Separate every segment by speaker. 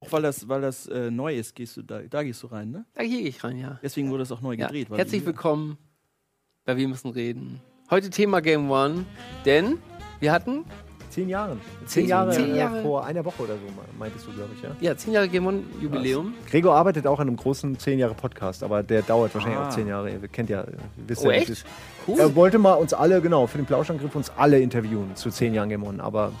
Speaker 1: Auch weil das, weil das äh, neu ist, gehst du da, da gehst du rein, ne?
Speaker 2: Da hier gehe ich rein, ja.
Speaker 1: Deswegen wurde das auch neu
Speaker 2: ja.
Speaker 1: gedreht. weil-
Speaker 2: Herzlich willkommen bei Wir müssen reden. Heute Thema Game One, denn wir hatten
Speaker 3: Zehn Jahren. Zehn,
Speaker 2: Zehn-
Speaker 3: Jahre,
Speaker 2: zehn Jahre.
Speaker 3: äh, vor einer Woche oder so, me- meintest du, glaube ich, ja?
Speaker 2: ja 10 Jahre Game One Jubiläum.
Speaker 3: Gregor arbeitet auch an einem großen zehn Jahre Podcast, aber der dauert wahrscheinlich
Speaker 1: Ah.
Speaker 3: auch zehn Jahre. Ihr kennt ja, ihr wisst
Speaker 2: Oh,
Speaker 3: ja, wie
Speaker 2: echt?
Speaker 3: es ist.
Speaker 2: Cool.
Speaker 3: Er wollte mal uns alle, genau, für den Plauschangriff uns alle interviewen zu zehn Jahren Game On, aber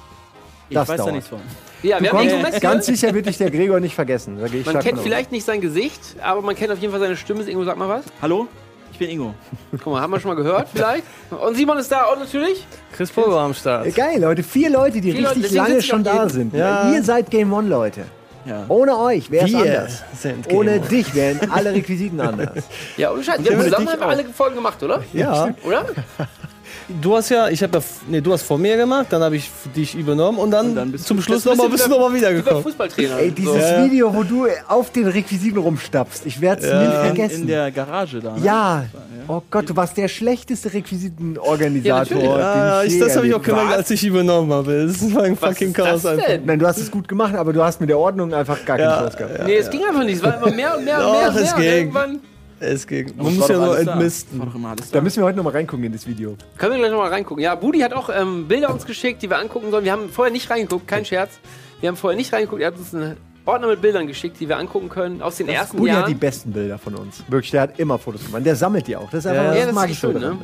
Speaker 1: Ich
Speaker 3: das
Speaker 1: weiß da
Speaker 3: dauert.
Speaker 1: nichts von.
Speaker 2: Ja, wir
Speaker 3: du
Speaker 2: haben ihn
Speaker 3: kommst,
Speaker 2: gemessen.
Speaker 3: ganz sicher wird dich der Gregor nicht vergessen. Da gehe ich
Speaker 2: Man
Speaker 3: stark
Speaker 2: kennt
Speaker 3: von aus.
Speaker 2: vielleicht nicht sein Gesicht, aber man kennt auf jeden Fall seine Stimme. Ingo, sag mal was.
Speaker 1: Hallo? Ich bin Ingo.
Speaker 2: Guck mal, haben wir schon mal gehört vielleicht. Und Simon ist da auch natürlich.
Speaker 4: Chris Pulver am Start.
Speaker 3: Äh, Geil, Leute, vier Leute, die
Speaker 2: Vier Leute,
Speaker 3: richtig
Speaker 2: deswegen
Speaker 3: lange
Speaker 2: sitzt ihr
Speaker 3: schon
Speaker 2: auch
Speaker 3: da
Speaker 2: jeden-
Speaker 3: sind.
Speaker 4: Ja.
Speaker 3: Ihr seid Game On, Leute.
Speaker 1: Ja.
Speaker 3: Ohne euch wäre es
Speaker 4: Wir
Speaker 3: anders.
Speaker 4: sind Game
Speaker 3: Ohne
Speaker 4: On.
Speaker 3: dich wären alle Requisiten anders.
Speaker 2: Ja, ohne Scheiß. Wir haben
Speaker 3: Ohne
Speaker 2: zusammen
Speaker 3: dich
Speaker 2: haben wir
Speaker 3: auch.
Speaker 2: alle Folgen gemacht, oder?
Speaker 4: Ja.
Speaker 2: Oder?
Speaker 4: Du hast ja, ich habe ja, f- nee, du hast vor mir gemacht, dann habe ich f- dich übernommen und dann,
Speaker 1: Und dann bist
Speaker 4: zum
Speaker 1: du-
Speaker 4: Schluss
Speaker 2: das ist
Speaker 4: nochmal
Speaker 2: ein
Speaker 4: bist
Speaker 2: bisschen
Speaker 4: du nochmal
Speaker 2: Ich bin
Speaker 4: wiedergekommen.
Speaker 2: Fußballtrainer.
Speaker 3: Ey, dieses
Speaker 2: so.
Speaker 4: Ja.
Speaker 3: Video, wo du auf den Requisiten rumstapfst, ich werde es nie
Speaker 1: In,
Speaker 3: vergessen.
Speaker 1: in der Garage da. Ne?
Speaker 3: ja.
Speaker 1: ja.
Speaker 3: Oh Gott, du warst der schlechteste
Speaker 2: Ja, natürlich.
Speaker 3: Requisitenorganisator.
Speaker 4: Ja,
Speaker 3: den
Speaker 4: Ah, ich,
Speaker 3: je
Speaker 4: das habe ich auch
Speaker 3: erlebt
Speaker 4: gemerkt, als ich übernommen habe. Das war
Speaker 2: Was
Speaker 4: ein fucking
Speaker 2: ist das
Speaker 4: Chaos einfach.
Speaker 2: denn?
Speaker 3: Nein, du hast es gut gemacht, aber du hast mit der Ordnung einfach gar keine Chance gehabt.
Speaker 2: Nee, es ging einfach nicht. Es war immer mehr und mehr und
Speaker 4: Doch,
Speaker 2: mehr und mehr.
Speaker 4: es
Speaker 2: Und
Speaker 4: ging.
Speaker 2: irgendwann
Speaker 4: Es ging.
Speaker 1: Aber
Speaker 4: Man
Speaker 1: es
Speaker 4: muss
Speaker 1: war
Speaker 4: ja
Speaker 1: doch
Speaker 4: nur
Speaker 1: alles da.
Speaker 4: entmisten.
Speaker 1: War doch immer alles
Speaker 3: Da
Speaker 1: da.
Speaker 3: müssen wir heute nochmal reingucken in das Video.
Speaker 2: Können wir gleich nochmal reingucken. Ja, Budi hat auch ähm, Bilder uns geschickt, die wir angucken sollen. Wir haben vorher nicht reingeguckt, kein Scherz. Wir haben vorher nicht reingeguckt. Er hat uns einen Ordner mit Bildern geschickt, die wir angucken können aus den ersten
Speaker 3: Budi hat die
Speaker 2: Jahren.
Speaker 3: besten Bilder von uns. Wirklich, der hat immer Fotos gemacht. Der sammelt die auch. Das ist einfach,
Speaker 4: Ja,
Speaker 3: das
Speaker 2: ja, das
Speaker 3: mag
Speaker 2: ist
Speaker 3: ich so
Speaker 2: schön, ne?
Speaker 3: daran.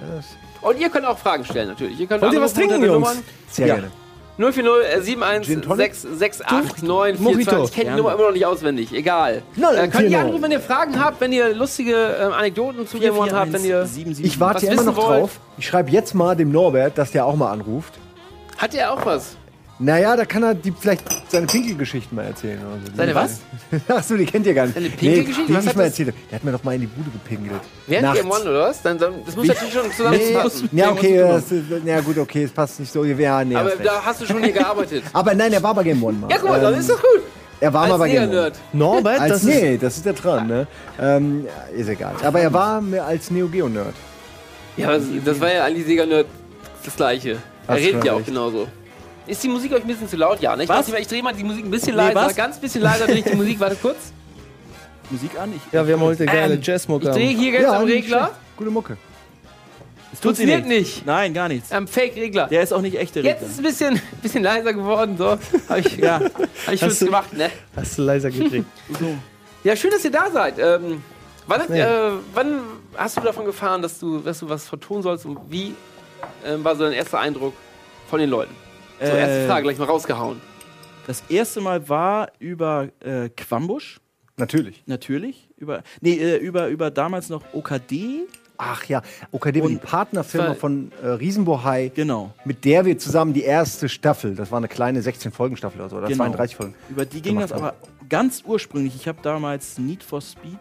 Speaker 2: Und ihr könnt auch Fragen stellen natürlich. Ihr könnt
Speaker 4: Wollt ihr was
Speaker 2: anrufen
Speaker 4: trinken,
Speaker 2: unter
Speaker 4: Jungs?
Speaker 3: Sehr
Speaker 1: Ja.
Speaker 3: gerne.
Speaker 2: den Nummern
Speaker 3: Gin Tonic?
Speaker 2: 040-716689429. Ich kenne die
Speaker 1: Mojito.
Speaker 2: Nummer immer noch nicht auswendig. Egal.
Speaker 3: Null
Speaker 2: Äh, könnt
Speaker 3: 40.
Speaker 2: ihr anrufen, wenn ihr Fragen habt, wenn ihr lustige ähm, Anekdoten zu Game One habt, wenn ihr...
Speaker 1: 441-77.
Speaker 3: Ich warte
Speaker 2: Was
Speaker 3: ja immer
Speaker 2: wissen
Speaker 3: noch
Speaker 2: wollt?
Speaker 3: drauf. Ich schreibe jetzt mal dem Norbert, dass der auch mal anruft.
Speaker 2: Hat er auch was?
Speaker 3: Naja, da kann er die, vielleicht seine Pinkelgeschichten mal erzählen. Oder so.
Speaker 2: Seine was?
Speaker 3: Achso, die kennt ihr gar nicht.
Speaker 2: Seine Pinkelgeschichte?
Speaker 3: die
Speaker 2: Was
Speaker 3: ich
Speaker 2: hat
Speaker 3: mal
Speaker 2: das-
Speaker 3: erzählt habe. Der hat mir doch mal in die Bude gepinkelt.
Speaker 2: Während
Speaker 3: Nachts.
Speaker 2: Game One, oder was? Dann, dann, das muss
Speaker 3: Wie-
Speaker 2: natürlich schon zusammenpassen.
Speaker 3: Nee, ja, okay, das, ja, gut, okay, es passt nicht so. Ja, nee,
Speaker 2: Aber
Speaker 3: hast recht.
Speaker 2: da hast du schon hier gearbeitet.
Speaker 3: aber nein, er war bei Game One mal.
Speaker 2: Ja, guck mal,
Speaker 3: Ähm,
Speaker 2: dann ist das gut.
Speaker 3: Er war mal bei Game One.
Speaker 2: Nerd.
Speaker 4: Norbert,
Speaker 3: Als,
Speaker 4: das ist.
Speaker 3: nee, das ist der dran, ne? Ähm, ja, ist egal. Aber er war mehr als Neo Geo Nerd.
Speaker 2: Ja, aber das, das war ja eigentlich Sega Nerd das gleiche. Er
Speaker 3: Hast
Speaker 2: redet
Speaker 3: schon
Speaker 2: ja auch
Speaker 3: recht.
Speaker 2: genauso. Ist die Musik euch ein bisschen zu laut? Ja, ne? Ich,
Speaker 1: Was?
Speaker 2: weiß nicht, ich drehe mal die Musik ein bisschen
Speaker 1: Nee,
Speaker 2: leiser.
Speaker 1: was?
Speaker 2: Ganz bisschen leiser drehe ich die Musik. Warte kurz.
Speaker 1: Musik an. Ich,
Speaker 4: Ja, wir haben heute geile
Speaker 2: Ähm, Ich
Speaker 4: Jazzmucke. am-
Speaker 2: drehe hier jetzt am
Speaker 3: nicht
Speaker 2: Regler.
Speaker 3: schlecht. Gute Mucke.
Speaker 1: es tut sie
Speaker 2: Funktioniert
Speaker 1: nicht.
Speaker 2: nicht.
Speaker 1: Nein, gar nichts.
Speaker 2: Am Fake-Regler.
Speaker 1: Der ist auch nicht echte
Speaker 2: Jetzt
Speaker 1: Regler.
Speaker 2: ist es ein bisschen, bisschen leiser geworden. So. Hab ich,
Speaker 1: Ja,
Speaker 2: hab ich schon
Speaker 4: du-
Speaker 2: gemacht, ne?
Speaker 4: Hast du leiser gekriegt.
Speaker 1: so.
Speaker 2: Ja, schön, dass ihr da seid. Ähm, wann, hat,
Speaker 4: Nee.
Speaker 2: äh, wann hast du davon gefahren, dass du, dass du was vertonen sollst und wie ähm, war so dein erster Eindruck von den Leuten? So, erste
Speaker 1: Äh,
Speaker 2: Frage gleich mal rausgehauen.
Speaker 1: Das erste Mal war über äh, Quambusch,
Speaker 3: Natürlich.
Speaker 1: natürlich. Über, nee, äh, über, über damals noch OKD.
Speaker 3: Ach ja, OKD war die
Speaker 1: Und-
Speaker 3: Partnerfirma
Speaker 2: Ver-
Speaker 3: von äh, Riesenbohai,
Speaker 1: Genau.
Speaker 3: mit der wir zusammen die erste Staffel, das war eine kleine 16-Folgen-Staffel oder so, oder
Speaker 1: Genau.
Speaker 3: 32 Folgen.
Speaker 1: Über die ging das
Speaker 3: Gemacht
Speaker 1: aber ganz ursprünglich. Ich habe damals Need for Speed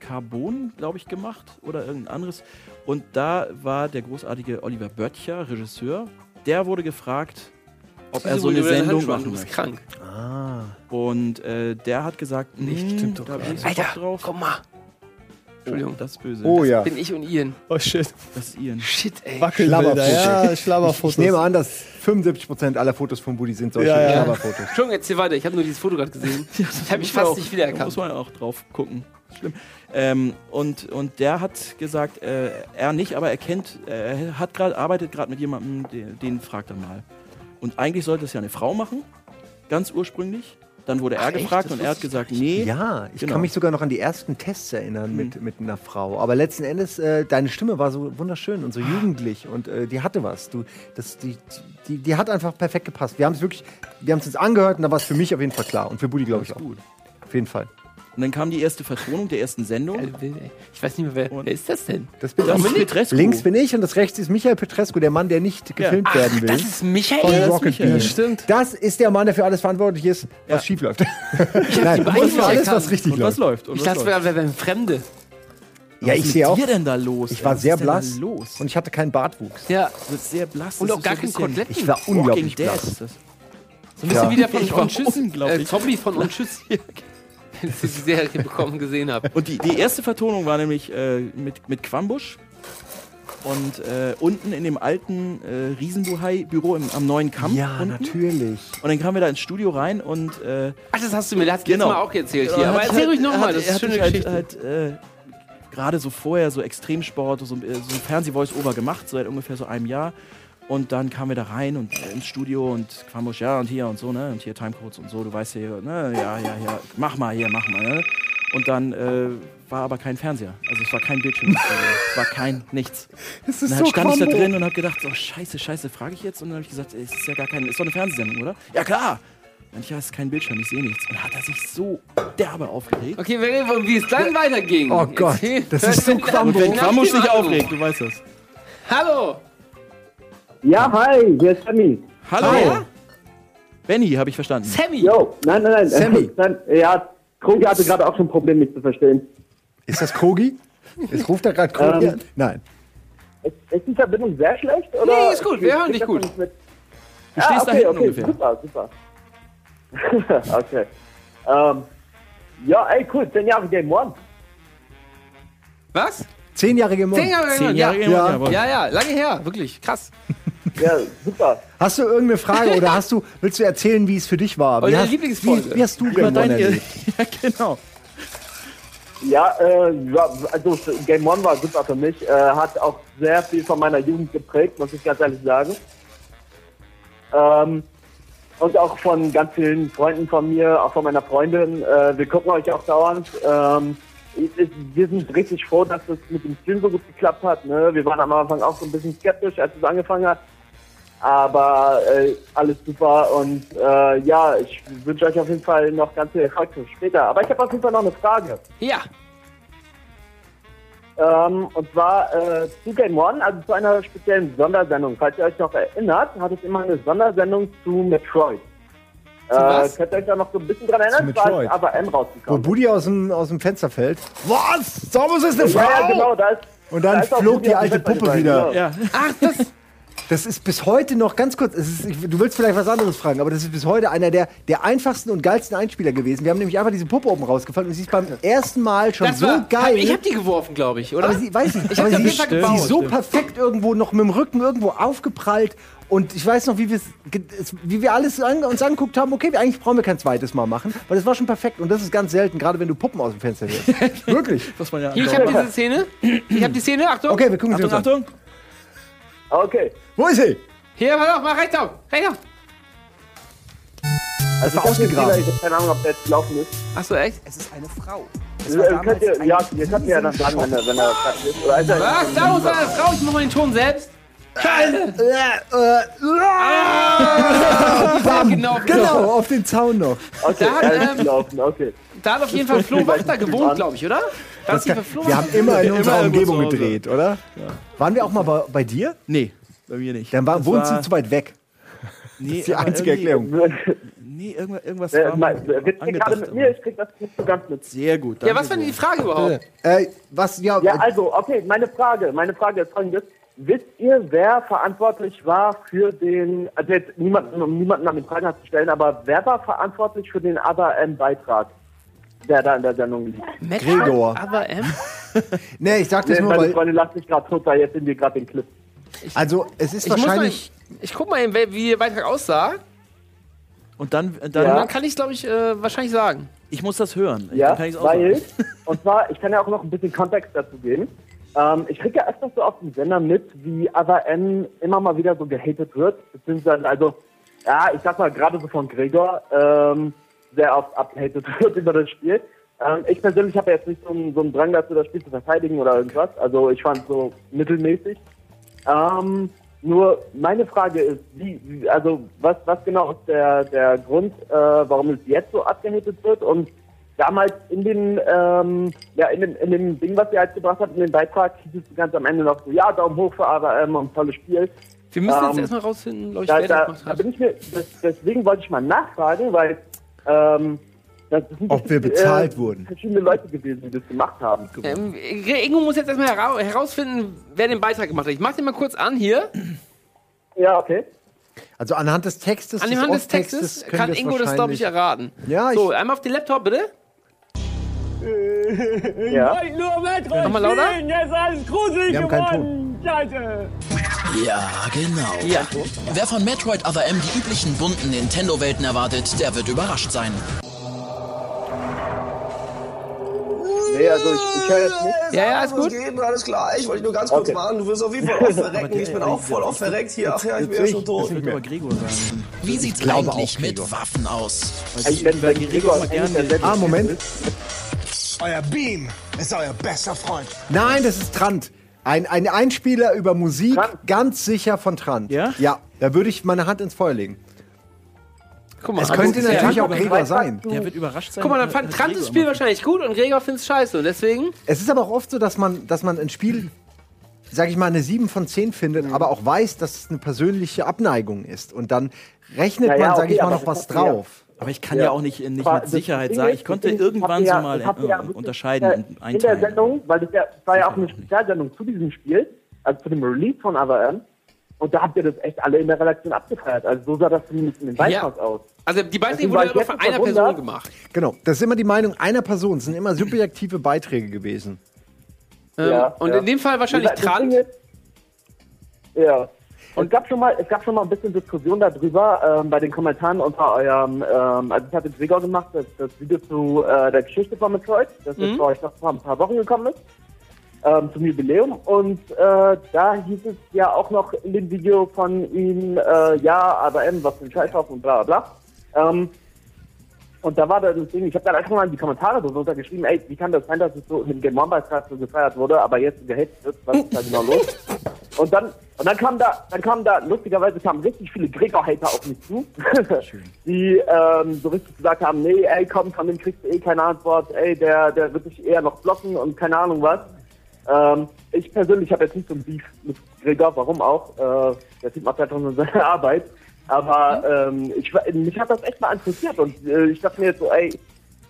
Speaker 1: Carbon, glaube ich, gemacht oder irgendein anderes. Und da war der großartige Oliver Böttcher, Regisseur, der wurde gefragt, ob er so eine Sendung
Speaker 2: Du
Speaker 1: machen
Speaker 2: bist
Speaker 1: möchte.
Speaker 2: krank.
Speaker 3: Ah.
Speaker 1: Und äh, der hat gesagt, nicht,
Speaker 4: stimmt doch
Speaker 1: da
Speaker 4: gar
Speaker 1: hab ich
Speaker 4: nicht.
Speaker 1: so Bock drauf.
Speaker 2: Komm mal.
Speaker 1: Oh,
Speaker 2: Entschuldigung.
Speaker 1: das ist böse.
Speaker 3: Oh ja.
Speaker 2: Bin ich und Ian.
Speaker 4: Oh shit.
Speaker 1: Das ist Ian.
Speaker 2: Shit, ey.
Speaker 4: Wackelbilder.
Speaker 3: Schlabberfotos.
Speaker 4: Ja, Schlabberfotos.
Speaker 3: Ich nehme an, dass 75% aller Fotos von Buddy sind solche
Speaker 4: Ja, ja.
Speaker 3: Coverfotos.
Speaker 2: Entschuldigung, jetzt hier weiter. Ich habe nur dieses Foto gerade gesehen. Ich habe mich
Speaker 1: Muss man
Speaker 2: fast
Speaker 1: auch-
Speaker 2: nicht
Speaker 1: Da muss
Speaker 2: wiedererkannt.
Speaker 1: man auch drauf gucken. Schlimm. Ähm, und, und der hat gesagt, äh, er nicht, aber er kennt, äh, er hat grad, arbeitet gerade mit jemandem, den, den fragt er mal. Und eigentlich sollte es ja eine Frau machen, ganz ursprünglich. Dann wurde er
Speaker 2: echt?
Speaker 1: gefragt
Speaker 2: Das
Speaker 1: und er hat
Speaker 2: wusste ich
Speaker 1: gesagt, nee.
Speaker 3: Ja, ich
Speaker 1: Genau.
Speaker 3: kann mich sogar noch an die ersten Tests erinnern mit, mit einer Frau. Aber letzten Endes, äh, deine Stimme war so wunderschön und so jugendlich und äh, die hatte was. Du, das, die, die, die hat einfach perfekt gepasst. Wir haben es wirklich, wir haben es uns angehört und da war es für mich auf jeden Fall klar. Und für Buddy, glaube ich, auch.
Speaker 1: Gut.
Speaker 3: Auf jeden Fall.
Speaker 1: Und dann kam die erste Vertonung der ersten Sendung.
Speaker 2: Geile Bilder, ey. Ich weiß nicht mehr, wer,
Speaker 1: Und-
Speaker 2: wer ist das denn?
Speaker 3: Das bin
Speaker 1: Das
Speaker 3: ich.
Speaker 1: ist Petrescu.
Speaker 3: Links bin ich und das rechts ist Michael Petrescu, der Mann, der nicht gefilmt werden will.
Speaker 2: Das ist
Speaker 3: Von
Speaker 2: Michael?
Speaker 3: Rocket
Speaker 1: Michael.
Speaker 3: Bean.
Speaker 4: Ja, stimmt.
Speaker 3: Das ist der Mann, der für alles verantwortlich ist, was
Speaker 1: Ja.
Speaker 3: schief läuft. Nein,
Speaker 2: beiden
Speaker 3: und für
Speaker 2: nicht
Speaker 3: alles,
Speaker 2: erkannt.
Speaker 3: was richtig
Speaker 1: und was
Speaker 3: läuft.
Speaker 1: läuft? Und
Speaker 2: Ich
Speaker 1: was
Speaker 2: dachte,
Speaker 1: läuft?
Speaker 2: wir wären Fremde.
Speaker 3: Ja, ich sehe auch.
Speaker 1: Was ist denn da los?
Speaker 3: Ich
Speaker 1: ey?
Speaker 3: war
Speaker 1: Was
Speaker 3: sehr
Speaker 1: ist denn da
Speaker 3: blass
Speaker 1: los?
Speaker 3: und ich hatte keinen Bartwuchs.
Speaker 2: Ja.
Speaker 1: Du bist sehr blass.
Speaker 2: Und
Speaker 1: das
Speaker 2: auch
Speaker 1: ist
Speaker 2: gar
Speaker 1: so ein
Speaker 2: kein
Speaker 1: bisschen
Speaker 2: Koteletten.
Speaker 3: Ich war unglaublich
Speaker 1: Walking Dead
Speaker 3: blass.
Speaker 1: ist das.
Speaker 2: So ein bisschen
Speaker 3: Ja.
Speaker 2: wie der von
Speaker 1: Ich war
Speaker 2: Unschüss.
Speaker 1: unglaublich.
Speaker 2: Zombie von Unschüss. als ich die Serie bekommen gesehen habe.
Speaker 1: Und die, die erste Vertonung war nämlich äh, mit, mit Quambusch. Und äh, unten in dem alten äh, Riesenbuhai-Büro im- am neuen Kampf.
Speaker 3: Ja,
Speaker 1: unten.
Speaker 3: natürlich.
Speaker 1: Und dann kamen wir da ins Studio rein und äh,
Speaker 2: Ach, das hast du mir letztes
Speaker 1: Genau.
Speaker 2: Mal auch erzählt
Speaker 1: Ja,
Speaker 2: hier. Aber
Speaker 1: hat
Speaker 2: erzähl
Speaker 1: halt-
Speaker 2: ruhig
Speaker 1: hat-
Speaker 2: nochmal, das ist eine
Speaker 1: hat
Speaker 2: schöne
Speaker 1: mich halt-
Speaker 2: Geschichte.
Speaker 1: Halt, äh, gerade so vorher so Extremsport, so, äh, so Fernseh-Voice-Over gemacht, seit ungefähr so einem Jahr. Und dann kamen wir da rein und äh, ins Studio und Quambusch, ja und hier und so, ne? Und hier Timecodes und so, du weißt ja, hier, ne? Ja, ja, ja, mach mal hier, mach mal, ne? Und dann äh, war aber kein Fernseher. Also es war kein Bildschirm. also, es war kein nichts.
Speaker 3: Das
Speaker 1: Und dann stand ich da drin und habe gedacht, so scheiße, scheiße, frage ich jetzt? Und dann habe ich gesagt, es ist ja gar kein, ist doch eine Fernsehsendung, oder? Ja klar. Und ich, ja, es ist kein Bildschirm, ich sehe nichts. Und hat er sich so derbe aufgeregt.
Speaker 2: Okay, wir reden von, wie es dann weiterging.
Speaker 3: Oh Gott,
Speaker 2: Erzähl-
Speaker 3: das ist so Quambo.
Speaker 2: Nach dem
Speaker 1: Quambusch sich
Speaker 2: Anruf.
Speaker 1: aufregt, du weißt das.
Speaker 2: Hallo!
Speaker 5: Ja, hi, hier ist Sammy.
Speaker 1: Hallo.
Speaker 2: Ja?
Speaker 1: Benny, habe ich verstanden.
Speaker 2: Sammy!
Speaker 5: Yo, nein, nein, nein.
Speaker 3: Sammy.
Speaker 5: Nein, ja, Krogi hatte gerade auch schon ein Problem, mich zu verstehen.
Speaker 3: Ist das Kogi? Jetzt ruft er gerade Kogi
Speaker 5: Ähm.
Speaker 3: an. Nein.
Speaker 5: Ist, ist die Verbindung sehr schlecht? Oder
Speaker 2: Nee, ist gut, wir
Speaker 5: Ich-
Speaker 2: hören
Speaker 5: ich
Speaker 2: dich
Speaker 5: krieg
Speaker 2: gut.
Speaker 5: das nicht mit.
Speaker 1: Du stehst da
Speaker 5: okay,
Speaker 1: hinten
Speaker 5: okay,
Speaker 1: ungefähr.
Speaker 5: Super, super. okay. Ähm, ja, ey, cool, 10 Jahre Game One.
Speaker 2: Was?
Speaker 3: Zehnjährige Mund.
Speaker 2: Zehn Jahre
Speaker 1: Zehn
Speaker 2: ja.
Speaker 1: Jahre
Speaker 3: Ja.
Speaker 1: jawohl.
Speaker 2: ja, ja, lange her, wirklich, krass.
Speaker 5: Ja, super.
Speaker 3: Hast du irgendeine Frage oder hast du, willst du erzählen, wie es für dich war?
Speaker 2: Eure
Speaker 3: Wie hast,
Speaker 2: Lieblingsfolge.
Speaker 3: wie, wie hast du
Speaker 1: Über
Speaker 3: Game One
Speaker 1: dein
Speaker 3: erlebt?
Speaker 1: ja, genau.
Speaker 5: Ja, äh, ja, also Game One war super für mich. Äh, hat auch sehr viel von meiner Jugend geprägt, muss ich ganz ehrlich sagen. Ähm, und auch von ganz vielen Freunden von mir, auch von meiner Freundin. Äh, wir gucken euch auch dauernd. Ähm, ich, ich, wir sind richtig froh, dass es mit dem Stream so gut geklappt hat. Ne? Wir waren am Anfang auch so ein bisschen skeptisch, als es angefangen hat. Aber äh, alles super und äh, ja, ich wünsche euch auf jeden Fall noch ganz viel Erfolg für später. Aber ich habe auf jeden Fall noch eine Frage.
Speaker 2: Ja,
Speaker 5: Ähm, und zwar äh, zu Game One, also zu einer speziellen Sondersendung. Falls ihr euch noch erinnert, hat es immer eine Sondersendung zu Metroid. Zu
Speaker 2: was?
Speaker 5: Könnt ihr euch da noch so ein bisschen dran erinnern?
Speaker 3: Zu
Speaker 5: Es war
Speaker 3: Metroid.
Speaker 5: als AVM
Speaker 3: Wo
Speaker 5: rausgekommen.
Speaker 3: Buddy aus dem, aus dem Fenster fällt. Was? Samus ist eine Frau!
Speaker 5: ja, ja, genau, da ist,
Speaker 3: Und dann
Speaker 5: da ist auch
Speaker 3: flog
Speaker 5: Video
Speaker 3: die
Speaker 5: auf dem
Speaker 3: alte
Speaker 5: Fenster
Speaker 3: Puppe
Speaker 5: gefallen,
Speaker 3: wieder.
Speaker 5: genau.
Speaker 1: Ja.
Speaker 2: ach, das,
Speaker 3: Das ist bis heute noch ganz kurz. Es ist, ich, du willst vielleicht was anderes fragen, aber das ist bis heute einer der, der einfachsten und geilsten Einspieler gewesen. Wir haben nämlich einfach diese Puppe oben rausgefallen und sie ist beim ersten Mal schon
Speaker 2: das
Speaker 3: so
Speaker 2: war,
Speaker 3: geil.
Speaker 2: Hab, ich hab die geworfen, glaube ich, oder?
Speaker 3: aber sie, weiß nicht,
Speaker 2: Ich hab
Speaker 3: aber
Speaker 2: sie auf
Speaker 3: sie,
Speaker 2: jeden Fall
Speaker 3: sie
Speaker 2: gebaut.
Speaker 3: ist so
Speaker 1: Stimmt.
Speaker 3: perfekt irgendwo noch mit dem Rücken irgendwo aufgeprallt. Und ich weiß noch, wie, wir's ge- es- wie wir alles an, uns angeguckt haben. Okay, wir- eigentlich brauchen wir kein zweites Mal machen, weil das war schon perfekt. Und das ist ganz selten, gerade wenn du Puppen aus dem Fenster wirst. Wirklich.
Speaker 1: Was man ja
Speaker 2: Hier, ich habe
Speaker 1: andauernd-
Speaker 2: diese Szene. Ich habe die Szene, Achtung.
Speaker 3: Okay, wir gucken sie
Speaker 1: Achtung,
Speaker 3: uns an.
Speaker 1: Achtung.
Speaker 5: Okay.
Speaker 3: Wo ist sie?
Speaker 2: Hier, warte auf, mach rechts auf. Rechts auf.
Speaker 3: Das war
Speaker 5: Ich hab den Also Fehler,
Speaker 3: ausgegraben.
Speaker 5: Ich habe keine Ahnung, ob der jetzt gelaufen ist.
Speaker 2: Achso, echt?
Speaker 6: Es ist eine Frau. Es war
Speaker 5: Äh, Könnt
Speaker 6: damals
Speaker 5: ihr,
Speaker 6: ein
Speaker 5: ja, ihr könnt mir ja dann
Speaker 6: riesen
Speaker 5: sagen, wenn er, wenn er fertig ist. Oder ist er-
Speaker 2: Was? Da muss eine Frau, ich mach mal den Ton selbst. Ah, genau, genau.
Speaker 3: Genau, auf den Zaun noch.
Speaker 5: Okay,
Speaker 2: Da,
Speaker 5: er ist
Speaker 2: ähm,
Speaker 5: gelaufen, okay.
Speaker 2: Da hat auf jeden Fall Flo Wachter gewohnt,
Speaker 5: an.
Speaker 2: glaube ich, oder? Da hat sie für Flo
Speaker 3: Wir haben immer in
Speaker 1: irgendwo
Speaker 3: unserer
Speaker 1: zu
Speaker 3: Umgebung
Speaker 1: Hause.
Speaker 3: gedreht, oder? Waren wir auch mal bei, bei dir?
Speaker 1: Nee, bei mir nicht.
Speaker 3: Dann war,
Speaker 1: Das
Speaker 3: wohnst
Speaker 1: war-
Speaker 3: du zu weit weg.
Speaker 1: nee,
Speaker 3: Das ist die
Speaker 1: aber
Speaker 3: einzige
Speaker 1: irgendwie-
Speaker 3: Erklärung.
Speaker 1: Nee, irgendwas, irgendwas
Speaker 5: Äh,
Speaker 1: war
Speaker 5: mein,
Speaker 1: mal
Speaker 5: Witz geht gerade
Speaker 1: angedacht,
Speaker 5: mit
Speaker 1: aber-
Speaker 5: mir, ich krieg das nicht so ganz mit.
Speaker 1: Sehr gut.
Speaker 2: Ja,
Speaker 1: danke
Speaker 2: was war denn
Speaker 1: sehr.
Speaker 2: die Frage überhaupt?
Speaker 3: Äh, was, ja,
Speaker 5: Ja,
Speaker 3: äh,
Speaker 5: also, okay, meine Frage, meine Frage ist folgendes. Wisst ihr, wer verantwortlich war für den, also jetzt niemanden, um niemanden an den Pranger zu stellen, aber wer war verantwortlich für den ABM-Beitrag, der da in der Sendung liegt?
Speaker 3: Gregor.
Speaker 2: Aber äh, M?
Speaker 3: nee, ich sag das
Speaker 5: Nee,
Speaker 3: nur,
Speaker 5: meine
Speaker 3: weil,
Speaker 5: Freunde lassen mich gerade tot, weil jetzt sind wir gerade den Clip.
Speaker 3: also, es ist
Speaker 2: Ich, muss mal,
Speaker 3: wahrscheinlich,
Speaker 2: ich, ich guck mal, eben, wer- wie der Beitrag aussah.
Speaker 1: Und dann, dann
Speaker 5: Ja.
Speaker 2: Dann kann ich glaube ich, äh, wahrscheinlich sagen.
Speaker 1: ich muss das hören.
Speaker 5: Ja,
Speaker 1: dann kann ich's auch
Speaker 5: weil,
Speaker 1: sagen.
Speaker 5: und zwar, ich kann ja auch noch ein bisschen Kontext dazu geben. Ähm, ich kriege ja öfters so auf dem Sender mit, wie AVN immer mal wieder so gehatet wird, beziehungsweise, also, ja, ich sag mal, gerade so von Gregor, ähm, sehr oft abgehatet wird über das Spiel. Ähm, ich persönlich habe ja jetzt nicht so einen, so einen Drang dazu, das Spiel zu verteidigen oder irgendwas. Also, ich fand so mittelmäßig. Ähm, nur meine Frage ist, wie, wie- also was, was genau ist der, der Grund, äh, warum es jetzt so abgehatet wird und damals in dem, ähm, ja, in dem, in dem Ding, was ihr halt gebracht habt, in dem Beitrag, hieß es ganz am Ende noch so, ja, Daumen hoch für AWM und tolles Spiel.
Speaker 2: Wir müssen jetzt
Speaker 5: Ähm,
Speaker 2: erstmal rausfinden, glaub ich,
Speaker 5: Da,
Speaker 2: wer das
Speaker 5: da,
Speaker 2: gemacht
Speaker 5: da
Speaker 2: hat.
Speaker 5: bin ich mir, das, deswegen wollte ich mal nachfragen, weil ähm, das sind
Speaker 3: Ob wir bezahlt wurden.
Speaker 5: äh, verschiedene Leute gewesen, die das gemacht haben.
Speaker 2: Ähm, Ingo muss jetzt erstmal hera herausfinden, wer den Beitrag gemacht hat. Ich mach den mal kurz an hier.
Speaker 5: Ja, okay.
Speaker 3: also anhand des Textes,
Speaker 2: An dem Hand des Textes
Speaker 3: können
Speaker 2: kann
Speaker 3: wir es
Speaker 2: Ingo das, glaube ich,
Speaker 3: wahrscheinlich-
Speaker 2: erraten.
Speaker 3: Ja,
Speaker 2: so,
Speaker 3: ich- Also
Speaker 2: einmal auf den Laptop, bitte.
Speaker 5: Ja.
Speaker 6: Ich nur Metroid
Speaker 2: Nochmal lauter?
Speaker 6: spielen, jetzt alles gruselig
Speaker 3: Wir haben keinen
Speaker 6: geworden. Scheiße.
Speaker 7: Ja, genau.
Speaker 2: Ja.
Speaker 7: Wer von Metroid Other M die üblichen bunten Nintendo-Welten erwartet, der wird überrascht sein.
Speaker 5: Nee, also ich, ich höre jetzt nicht.
Speaker 2: Ja, ja, ist gut.
Speaker 8: Geht mir alles klar. Ich wollte nur ganz kurz
Speaker 5: Okay.
Speaker 8: machen. Du wirst auf jeden Fall oft verrecken. Ich bin auch voll oft verreckt hier. Ach ja, ich bin ja schon tot.
Speaker 1: wird aber Gregor sein.
Speaker 7: Wie sieht's eigentlich mit Waffen aus?
Speaker 1: Also
Speaker 5: Ich, wenn, wenn Gregor
Speaker 1: immer gerne-
Speaker 5: eigentlich ersetzt
Speaker 3: Ah, Moment.
Speaker 5: ist,
Speaker 9: Euer Beam ist euer bester Freund.
Speaker 3: Nein, das ist Trant. Ein, ein Einspieler über Musik,
Speaker 5: Trant?
Speaker 3: ganz sicher von Trant.
Speaker 1: Ja?
Speaker 3: Ja, da würde ich meine Hand ins Feuer legen.
Speaker 2: Guck mal, also
Speaker 3: Es könnte
Speaker 2: ja.
Speaker 3: natürlich auch
Speaker 1: aber
Speaker 3: Gregor sein.
Speaker 1: Der wird überrascht sein.
Speaker 2: Guck mal, dann
Speaker 1: dass-
Speaker 2: fand
Speaker 1: dass
Speaker 2: Trant
Speaker 1: Gregor
Speaker 2: das Spiel
Speaker 1: immer-
Speaker 2: wahrscheinlich gut und Gregor find's scheiße. Und deswegen,
Speaker 3: Es ist aber auch oft so, dass man, dass man ein Spiel, sag ich mal, eine 7 von 10 findet,
Speaker 5: Mhm.
Speaker 3: aber auch weiß, dass es eine persönliche Abneigung ist. Und dann rechnet
Speaker 5: Naja,
Speaker 3: man, sag
Speaker 5: okay,
Speaker 3: ich mal,
Speaker 5: aber
Speaker 3: noch was
Speaker 5: das hat ja-
Speaker 3: drauf.
Speaker 1: Aber ich kann ja,
Speaker 5: Ja.
Speaker 1: auch nicht, äh, nicht
Speaker 5: Aber
Speaker 1: mit
Speaker 5: das
Speaker 1: Sicherheit
Speaker 5: Ding
Speaker 1: sagen.
Speaker 5: ist,
Speaker 1: Ich konnte
Speaker 5: das Ding ist,
Speaker 1: irgendwann
Speaker 5: ich
Speaker 1: so
Speaker 5: hab
Speaker 1: mal
Speaker 5: hab
Speaker 1: äh,
Speaker 5: ja wirklich
Speaker 1: unterscheiden
Speaker 5: in
Speaker 1: und
Speaker 5: der- In der
Speaker 1: einteilen.
Speaker 5: Sendung, weil das, ja, das war ja
Speaker 1: Das
Speaker 5: auch
Speaker 1: kann
Speaker 5: eine
Speaker 1: ich nicht.
Speaker 5: Spezialsendung zu diesem Spiel, also zu dem Release von AVM. Und da habt ihr das echt alle in der Redaktion abgefeiert. Also so sah das zumindest in den Beitrag aus.
Speaker 2: also die Beiträge
Speaker 5: Deswegen
Speaker 2: wurden ja
Speaker 5: war ich
Speaker 2: immer
Speaker 5: jetzt
Speaker 2: von
Speaker 5: so
Speaker 2: einer
Speaker 5: verwundert.
Speaker 2: Person gemacht.
Speaker 3: Genau, das ist immer die Meinung einer Person. Es sind immer subjektive Beiträge gewesen.
Speaker 2: Ähm,
Speaker 5: Ja,
Speaker 2: und
Speaker 5: ja.
Speaker 2: in dem Fall wahrscheinlich
Speaker 5: Das Ding
Speaker 2: Trant.
Speaker 5: ist- Ja. Und es gab schon mal, es gab schon mal ein bisschen Diskussion darüber ähm, bei den Kommentaren unter eurem, ähm, also ich hatte Gregor gemacht, das, das Video zu äh, der Geschichte von Metroid, das jetzt vor euch noch vor ein paar Wochen gekommen ist, ähm, zum Jubiläum. Und äh, da hieß es ja auch noch in dem Video von ihm, äh, ja, ABM, was für ein Scheißhaufen und bla bla bla. Ähm, und da war dann das Ding, ich habe dann einfach mal in die Kommentare drunter geschrieben, ey, wie kann das sein, dass es so im Game One-Beitrag so gefeiert wurde, aber jetzt so gehetzt wird, was ist da genau los? Und dann, und dann kam da, dann kam da, lustigerweise kamen richtig viele Gregor-Hater auf mich zu, die ähm, so richtig gesagt haben, nee, ey, komm, von dem kriegst du eh keine Antwort, ey, der, der wird dich eher noch blocken und keine Ahnung was. Ähm, ich persönlich habe jetzt nicht so ein Beef mit Gregor, warum auch, äh, der Typ macht halt schon seine Arbeit, aber ähm, ich, war- mich hat das echt mal interessiert und äh, ich dachte mir jetzt so, ey,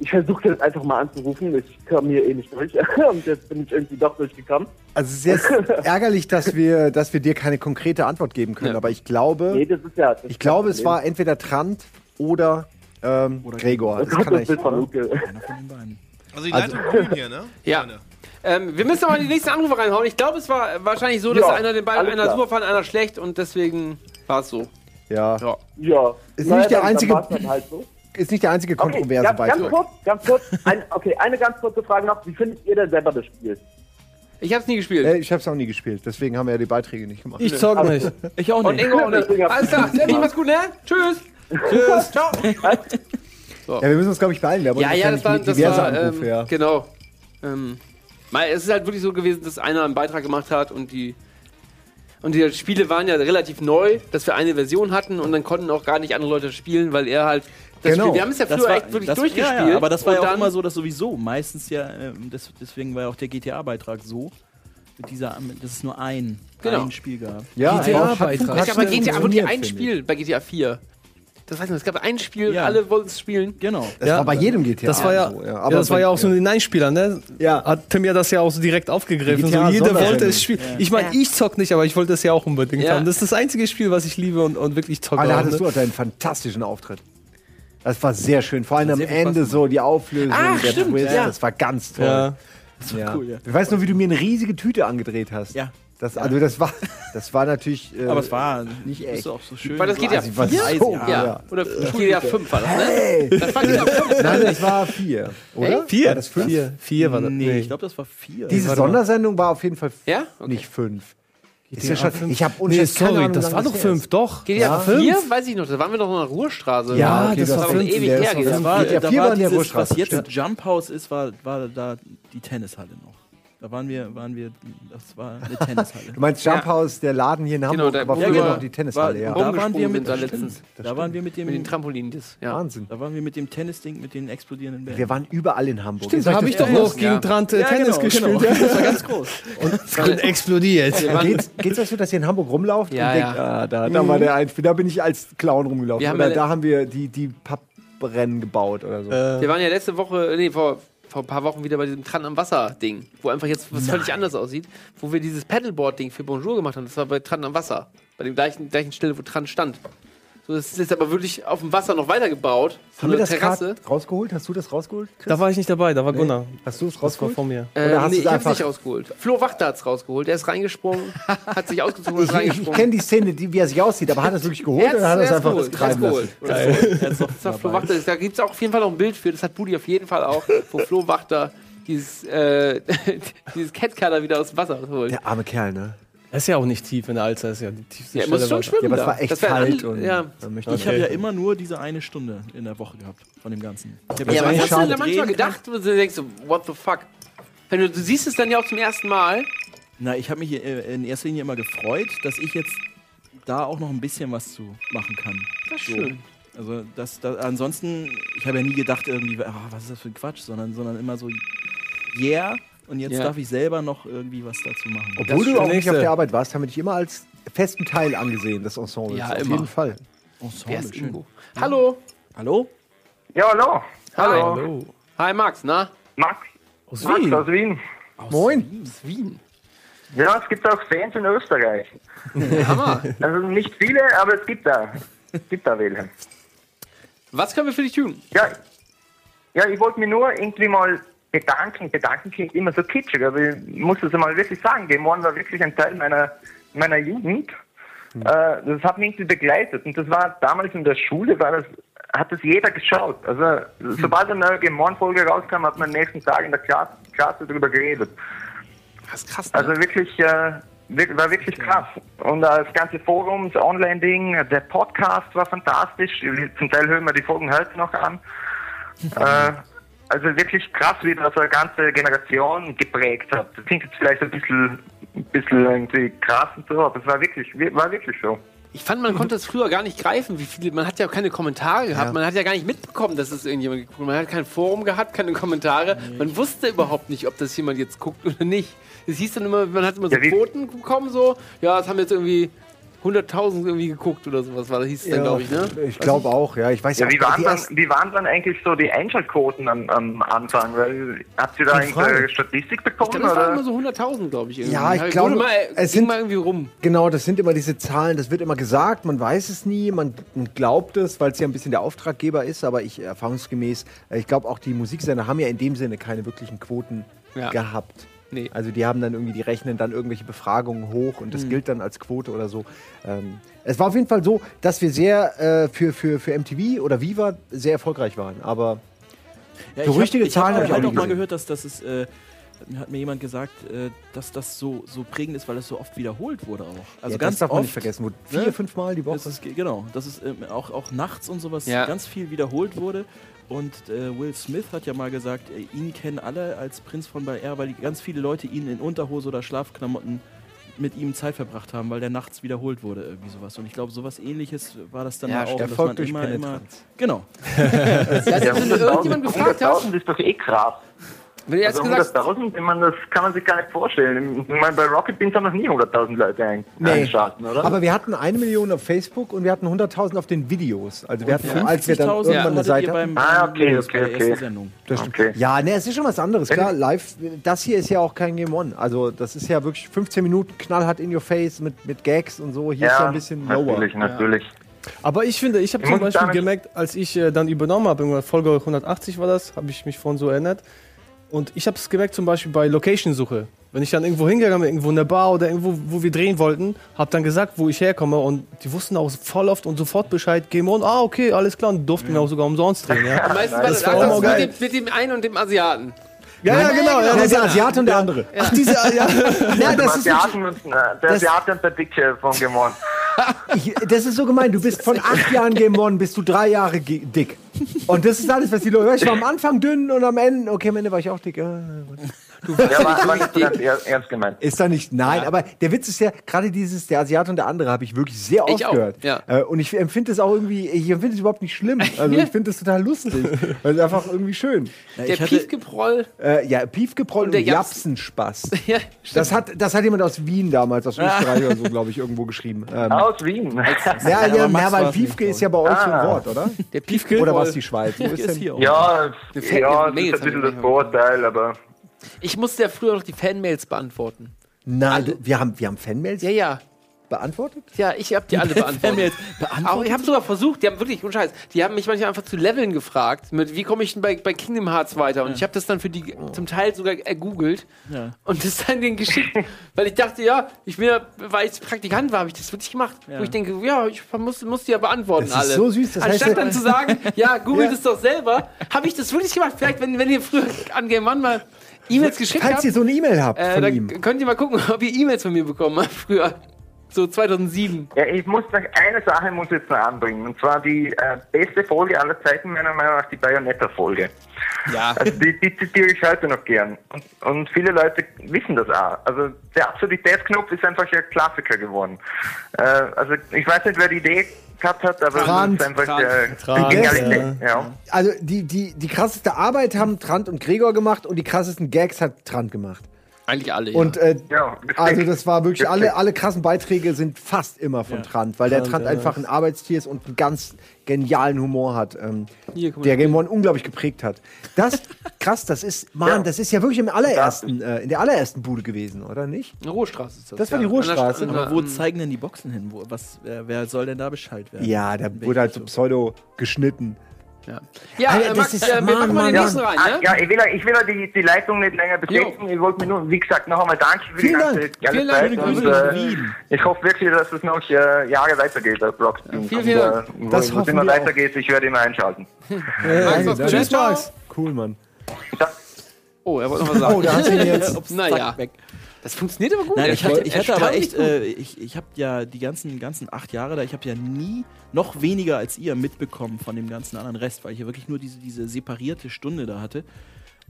Speaker 5: ich versuche jetzt einfach mal anzurufen, ich komme hier eh nicht durch und jetzt bin ich irgendwie doch durchgekommen.
Speaker 3: Also es ist jetzt ärgerlich, dass wir, dass wir dir keine konkrete Antwort geben können,
Speaker 2: Ja.
Speaker 3: aber ich glaube,
Speaker 5: Nee, das ist ja... Das
Speaker 3: ich glaube, es
Speaker 5: Problem.
Speaker 3: war entweder Trant oder, ähm, Gregor.
Speaker 5: Das
Speaker 3: Das kann
Speaker 5: Gottes
Speaker 3: ich,
Speaker 5: Bild von Luke.
Speaker 1: Einer von den beiden.
Speaker 9: Also die Leitung grün hier, ne?
Speaker 2: Ja.
Speaker 9: Freunde.
Speaker 2: Ähm, wir müssen aber die nächsten Anrufe reinhauen. Ich glaube, es war äh, wahrscheinlich so, dass
Speaker 5: Ja,
Speaker 2: einer den Ball,
Speaker 5: alles
Speaker 2: einer
Speaker 5: klar.
Speaker 2: super fand, einer schlecht und deswegen war es so.
Speaker 3: ja.
Speaker 2: Ja.
Speaker 5: Ja.
Speaker 3: Ist nicht der
Speaker 5: dann- dann
Speaker 3: einzige-
Speaker 5: war's Dann halt so.
Speaker 3: Ist nicht der einzige
Speaker 5: Okay,
Speaker 3: kontroverse
Speaker 5: ganz, ganz
Speaker 3: Beitrag.
Speaker 5: kurz, ganz kurz. Ein, okay, eine ganz kurze Frage noch. Wie findet ihr denn selber das Spiel?
Speaker 2: Ich hab's nie gespielt.
Speaker 3: Äh, ich habe es auch nie gespielt, deswegen haben wir ja die Beiträge nicht gemacht.
Speaker 4: Ich zock nicht.
Speaker 1: Ich auch
Speaker 2: und
Speaker 1: nicht.
Speaker 2: Ingo auch nicht.
Speaker 5: Deswegen hab
Speaker 2: Alles
Speaker 5: ich-
Speaker 2: klar, Sammy, mach's gut, ne? Tschüss. Tschüss. Ciao.
Speaker 3: ja, wir müssen uns, glaube ich, beeilen. Wir haben
Speaker 2: Ja, ja, das
Speaker 3: wahrscheinlich
Speaker 2: war,
Speaker 3: die-
Speaker 2: das
Speaker 3: diverse
Speaker 2: war
Speaker 3: Anrufe,
Speaker 2: ähm,
Speaker 3: ja.
Speaker 2: genau. Ähm, mal, es ist halt wirklich so gewesen, dass einer einen Beitrag gemacht hat und die und die Spiele waren ja relativ neu, dass wir eine Version hatten und dann konnten auch gar nicht andere Leute spielen, weil er halt das
Speaker 3: Genau.
Speaker 2: Spiel, wir haben es ja früher echt wirklich
Speaker 1: das-
Speaker 2: durchgespielt.
Speaker 1: Ja, ja, aber das war
Speaker 2: und
Speaker 1: ja auch
Speaker 2: dann-
Speaker 1: immer so, dass sowieso meistens ja, ähm, das, deswegen war ja auch der GTA-Beitrag so, mit dieser, mit- dass es nur ein,
Speaker 2: Genau.
Speaker 1: ein Spiel gab.
Speaker 3: Ja,
Speaker 4: GTA
Speaker 3: auch-
Speaker 4: Beitrag.
Speaker 3: hat
Speaker 2: Es gab bei
Speaker 3: funktioniert,
Speaker 2: GTA wirklich ein
Speaker 3: finde ich.
Speaker 2: Spiel, bei GTA 4. Das weiß ich noch, es gab ein Spiel,
Speaker 1: Ja.
Speaker 2: alle wollten es spielen.
Speaker 1: Genau.
Speaker 3: Das war bei jedem GTA.
Speaker 4: äh, Das war ja,
Speaker 3: so,
Speaker 4: ja,
Speaker 3: Aber
Speaker 4: das war ja auch so ein Nein-Spieler, ne?
Speaker 3: Ja.
Speaker 4: Hat Tim ja das ja auch so direkt aufgegriffen. So,
Speaker 3: GTA
Speaker 4: jeder
Speaker 3: Sondersendung.
Speaker 4: wollte es spielen. Ich meine, ich zock nicht, aber ich wollte es ja auch unbedingt
Speaker 2: Ja.
Speaker 4: haben. Das ist das einzige Spiel, was ich liebe und, und wirklich zocke.
Speaker 3: Aber Ah, da
Speaker 4: auch,
Speaker 3: hattest
Speaker 4: ne?
Speaker 3: du auch deinen fantastischen Auftritt. Das war sehr schön. Vor allem am
Speaker 1: sehr viel Spaß Ah,
Speaker 3: Ende so die Auflösung,
Speaker 2: Ach,
Speaker 3: der
Speaker 2: stimmt,
Speaker 3: Twist.
Speaker 2: ja.
Speaker 3: Das war ganz toll.
Speaker 4: ja.
Speaker 3: Ja.
Speaker 1: cool, ja.
Speaker 3: Ich weiß nur, wie du mir eine riesige Tüte angedreht hast.
Speaker 1: Ja.
Speaker 3: Das, also das war, das war natürlich. äh,
Speaker 1: Aber es war
Speaker 3: nicht echt. Ah,
Speaker 1: Ist auch so schön.
Speaker 2: War das GTA
Speaker 3: sie war
Speaker 2: 4?
Speaker 3: so-
Speaker 2: ja.
Speaker 3: ja.
Speaker 2: Oder GTA 5 war das, ne? Das war GTA 5.
Speaker 3: Nein, das war vier, oder?
Speaker 4: Vier.
Speaker 3: War das fünf?
Speaker 4: Vier. Vier war das.
Speaker 1: Nee, ich glaube, das war vier.
Speaker 3: Diese
Speaker 4: mal.
Speaker 3: Sondersendung war auf jeden Fall
Speaker 2: Ja? Okay.
Speaker 3: nicht fünf. Ist
Speaker 4: GTA
Speaker 3: ja schon,
Speaker 4: fünf?
Speaker 3: ich habe
Speaker 4: Nee, sorry, das war doch fünf, doch.
Speaker 2: GTA
Speaker 4: Ja.
Speaker 2: 4, weiß ich noch, da waren wir doch in der Ruhrstraße.
Speaker 3: Ja,
Speaker 4: okay,
Speaker 3: Ah, das,
Speaker 4: das
Speaker 3: war
Speaker 4: war
Speaker 3: fünf.
Speaker 2: ewig
Speaker 3: Der
Speaker 2: her,
Speaker 3: ist
Speaker 2: das
Speaker 3: fünf.
Speaker 1: das war,
Speaker 3: GTA
Speaker 1: da
Speaker 3: vier
Speaker 1: war
Speaker 3: in der
Speaker 1: dieses,
Speaker 3: Ruhrstraße,
Speaker 1: was jetzt ein
Speaker 3: stimmt.
Speaker 1: Jump House ist, war, war da die Tennishalle noch. Da waren wir, waren wir, das war eine Tennishalle.
Speaker 3: Du meinst Jump House, der Laden hier in Hamburg,
Speaker 2: da-
Speaker 3: aber
Speaker 2: ja,
Speaker 3: früher
Speaker 2: genau.
Speaker 3: noch die Tennishalle,
Speaker 1: War-
Speaker 3: ja.
Speaker 1: Da waren wir
Speaker 2: Rumgesprungen
Speaker 1: mit,
Speaker 2: sind da letztens.
Speaker 1: da waren wir mit dem,
Speaker 2: Mit den Trampolinen, das, ja.
Speaker 3: Wahnsinn.
Speaker 1: da waren wir mit dem Tennisding, mit den explodierenden Bällen.
Speaker 3: Wir waren überall in Hamburg. Ist
Speaker 4: da
Speaker 3: euch
Speaker 4: habe
Speaker 3: das
Speaker 4: ich doch
Speaker 3: bewusst?
Speaker 4: noch gegen Trant äh,
Speaker 1: Ja,
Speaker 4: Tennis
Speaker 1: genau,
Speaker 4: gespielt.
Speaker 1: Genau. Das war ganz groß.
Speaker 4: Und explodiert.
Speaker 2: Wir waren-
Speaker 3: Geht's, geht's euch so, dass ihr in Hamburg rumlauft
Speaker 2: Ja,
Speaker 3: und denkt,
Speaker 2: ja.
Speaker 3: ah, da, da war der Einspiel, da bin ich als Clown rumgelaufen.
Speaker 2: Wir haben
Speaker 3: Oder
Speaker 2: ja-
Speaker 3: da haben wir die, die Papprennen gebaut oder so.
Speaker 4: Äh.
Speaker 2: Wir waren ja letzte Woche, nee, vor, vor ein paar Wochen wieder bei diesem Tran am Wasser-Ding, wo einfach jetzt was völlig anders aussieht, wo wir dieses Paddleboard-Ding für Bonjour gemacht haben. Das war bei Tran am Wasser. Bei dem gleichen, gleichen Stelle, wo Tran stand. So So, das ist jetzt aber wirklich auf dem Wasser noch weitergebaut. So
Speaker 3: Haben wir
Speaker 2: eine
Speaker 3: das
Speaker 2: Terrasse.
Speaker 3: gerade rausgeholt? Hast du das rausgeholt, Chris?
Speaker 4: Da war ich nicht dabei, da war Gunnar.
Speaker 3: Hast du es
Speaker 4: Das war
Speaker 3: rausgeholt?
Speaker 4: vor mir.
Speaker 2: Äh,
Speaker 3: hast
Speaker 2: nee,
Speaker 3: du's
Speaker 2: ich hab's
Speaker 3: einfach-
Speaker 2: nicht rausgeholt. Flo Wachter hat's rausgeholt. Er ist reingesprungen, hat sich ausgezogen und ist
Speaker 3: Ich, ich, ich
Speaker 2: reingesprungen.
Speaker 3: kenne die Szene, die, wie er sich aussieht, aber hat er es wirklich geholt
Speaker 2: Er hat's-
Speaker 3: oder hat er es
Speaker 2: er hat's
Speaker 3: einfach
Speaker 2: geholt,
Speaker 3: treiben
Speaker 2: er hat's
Speaker 3: lassen?
Speaker 2: geholt. Das hat Flo Wachter, da gibt es auch auf jeden Fall noch ein Bild für, das hat Budi auf jeden Fall auch, wo Flo Wachter dieses, äh, dieses Catcaller wieder aus dem Wasser holt.
Speaker 3: Der arme Kerl, ne?
Speaker 4: Das ist ja auch nicht tief in der Alster, das ist ja die tiefste
Speaker 2: Ja, er
Speaker 4: Stelle.
Speaker 2: muss schon
Speaker 4: war-
Speaker 2: schwimmen.
Speaker 3: Ja, aber es
Speaker 2: da.
Speaker 3: war
Speaker 2: ein
Speaker 3: echt
Speaker 2: Anl-
Speaker 3: kalt und
Speaker 2: Ja.
Speaker 3: da möchte ich
Speaker 1: Ich habe ja immer nur diese eine Stunde in der Woche gehabt von dem Ganzen. Ich hab
Speaker 2: Ja, aber
Speaker 1: so
Speaker 2: hast du da
Speaker 1: drehen
Speaker 2: manchmal
Speaker 1: können.
Speaker 2: gedacht, wo du denkst, so, what the fuck? Wenn du, du siehst es dann ja auch zum ersten Mal.
Speaker 1: Na, ich habe mich äh, in erster Linie immer gefreut, dass ich jetzt da auch noch ein bisschen was zu machen kann.
Speaker 2: Das ist schön.
Speaker 1: Also das, das ansonsten, ich habe ja nie gedacht irgendwie, ah, was ist das für ein Quatsch, sondern, sondern immer so, yeah, und jetzt
Speaker 2: Ja.
Speaker 1: darf ich selber noch irgendwie was dazu machen.
Speaker 3: Obwohl du auch nicht
Speaker 4: nächste.
Speaker 3: auf der Arbeit warst, haben wir dich immer als festen Teil angesehen, des Ensembles.
Speaker 2: Ja,
Speaker 3: auf
Speaker 2: immer.
Speaker 3: jeden Fall.
Speaker 1: Ensemble,
Speaker 2: Wer ist
Speaker 1: schön.
Speaker 2: Ingo? Hallo.
Speaker 1: Hallo?
Speaker 10: Ja, hallo.
Speaker 2: Hallo. Hi Max, na?
Speaker 10: Max.
Speaker 4: Aus
Speaker 10: Max
Speaker 4: Wien.
Speaker 10: aus Wien.
Speaker 3: Moin.
Speaker 10: Ja, es gibt auch Fans in Österreich. also nicht viele, aber es gibt da. Es gibt da welche.
Speaker 2: Was können wir für dich tun?
Speaker 10: Ja, ja ich wollte mich nur irgendwie mal bedanken. Bedanken klingt immer so kitschig, aber ich muss es mal wirklich sagen. Game One war wirklich ein Teil meiner, meiner Jugend.
Speaker 2: Hm.
Speaker 10: Äh, das hat mich irgendwie begleitet. Und das war damals in der Schule, war das, hat das jeder geschaut. Also,
Speaker 2: Hm.
Speaker 10: sobald eine neue Game One-Folge rauskam, hat man am nächsten Tag in der Klasse, Klasse darüber geredet.
Speaker 2: Das ist krass. Ne?
Speaker 10: Also wirklich, äh, wir- war wirklich krass. Und äh, das ganze Forum, das Online-Ding, der Podcast war fantastisch. Zum Teil hören wir die Folgen heute noch an. Äh, also wirklich krass, wie das eine ganze Generation geprägt hat. Das klingt jetzt vielleicht ein bisschen, ein bisschen irgendwie krass und so, aber es war wirklich, war wirklich so.
Speaker 2: Ich fand, man konnte es früher gar nicht greifen, wie viele. Man hat ja keine Kommentare gehabt, man hat ja gar nicht mitbekommen, dass es irgendjemand geguckt hat. Man hat kein Forum gehabt, keine Kommentare. Man wusste überhaupt nicht, ob das jemand jetzt guckt oder nicht. Es hieß dann immer, man hat immer so
Speaker 10: Ja, wie-
Speaker 2: Quoten bekommen, so, ja, das haben jetzt irgendwie 100.000 irgendwie geguckt oder sowas, war das hieß es dann, glaube ich, ne?
Speaker 3: Ich glaube auch, ja. Ich weiß
Speaker 10: Ja,
Speaker 3: auch,
Speaker 10: wie waren,
Speaker 3: die
Speaker 10: dann,
Speaker 3: ersten-
Speaker 10: wie waren dann eigentlich so die Einschaltquoten am, am Anfang? Weil, habt ihr da irgendeine Statistik bekommen?
Speaker 2: Dann waren
Speaker 10: oder?
Speaker 2: immer so 100.000, glaube ich. Irgendwie.
Speaker 3: Ja, ich
Speaker 2: Wurde
Speaker 3: glaube,
Speaker 2: mal,
Speaker 3: es
Speaker 2: es
Speaker 3: sind-
Speaker 2: ging mal irgendwie rum.
Speaker 3: Genau, das sind immer diese Zahlen, das wird immer gesagt, man weiß es nie, man man glaubt es, weil es ja ein bisschen der Auftraggeber ist, aber ich erfahrungsgemäß, äh, ich glaube auch die Musiksender haben ja in dem Sinne keine wirklichen Quoten
Speaker 2: Ja.
Speaker 3: gehabt.
Speaker 2: Nee.
Speaker 3: Also die haben dann irgendwie, die rechnen dann irgendwelche Befragungen hoch und das gilt dann als Quote oder so. Ähm, es war auf jeden Fall so, dass wir sehr äh, für, für, für MTV oder Viva sehr erfolgreich waren, aber
Speaker 1: Ja,
Speaker 3: So richtige Zahlen
Speaker 1: habe
Speaker 3: hab
Speaker 1: ich
Speaker 3: ich auch
Speaker 1: halt
Speaker 3: nie
Speaker 1: auch mal
Speaker 3: gesehen.
Speaker 1: gehört, dass das ist, äh, hat mir- hat mir jemand gesagt, äh, dass das so, so prägend ist, weil das so oft wiederholt wurde auch. Also
Speaker 3: ja,
Speaker 1: ganz
Speaker 3: das darf
Speaker 1: oft,
Speaker 3: man nicht vergessen, wo vier,
Speaker 1: ne?
Speaker 3: fünf Mal die Woche.
Speaker 1: Das ist, ge- genau, das ist ähm, auch, auch nachts und sowas
Speaker 2: Ja.
Speaker 1: ganz viel wiederholt wurde. Und äh, Will Smith hat ja mal gesagt, äh, ihn kennen alle als Prinz von Bel Air, weil die, ganz viele Leute ihn in Unterhose oder Schlafklamotten mit ihm Zeit verbracht haben, weil der nachts wiederholt wurde, irgendwie sowas. Und ich glaube, sowas ähnliches war das dann
Speaker 2: Ja,
Speaker 1: ja, auch, dass
Speaker 3: Erfolg
Speaker 1: man
Speaker 3: durch
Speaker 1: immer, immer.
Speaker 3: Penetranz.
Speaker 1: Genau.
Speaker 10: ja,
Speaker 2: wenn du
Speaker 10: 100.000
Speaker 2: irgendjemand gefragt hast,
Speaker 10: 100.000 ist doch eh krass.
Speaker 2: wenn du
Speaker 10: Also
Speaker 2: jetzt gesagt
Speaker 10: 100.000, ich meine, das kann man sich gar nicht vorstellen. Ich meine, bei Rocket Beans haben noch nie 100.000 Leute ein einschalten, oder?
Speaker 3: Aber wir hatten eine Million auf Facebook und wir hatten 100.000 auf den Videos. Also wir hatten, als wir dann
Speaker 1: 50.000
Speaker 3: irgendwann eine
Speaker 1: hattet
Speaker 3: Seite
Speaker 1: ihr beim,
Speaker 10: Ah,
Speaker 1: beim
Speaker 10: okay,
Speaker 1: Videos
Speaker 10: okay,
Speaker 1: bei der ersten
Speaker 10: okay. Äh,
Speaker 1: Sendung.
Speaker 3: Das stimmt.
Speaker 10: Okay.
Speaker 3: Ja, ne, es ist schon was anderes. Klar, live, das hier ist ja auch kein Game One. Also, das ist ja wirklich 15 Minuten knallhart in your face mit, mit Gags und so. Hier ist ja ein bisschen lower.
Speaker 10: natürlich, ne. natürlich.
Speaker 4: Aber ich finde, ich habe
Speaker 10: Ich
Speaker 4: zum
Speaker 10: muss
Speaker 4: Beispiel
Speaker 10: sagen-
Speaker 4: gemerkt, als ich äh, dann übernommen habe, irgendwann Folge 180 war das, habe ich mich vorhin so erinnert. Und ich habe es gemerkt zum Beispiel bei Location-Suche. Wenn ich dann irgendwo hingegangen bin, irgendwo in der Bar oder irgendwo, wo wir drehen wollten, habe dann gesagt, wo ich herkomme und die wussten auch voll oft und sofort Bescheid, Game On, ah okay, alles klar und durften mir auch sogar umsonst drehen. Ja,
Speaker 2: Meistens war das,
Speaker 4: war auch
Speaker 2: anders
Speaker 4: mal geil.
Speaker 2: mit, dem, mit dem einen und dem Asiaten.
Speaker 4: ja, ja genau.
Speaker 3: Der
Speaker 4: Ja,
Speaker 3: ist der Asiate und der andere.
Speaker 4: Ach, diese, ja.
Speaker 3: Ja,
Speaker 10: Der
Speaker 3: das ist, wirklich-
Speaker 10: Asiaten und, na, äh, der Asiaten und der Dicke von Gemon.
Speaker 3: ich, das ist so gemein. Du bist von acht Jahren Game One, bist du drei Jahre ge- dick. Und das ist alles, was die Leute. Ich war am Anfang dünn und am Ende, okay, am Ende war ich auch dick. Ah,
Speaker 10: Ja, war, war nicht so ganz er- ernst gemeint.
Speaker 3: Ist da nicht? Nein, aber der Witz ist ja, gerade dieses, der Asiate und der andere habe ich wirklich sehr oft
Speaker 2: Ich auch,
Speaker 3: gehört.
Speaker 2: ja.
Speaker 3: Äh, und ich empfinde es auch irgendwie, ich empfinde es überhaupt nicht schlimm. Also ich finde es total lustig. weil es einfach irgendwie schön.
Speaker 1: Ja,
Speaker 2: Der
Speaker 1: ich hatte,
Speaker 2: Piefgeproll.
Speaker 3: Äh, ja, Piefgeproll und,
Speaker 2: der Japsen.
Speaker 3: Japsenspaß.
Speaker 2: Ja,
Speaker 3: Das hat, das hat jemand aus Wien damals, aus Österreich oder so, glaube ich, irgendwo geschrieben. Ähm,
Speaker 10: Aus Wien.
Speaker 3: ja, ja,
Speaker 1: Max
Speaker 3: ja,
Speaker 1: war
Speaker 3: weil
Speaker 1: es nicht,
Speaker 3: Piefke ist ja bei euch so ein Wort, oder?
Speaker 2: der Piefgeproll.
Speaker 3: Oder war es die Schweiz? Wo ist
Speaker 1: ist
Speaker 3: denn?
Speaker 1: hier auch.
Speaker 10: Ja, ja, das
Speaker 2: Menge
Speaker 10: ist ein
Speaker 2: Zeit
Speaker 10: bisschen
Speaker 2: mit
Speaker 10: das Vorurteil, aber
Speaker 2: Ich musste ja früher noch die Fanmails beantworten. Also
Speaker 3: Nein, du- wir haben, wir haben Fanmails.
Speaker 2: Ja, ja.
Speaker 3: beantwortet?
Speaker 2: Ja, ich habe die alle
Speaker 1: Wer mir
Speaker 2: beantwortet.
Speaker 1: jetzt
Speaker 2: Aber
Speaker 1: beantwortet?
Speaker 2: ich habe sogar versucht, die haben wirklich, ohne Scheiß, die haben mich manchmal einfach zu Leveln gefragt, mit wie komme ich denn bei, bei Kingdom Hearts weiter? Und ich habe das dann für die
Speaker 3: Oh.
Speaker 2: zum Teil sogar ergoogelt
Speaker 1: Ja.
Speaker 2: und das dann denen geschickt, weil ich dachte, ja, ich bin ja, weil ich Praktikant war, habe ich das wirklich gemacht. Wo ich denke, ja, ich muss, muss die ja beantworten
Speaker 3: Das ist
Speaker 2: alle.
Speaker 3: so süß, das
Speaker 2: Anstatt
Speaker 3: heißt-
Speaker 2: dann zu sagen, ja, googelt es doch selber, habe ich das wirklich gemacht. Vielleicht, wenn, wenn ihr früher an Game One mal E-Mails geschickt
Speaker 3: Falls
Speaker 2: habt.
Speaker 3: ihr so eine E-Mail habt
Speaker 2: Äh,
Speaker 3: von
Speaker 2: dann
Speaker 3: ihm.
Speaker 2: könnt ihr mal gucken, ob ihr E-Mails von mir bekommen habt früher. So 2007.
Speaker 11: Ja, ich muss noch eine Sache muss ich jetzt noch anbringen. Und zwar die äh, beste Folge aller Zeiten, meiner Meinung nach, die Bayonetta-Folge.
Speaker 2: Ja.
Speaker 11: Also die, die zitiere ich heute noch gern. Und, und viele Leute wissen das auch. Also der Absurditätsknopf ist einfach ein Klassiker geworden. Äh, also ich weiß nicht, wer die Idee gehabt hat, aber
Speaker 3: Trant.
Speaker 11: es ist einfach
Speaker 2: Trant.
Speaker 11: der
Speaker 4: Trant,
Speaker 11: die Genialität. Ja.
Speaker 3: Also die, die, die krasseste Arbeit haben Trant und Gregor gemacht und die krassesten Gags hat Trant gemacht.
Speaker 2: Eigentlich alle.
Speaker 3: Und äh,
Speaker 11: Ja, Respekt.
Speaker 3: also das war wirklich alle,
Speaker 11: Respekt.
Speaker 3: alle krassen Beiträge sind fast immer von Trant, weil der Trant einfach ein Arbeitstier ist und einen ganz genialen Humor hat, ähm,
Speaker 2: Hier, guck mal.
Speaker 3: der Game One unglaublich geprägt hat. Das krass, das ist, Mann, das ist ja wirklich im allerersten, äh, in der allerersten Bude gewesen, oder nicht?
Speaker 2: Eine Ruhestraße ist das.
Speaker 3: Das war die
Speaker 2: ja. An der
Speaker 3: Ruhestraße.
Speaker 2: Sta-
Speaker 1: Aber wo zeigen denn die Boxen hin? Wo, was, wer, wer soll denn da Bescheid werden?
Speaker 3: Ja, da wurde halt so pseudo geschnitten.
Speaker 2: Ja, ja
Speaker 3: Alter,
Speaker 2: äh,
Speaker 3: das
Speaker 2: Max,
Speaker 3: ist-
Speaker 2: äh, wir
Speaker 3: Mann,
Speaker 2: packen mal
Speaker 3: Mann,
Speaker 2: den nächsten
Speaker 3: Mann.
Speaker 2: rein,
Speaker 11: Ah,
Speaker 2: ne?
Speaker 11: ja, ich will, ja- ich will ja die, die Leitung nicht länger besetzen. Ich wollte mich nur, wie gesagt, noch einmal danken für die
Speaker 3: Vielen
Speaker 11: ganze
Speaker 3: Dank.
Speaker 11: geile
Speaker 2: Vielen Dank.
Speaker 11: Zeit.
Speaker 2: Schöne
Speaker 11: Und,
Speaker 2: Grüße nach
Speaker 11: äh, ich hoffe wirklich, dass es noch äh, Jahre weitergeht, das Rocksteam.
Speaker 2: vielen, vielen Dank.
Speaker 11: Und, äh,
Speaker 3: Das
Speaker 11: wo es
Speaker 3: hoffen
Speaker 11: immer
Speaker 3: wir auch.
Speaker 11: weitergeht, ich werde immer einschalten.
Speaker 2: Max, was
Speaker 3: Tschüss,
Speaker 2: Tschüss,
Speaker 3: Max. Cool, Mann.
Speaker 2: Oh, er wollte noch was sagen.
Speaker 3: Oh, da hat sie ihn jetzt.
Speaker 2: naja. Das funktioniert aber gut.
Speaker 1: Nein, ich hatte, ich hatte aber
Speaker 2: Erstaunlich
Speaker 1: echt, äh, ich, ich habe ja die ganzen, ganzen acht Jahre da, ich habe ja nie noch weniger als ihr mitbekommen von dem ganzen anderen Rest, weil ich ja wirklich nur diese, diese separierte Stunde da hatte.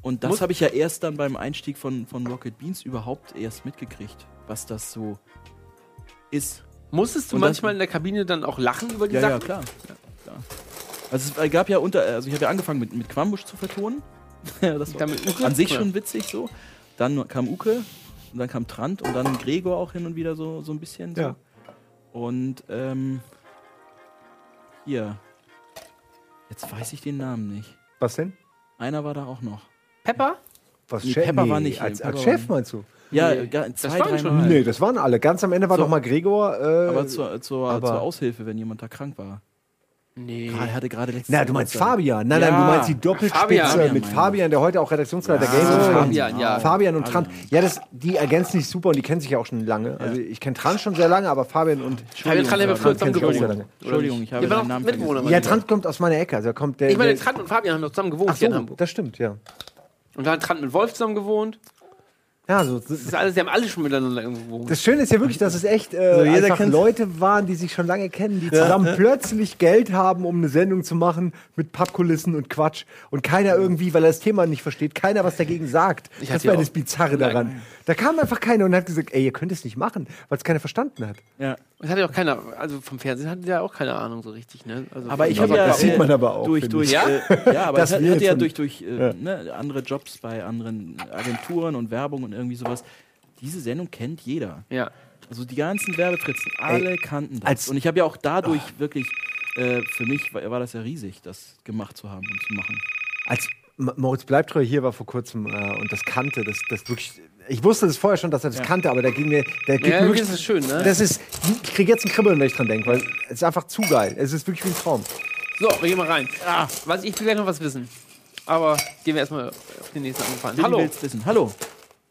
Speaker 1: Und das habe ich ja erst dann beim Einstieg von, von Rocket Beans überhaupt erst mitgekriegt, was das so ist.
Speaker 2: gut. Musstest du
Speaker 1: Und das-
Speaker 2: manchmal in der Kabine dann auch lachen über die
Speaker 1: Ja, ja,
Speaker 2: Sachen?
Speaker 1: klar. Ja, klar. Also es gab ja unter, also ich habe ja angefangen mit, mit Quambusch zu vertonen. das war
Speaker 2: Damit Uke?
Speaker 1: an sich
Speaker 2: Ja.
Speaker 1: schon witzig so. Dann kam Uke und dann kam Trant und dann Gregor auch hin und wieder so, so ein bisschen. So.
Speaker 3: Ja.
Speaker 1: Und ähm, hier. Jetzt weiß ich den Namen nicht.
Speaker 3: Was denn?
Speaker 1: Einer war da auch noch.
Speaker 2: Pepper?
Speaker 3: Was
Speaker 1: Nee,
Speaker 3: Chef?
Speaker 1: Pepper war nicht hier,
Speaker 3: als,
Speaker 1: Pepper
Speaker 3: als
Speaker 1: war
Speaker 3: Chef
Speaker 1: nicht.
Speaker 3: meinst du?
Speaker 1: Ja,
Speaker 2: Nee,
Speaker 1: ga-
Speaker 2: das
Speaker 1: zwei,
Speaker 2: waren
Speaker 1: drei
Speaker 2: schon-
Speaker 1: Mal.
Speaker 3: Nee, das waren alle. Ganz am Ende war
Speaker 1: So.
Speaker 3: doch mal Gregor. Äh,
Speaker 1: Aber zur, zur,
Speaker 3: aber-
Speaker 1: zur Aushilfe, wenn jemand da krank war.
Speaker 2: Nee.
Speaker 1: Gerade- Er hatte gerade letztes
Speaker 3: Na, du meinst
Speaker 1: Geburtstag.
Speaker 3: Fabian. Nein, nein,
Speaker 1: Ja.
Speaker 3: du meinst die Doppelspitze
Speaker 2: Fabian. Fabian
Speaker 3: mit
Speaker 1: meine ich.
Speaker 3: Fabian, der heute auch Redaktionsleiter Game ist.
Speaker 2: Fabian, ja.
Speaker 3: Fabian und Trant. Ja, das, die ergänzen sich super und die kennen sich ja auch schon lange. Also ich kenne Trant schon sehr lange, aber Fabian und
Speaker 2: Fabian Trant haben wir früher zusammen
Speaker 3: Trant kenn ich auch sehr
Speaker 2: gewohnt.
Speaker 3: lange.
Speaker 1: Entschuldigung, ich habe
Speaker 2: Wir waren
Speaker 1: deinen
Speaker 2: auch
Speaker 1: Namen
Speaker 2: Mitbewohner.
Speaker 1: vergessen.
Speaker 3: Ja,
Speaker 2: waren wir.
Speaker 3: Trant kommt aus meiner Ecke. Also er kommt der.
Speaker 2: Ich meine,
Speaker 3: der,
Speaker 2: Trant und Fabian haben doch zusammen gewohnt
Speaker 3: ach
Speaker 2: hier in
Speaker 3: so,
Speaker 2: Hamburg.
Speaker 3: das stimmt, ja.
Speaker 2: Und dann hat Trant mit Wolf zusammen gewohnt.
Speaker 3: Ja, so.
Speaker 2: Das ist alles, die haben alle schon miteinander irgendwo gewohnt.
Speaker 3: Das Schöne ist ja wirklich, dass es echt äh,
Speaker 2: Also
Speaker 4: So, jeder
Speaker 3: einfach
Speaker 4: kennt-
Speaker 3: Leute waren, die sich schon lange kennen, die zusammen plötzlich Geld haben, um eine Sendung zu machen mit Pappkulissen und Quatsch. Und keiner irgendwie, weil er das Thema nicht versteht, keiner was dagegen sagt. das
Speaker 2: hatte
Speaker 3: war
Speaker 2: ja
Speaker 3: das
Speaker 2: auch-
Speaker 3: Bizarre daran. Da kam einfach keiner und hat gesagt, ey, ihr könnt es nicht machen, weil es keiner verstanden hat.
Speaker 1: Ja.
Speaker 2: Das hatte auch keiner, also vom Fernsehen hatte der auch keine Ahnung so richtig, ne? Also
Speaker 1: Aber ich
Speaker 2: von-
Speaker 1: habe ja
Speaker 3: das sieht
Speaker 1: äh,
Speaker 3: man aber auch,
Speaker 1: durch
Speaker 3: finde
Speaker 1: durch
Speaker 2: ich.
Speaker 1: äh, ja, aber
Speaker 3: Das
Speaker 1: ich hatte
Speaker 3: wir
Speaker 1: hatte ja
Speaker 3: von-
Speaker 1: durch durch äh, Ne, andere Jobs bei anderen Agenturen und Werbung und irgendwie sowas. Diese Sendung kennt jeder.
Speaker 2: Ja.
Speaker 1: Also die ganzen Werbefritzen, alle kannten das.
Speaker 3: als- Ah.
Speaker 1: und ich habe ja auch dadurch wirklich äh, für mich war, war das ja riesig, das gemacht zu haben und zu machen.
Speaker 3: Als Ma- Moritz Bleibtreu hier war vor kurzem äh, und das kannte, das, das wirklich. Ich wusste das vorher schon, dass er das kannte, aber da ging mir. Da geht
Speaker 2: Ja,
Speaker 3: mir
Speaker 2: wirklich ist das schön, ne?
Speaker 3: Das ist, ich kriege jetzt ein Kribbeln, wenn ich dran denke, weil es ist einfach zu geil. Es ist wirklich wie ein Traum.
Speaker 2: So, wir gehen mal rein. Ah, was, ich will gleich noch was wissen. Aber gehen wir erstmal auf den nächsten angefangen.
Speaker 1: Billy
Speaker 2: Hallo.
Speaker 1: will's wissen. Hallo.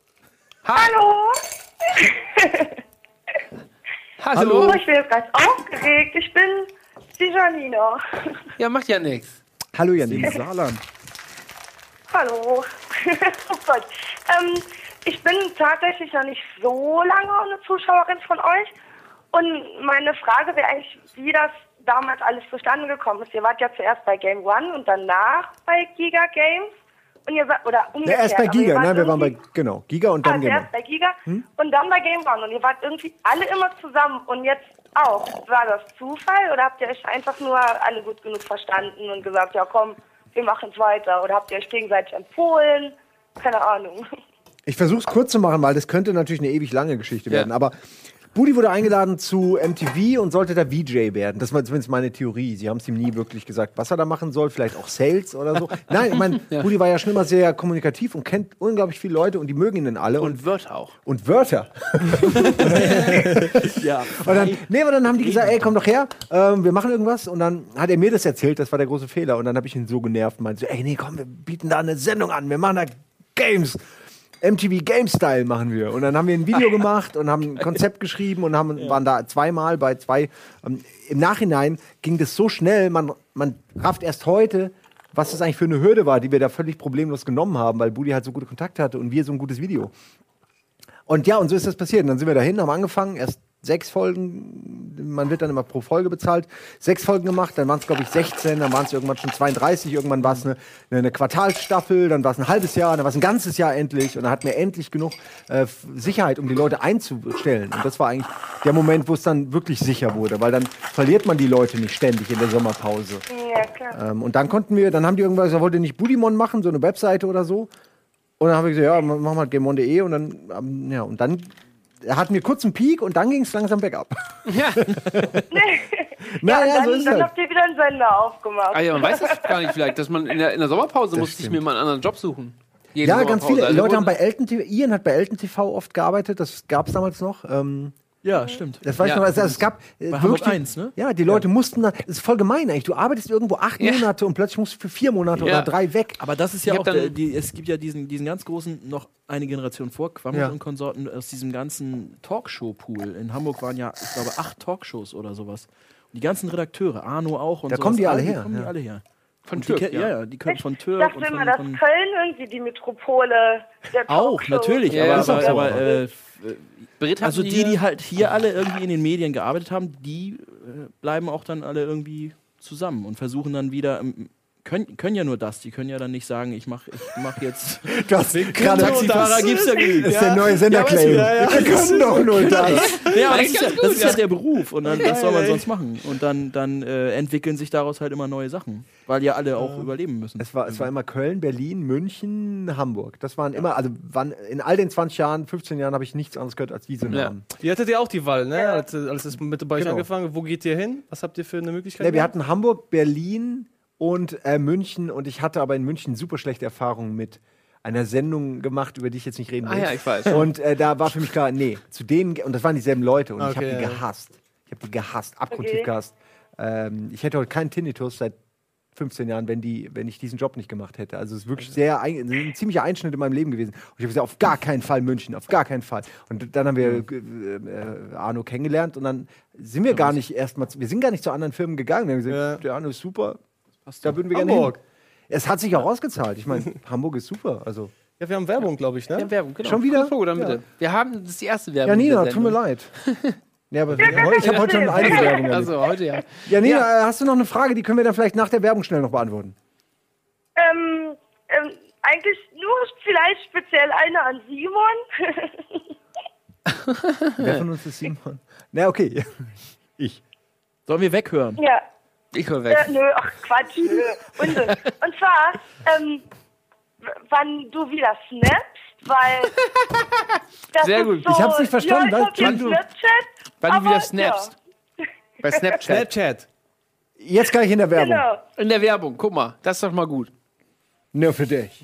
Speaker 11: Hallo!
Speaker 2: Hallo.
Speaker 11: Oh, Ich bin jetzt ganz aufgeregt. Ich bin die Janina.
Speaker 2: Ja, macht ja nichts.
Speaker 3: Hallo Janine.
Speaker 1: Im Saarland.
Speaker 11: Hallo. oh Gott. Ähm, ich bin tatsächlich noch nicht so lange eine Zuschauerin von euch. Und meine Frage wäre eigentlich, wie das damals alles zustande gekommen ist. Ihr wart ja zuerst bei Game One und danach bei Giga Games. Und ihr wart, oder
Speaker 3: Na,
Speaker 11: umgekehrt.
Speaker 3: erst bei
Speaker 11: aber ihr
Speaker 3: Giga,
Speaker 11: wart
Speaker 3: nein, wir waren bei,
Speaker 11: irgendwie-
Speaker 3: genau, Giga und dann Hm?
Speaker 11: ah,
Speaker 3: Gamer.
Speaker 11: zuerst bei Giga und dann bei Game One. Und ihr wart irgendwie alle immer zusammen. Und jetzt auch. War das Zufall oder habt ihr euch einfach nur alle gut genug verstanden und gesagt, ja komm, wir machen es weiter? Oder habt ihr euch gegenseitig empfohlen? Keine Ahnung.
Speaker 3: Ich versuche es kurz zu machen, weil das könnte natürlich eine ewig lange Geschichte werden. Aber Budi wurde eingeladen zu MTV und sollte da VJ werden. Das war zumindest meine Theorie. Sie haben es ihm nie wirklich gesagt, was er da machen soll. Vielleicht auch Sales oder so. Nein, ich meine, Budi war ja schon immer sehr kommunikativ und kennt unglaublich viele Leute und die mögen ihn dann alle. Und,
Speaker 2: Und wird auch.
Speaker 3: und Wörter.
Speaker 1: Ja.
Speaker 3: Und dann, nee, aber dann haben die gesagt, ey, komm doch her, ähm, wir machen irgendwas. Und dann hat er mir das erzählt, das war der große Fehler. Und dann habe ich ihn so genervt und meinte, so, ey, nee, komm, wir bieten da eine Sendung an, wir machen da Games. MTV Game Style machen wir. Und dann haben wir ein Video gemacht und haben ein Konzept geschrieben und haben, waren da zweimal bei zwei. Ähm, Im Nachhinein ging das so schnell, man, man rafft erst heute, was das eigentlich für eine Hürde war, die wir da völlig problemlos genommen haben, weil Budi halt so gute Kontakte hatte und wir so ein gutes Video. Und ja, und so ist das passiert. Und dann sind wir dahin, haben angefangen, erst sechs Folgen, man wird dann immer pro Folge bezahlt, sechs Folgen gemacht, dann waren es, glaube ich, 16, dann waren es irgendwann schon 32, irgendwann war es eine, eine, eine Quartalsstaffel, dann war es ein halbes Jahr, dann war es ein ganzes Jahr endlich und dann hatten wir endlich genug äh, F- Sicherheit, um die Leute einzustellen. Und das war eigentlich der Moment, wo es dann wirklich sicher wurde, weil dann verliert man die Leute nicht ständig in der Sommerpause.
Speaker 11: Ja, klar.
Speaker 3: Ähm, und dann konnten wir, dann haben die irgendwann gesagt, wollt ihr nicht Budimon machen, so eine Webseite oder so? Und dann habe ich gesagt, ja, machen wir halt gamemon.de und dann, ähm, ja, und dann hatten wir kurz einen Peak und dann ging es langsam bergab.
Speaker 11: Ja,
Speaker 3: Naja,
Speaker 11: und dann,
Speaker 3: so ist
Speaker 11: dann
Speaker 3: halt.
Speaker 11: habt ihr wieder einen Sender aufgemacht.
Speaker 2: Ah ja, man weiß das gar nicht vielleicht, dass man in der, in der Sommerpause muss sich
Speaker 3: stimmt.
Speaker 2: mir mal einen anderen Job suchen. Jede
Speaker 3: Ja, ganz
Speaker 2: Sommerpause.
Speaker 3: viele
Speaker 2: Also
Speaker 3: Leute haben
Speaker 2: wurden-
Speaker 3: bei Elton TV, Ian hat bei Elton TV oft gearbeitet, das gab es damals noch. Ähm,
Speaker 1: Ja, stimmt.
Speaker 3: das weiß
Speaker 2: Ja.
Speaker 3: ich noch, also, es gab äh,
Speaker 1: Bei Hamburg
Speaker 3: wirklich,
Speaker 1: 1, ne?
Speaker 3: Ja, die Leute mussten dann, das ist voll gemein eigentlich, du arbeitest irgendwo acht
Speaker 2: Ja.
Speaker 3: Monate und plötzlich musst du für vier Monate
Speaker 2: Ja.
Speaker 3: oder drei weg.
Speaker 1: Aber das ist ja
Speaker 2: Ich
Speaker 1: auch,
Speaker 2: hab
Speaker 1: der,
Speaker 2: dann-
Speaker 1: die, es gibt ja diesen, diesen ganz großen, noch eine Generation vor, Quammel
Speaker 3: Ja.
Speaker 1: und Konsorten aus diesem ganzen Talkshow-Pool. In Hamburg waren ja, ich glaube, acht Talkshows oder sowas. Und die ganzen Redakteure, Arno auch und
Speaker 3: Da
Speaker 1: sowas,
Speaker 3: kommen die
Speaker 2: Ah,
Speaker 3: alle
Speaker 1: die
Speaker 3: her,
Speaker 1: kommen
Speaker 3: ja.
Speaker 1: die alle her.
Speaker 2: von
Speaker 1: Und die,
Speaker 2: Türk,
Speaker 1: ke- ja.
Speaker 2: ja.
Speaker 1: ja, die können von
Speaker 11: Ich
Speaker 1: Tür
Speaker 11: dachte
Speaker 1: und von,
Speaker 11: immer, halt dass
Speaker 1: von
Speaker 11: Köln irgendwie die Metropole der
Speaker 1: auch,
Speaker 11: Talkshows-
Speaker 1: natürlich,
Speaker 2: Ja,
Speaker 1: aber,
Speaker 2: das ist
Speaker 1: aber,
Speaker 3: auch so.
Speaker 1: aber äh,
Speaker 2: Brit
Speaker 1: also
Speaker 2: hatten äh,
Speaker 1: die, die halt hier alle irgendwie in den Medien gearbeitet haben, die äh, bleiben auch dann alle irgendwie zusammen und versuchen dann wieder, ähm, können, können ja nur das, die können ja dann nicht sagen, ich mach, ich mach jetzt
Speaker 3: Das, gerade
Speaker 1: Taxifahrer gibt's ja genug.
Speaker 3: Das ist der neue Senderclaim. Wir können doch nur das.
Speaker 1: Ja, aber das ist, ja, das ist ja der Beruf und dann, was soll man sonst machen? Und dann, dann äh, entwickeln sich daraus halt immer neue Sachen, weil ja alle auch überleben müssen.
Speaker 3: Es war, es war immer Köln, Berlin, München, Hamburg. Das waren immer, also wann, in all den 20 Jahren, 15 Jahren habe ich nichts anderes gehört als diese
Speaker 2: Ja.
Speaker 3: Namen.
Speaker 4: Ihr hattet ja auch die Wahl, ne? Als, als es mit bei euch
Speaker 3: Genau.
Speaker 4: angefangen wo geht ihr hin? Was habt ihr für eine Möglichkeit?
Speaker 3: Ne, wir
Speaker 4: gehabt?
Speaker 3: hatten Hamburg, Berlin und äh, München und ich hatte aber in München super schlechte Erfahrungen mit einer Sendung gemacht, über die ich jetzt nicht reden will.
Speaker 2: Ah ja, ich weiß.
Speaker 3: Und äh, da war für mich klar, nee, zu denen, ge- und das waren dieselben Leute und ich habe
Speaker 4: Okay,
Speaker 3: die
Speaker 4: ja.
Speaker 3: gehasst. Ich habe die gehasst, abgrundtief
Speaker 11: Okay.
Speaker 3: gehasst. Ähm, ich hätte heute keinen Tinnitus seit 15 Jahren, wenn, die, wenn ich diesen Job nicht gemacht hätte. Also es ist wirklich sehr ein, ein ziemlicher Einschnitt in meinem Leben gewesen. Und ich habe gesagt, auf gar keinen Fall München, auf gar keinen Fall. Und dann haben
Speaker 2: Mhm.
Speaker 3: wir äh, äh, Arno kennengelernt und dann sind wir gar nicht erstmal, zu- wir sind gar nicht zu anderen Firmen gegangen. Wir haben gesagt,
Speaker 4: Ja.
Speaker 3: der Arno ist super, da würden wir
Speaker 4: Hamburg.
Speaker 3: gerne hin. Es hat sich auch ausgezahlt. Ich meine, Hamburg ist super. Also
Speaker 4: Ja, wir haben Werbung, glaube ich, ne?
Speaker 2: Werbung, genau.
Speaker 3: Schon wieder?
Speaker 2: Kurz vor, dann
Speaker 3: Ja.
Speaker 2: bitte. Wir haben das ist die erste Werbung.
Speaker 3: Ja, Nina,
Speaker 2: dieser
Speaker 3: tut mir
Speaker 2: Sendung.
Speaker 3: leid. Ja, aber ich habe heute schon einige Werbung erlebt.
Speaker 2: Also heute ja.
Speaker 3: Ja, Nina, äh, hast du noch eine Frage? Die können wir dann vielleicht nach der Werbung schnell noch beantworten.
Speaker 11: Ähm, ähm, eigentlich nur vielleicht speziell eine an Simon.
Speaker 3: Wer von uns ist Simon? Na, okay. Ich.
Speaker 1: Sollen wir weghören?
Speaker 11: ja.
Speaker 2: Ich hör
Speaker 11: Äh,
Speaker 2: weg.
Speaker 11: nö, ach Quatsch, nö. Unsinn. Und zwar, ähm, w- wann du wieder snappst, weil. Das
Speaker 2: Sehr
Speaker 11: ist
Speaker 2: gut.
Speaker 11: So,
Speaker 3: Ich hab's nicht verstanden.
Speaker 11: Ja,
Speaker 3: Wann-
Speaker 11: ich hab
Speaker 3: wann
Speaker 11: jetzt
Speaker 3: du-
Speaker 11: Snapchat,
Speaker 2: Wann du
Speaker 11: aber,
Speaker 2: wieder snappst. Bei Snapchat.
Speaker 4: Snapchat.
Speaker 3: Jetzt gleich in der
Speaker 11: Ja,
Speaker 3: Werbung.
Speaker 11: genau.
Speaker 2: In der Werbung, guck mal. Das ist doch mal gut.
Speaker 3: Nur für dich.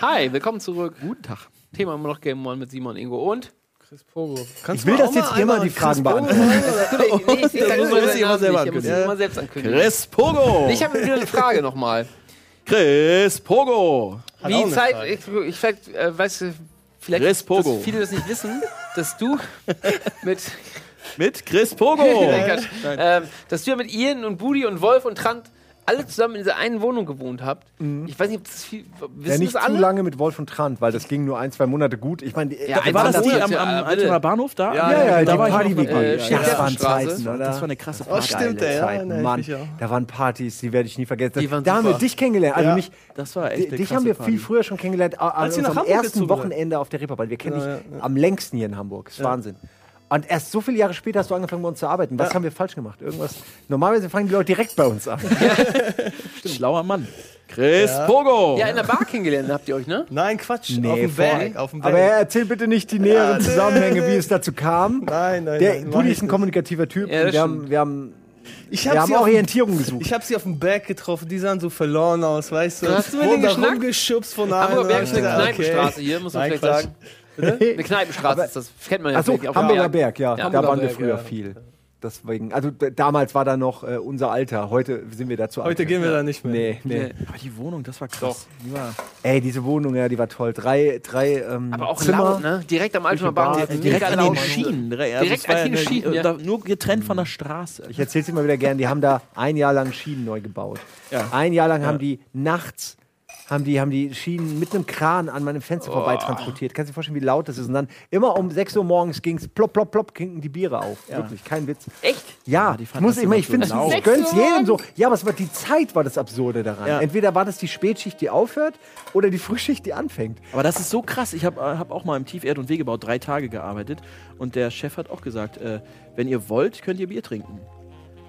Speaker 2: Hi, willkommen zurück. Guten Tag. Thema immer noch Game One mit Simon Ingo und.
Speaker 4: Chris Pogo. Kannst
Speaker 3: Ich will, dass jetzt immer die Fragen beantworten.
Speaker 2: Nee, nee, ich- ich- ich-
Speaker 1: muss man
Speaker 2: ich-
Speaker 1: sich immer
Speaker 2: ich-
Speaker 1: selber
Speaker 2: ich- ich-
Speaker 1: ankündigen.
Speaker 2: immer selbst ankündigen.
Speaker 1: Chris Pogo!
Speaker 2: Ich habe wieder eine Frage nochmal.
Speaker 1: Chris Pogo!
Speaker 4: auch
Speaker 2: Wie
Speaker 4: eine
Speaker 2: Zeit,
Speaker 4: Frage.
Speaker 2: ich, ich vielleicht, äh, weißt du, vielleicht,
Speaker 1: Chris Pogo.
Speaker 2: dass viele das nicht wissen, dass du mit,
Speaker 1: Mit Chris Pogo!
Speaker 2: Nein, Quatsch. ähm, dass du ja mit Ian und Budi und Wolf und Trant alle zusammen in dieser einen Wohnung gewohnt habt.
Speaker 4: Mhm.
Speaker 2: Ich weiß nicht, ob das viel, wissen
Speaker 3: Ja, nicht
Speaker 2: das
Speaker 3: zu
Speaker 2: alle?
Speaker 3: lange mit Wolf und Trant, weil das ging nur ein, zwei Monate gut. Ich meine, äh, die-
Speaker 2: Ja,
Speaker 1: War das die am,
Speaker 2: Ja,
Speaker 1: am
Speaker 2: bitte.
Speaker 1: Altona Bahnhof da?
Speaker 3: ja, ja,
Speaker 1: da
Speaker 3: die
Speaker 1: war ich noch
Speaker 3: Party-WG.
Speaker 1: mal-
Speaker 2: äh,
Speaker 1: ja,
Speaker 2: Schäfer-
Speaker 1: ja.
Speaker 3: das waren
Speaker 2: Straße.
Speaker 3: Zeiten, oder?
Speaker 1: Das war eine krasse
Speaker 4: Oh,
Speaker 1: Party.
Speaker 4: stimmt,
Speaker 3: Geile
Speaker 4: ey. Ja,
Speaker 3: Zeiten,
Speaker 4: erinnere ich
Speaker 3: Mann,
Speaker 4: mich auch.
Speaker 3: da waren Partys, die werde ich nie vergessen.
Speaker 2: Die waren
Speaker 3: da haben
Speaker 2: super.
Speaker 3: wir dich kennengelernt. Also
Speaker 4: Ja.
Speaker 3: mich,
Speaker 1: Das war echt
Speaker 3: D-
Speaker 1: eine
Speaker 3: Dich
Speaker 1: krasse
Speaker 3: haben wir
Speaker 1: Party.
Speaker 3: viel früher schon kennengelernt, a- an
Speaker 4: Als ihr nach
Speaker 3: unserem
Speaker 4: Hamburg
Speaker 3: ersten
Speaker 4: gezogen seid.
Speaker 3: Wochenende auf der Reeperbahn. Wir kennen
Speaker 4: Genau,
Speaker 3: dich am längsten hier in Hamburg. Das ist Wahnsinn. Und erst so viele Jahre später hast du angefangen, bei uns zu arbeiten. Was haben wir falsch gemacht? Irgendwas. Normalerweise fangen die Leute direkt bei uns an.
Speaker 1: Schlauer Mann. Chris Pogo.
Speaker 2: Ja, in der Bar kennengelernt habt ihr euch, ne?
Speaker 4: Nein, Quatsch.
Speaker 3: Nee,
Speaker 4: auf dem
Speaker 3: voll.
Speaker 4: Van. Auf dem Van.
Speaker 3: Aber erzähl bitte nicht die näheren Zusammenhänge, wie es dazu kam.
Speaker 4: nein, nein.
Speaker 3: Der,
Speaker 4: nein,
Speaker 3: Dudi
Speaker 4: mach
Speaker 3: ist ein
Speaker 4: ich
Speaker 3: kommunikativer Typ.
Speaker 2: Ja, das
Speaker 3: und wir,
Speaker 2: stimmt.
Speaker 3: haben, wir haben,
Speaker 4: nicht. ich
Speaker 3: wir
Speaker 4: hab
Speaker 3: haben
Speaker 4: sie auf dem
Speaker 3: Orientierung gesucht.
Speaker 4: Ich habe sie auf dem Berg getroffen, die sahen so verloren aus, weißt du?
Speaker 2: Hast du mit denen
Speaker 4: Wurden da
Speaker 2: geschnackt?
Speaker 4: rumgeschubst von einem.
Speaker 2: Hamburger Berg ist eine
Speaker 4: Ja, okay.
Speaker 2: Kneipenstraße hier, muss man
Speaker 4: Nein,
Speaker 2: vielleicht
Speaker 4: Quatsch.
Speaker 2: sagen. Eine Kneipenstraße ist das. Kennt man ja
Speaker 3: Achso,
Speaker 2: vielleicht auf dem
Speaker 3: Hamburger
Speaker 2: Berg.
Speaker 3: Berg, ja.
Speaker 2: Ja,
Speaker 3: da
Speaker 2: Hamburger
Speaker 3: waren wir
Speaker 2: Berg,
Speaker 3: früher
Speaker 2: ja.
Speaker 3: viel. Deswegen, also d- damals war da noch äh, unser Alter. Heute sind wir dazu
Speaker 4: Heute gehen wir da nicht mehr.
Speaker 3: Nee, nee.
Speaker 1: Aber die Wohnung, das war krass. Die war-
Speaker 3: Ey, diese Wohnung, ja, die war toll. Drei, drei ähm,
Speaker 2: Aber auch
Speaker 3: Zimmer.
Speaker 2: laut, ne? Direkt am Altona Bahnhof.
Speaker 1: Äh, direkt an den
Speaker 2: laut.
Speaker 1: Schienen. Direkt, also
Speaker 2: Direkt
Speaker 1: es war
Speaker 2: an
Speaker 1: ja
Speaker 2: den
Speaker 1: eine-
Speaker 2: Schienen,
Speaker 1: äh,
Speaker 2: ja.
Speaker 1: da- Nur getrennt von der Straße.
Speaker 3: Ich erzähle es immer wieder gern, die haben da ein Jahr lang Schienen neu gebaut.
Speaker 1: Ja.
Speaker 3: Ein Jahr lang haben die nachts haben die, haben die Schienen mit einem Kran an meinem Fenster vorbei transportiert. Kannst du dir vorstellen, wie laut das ist? Und dann immer um 6 Uhr morgens ging es plopp, plopp, plopp, klinken die Biere auf. Wirklich, kein Witz.
Speaker 2: Echt?
Speaker 3: Ja,
Speaker 1: die
Speaker 3: ich
Speaker 1: fanden
Speaker 3: muss
Speaker 1: das
Speaker 3: immer,
Speaker 1: immer
Speaker 3: ich finde,
Speaker 1: so laut.
Speaker 3: ich gönn's jedem so. Ja, aber es war, die Zeit war das Absurde daran.
Speaker 1: Ja.
Speaker 3: Entweder war das die Spätschicht, die aufhört, oder die Frühschicht, die anfängt.
Speaker 1: Aber das ist so krass. Ich habe hab auch mal im Tieferd- und Wegebau drei Tage gearbeitet und der Chef hat auch gesagt, äh, wenn ihr wollt, könnt ihr Bier trinken.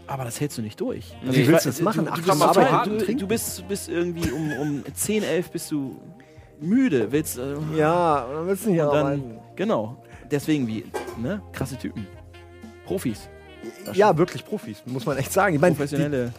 Speaker 1: Aber das hältst du nicht durch. Also,
Speaker 3: Wie
Speaker 1: ich
Speaker 3: willst du
Speaker 1: war-
Speaker 3: das machen? Acht
Speaker 1: Du,
Speaker 3: Stunden
Speaker 1: bist total-
Speaker 3: arbeiten und
Speaker 1: du,
Speaker 3: trinken?
Speaker 1: du bist, bist irgendwie um, um 10, 11 bist du müde. Willst, äh,
Speaker 3: Ja, dann willst du nicht arbeiten.
Speaker 1: dann, genau. Deswegen, wie, ne? Krasse Typen. Profis,
Speaker 3: Ja, wirklich Profis, muss man echt sagen. Ich meine, die,
Speaker 1: professionelle.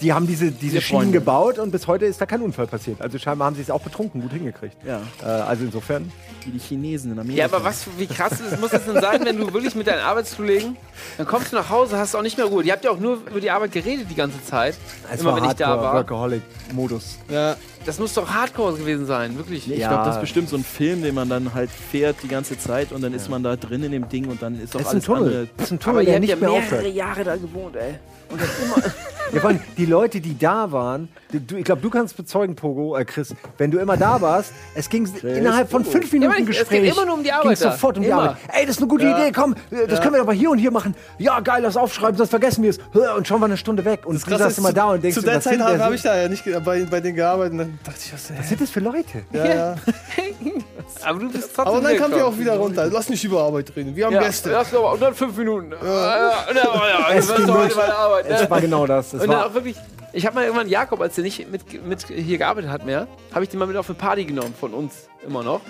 Speaker 3: Die haben diese, diese
Speaker 1: Diese
Speaker 3: Schienen
Speaker 1: Freunde.
Speaker 3: gebaut und bis heute ist da kein Unfall passiert. Also scheinbar haben sie es auch betrunken gut hingekriegt.
Speaker 1: ja,
Speaker 3: Äh, also insofern.
Speaker 1: wie die Chinesen in Amerika.
Speaker 2: Ja, aber was, wie krass ist, muss das denn sein, wenn du wirklich mit deinen Arbeitskollegen, dann kommst du nach Hause, hast auch nicht mehr Ruhe. Die habt ja auch nur über die Arbeit geredet die ganze Zeit. immer wenn ich da war.
Speaker 3: Workaholic-Modus.
Speaker 4: Ja.
Speaker 2: Das muss doch Hardcore gewesen sein, wirklich.
Speaker 1: Ich
Speaker 3: Ja.
Speaker 1: glaube, das ist bestimmt so ein Film, den man dann halt fährt die ganze Zeit und dann ist man da drin in dem Ding und dann ist auch
Speaker 3: Das ist ein
Speaker 1: alles
Speaker 3: Tunnel.
Speaker 1: andere-
Speaker 3: Das ist ein
Speaker 2: Aber
Speaker 3: Tunnel,
Speaker 2: ihr
Speaker 3: der
Speaker 2: habt ja
Speaker 3: nicht mehr
Speaker 2: mehrere
Speaker 3: aufhört.
Speaker 2: Jahre da gewohnt, ey.
Speaker 3: Ja, vor allem, die Leute, die da waren, du, du, ich glaube, du kannst bezeugen, Pogo, äh Chris, wenn du immer da warst, es ging innerhalb von fünf Minuten
Speaker 2: Immer, es
Speaker 3: Gespräch.
Speaker 2: geht immer nur um die Arbeit
Speaker 3: ging's
Speaker 2: da.
Speaker 3: sofort um die
Speaker 2: Immer.
Speaker 3: Arbeit. Ey, das ist eine gute Idee, komm, äh, das können wir doch mal hier und hier machen. Ja, geil, lass aufschreiben, sonst vergessen wir es. Und schon war eine Stunde weg. Und du
Speaker 4: Krass
Speaker 3: saß
Speaker 4: ist,
Speaker 3: immer da und denkst,
Speaker 4: zu der
Speaker 3: was
Speaker 4: Zeit
Speaker 3: sind
Speaker 4: habe
Speaker 3: das-
Speaker 4: hab ich da ja nicht ge- bei, bei denen gearbeitet und dann dachte ich, was
Speaker 3: Was
Speaker 4: ist
Speaker 3: sind das für Leute?
Speaker 4: ja, ja.
Speaker 2: Aber du bist trotzdem.
Speaker 4: Aber dann kam die
Speaker 2: weggekommen.
Speaker 4: auch wieder runter. Lass nicht über Arbeit reden. Wir haben
Speaker 2: Ja,
Speaker 4: Gäste.
Speaker 2: Lass doch mal, und dann fünf Minuten. Ja, ja, ja, ja, ja.
Speaker 3: Es
Speaker 2: Das war
Speaker 3: ging
Speaker 2: doch heute
Speaker 3: durch.
Speaker 2: meine Arbeit.
Speaker 3: Das
Speaker 2: ne?
Speaker 3: war genau das. das
Speaker 2: Und dann
Speaker 3: war,
Speaker 2: auch wirklich, ich habe mal irgendwann Jakob, als der nicht mit, mit hier gearbeitet hat mehr, habe ich den mal mit auf eine Party genommen von uns, immer noch.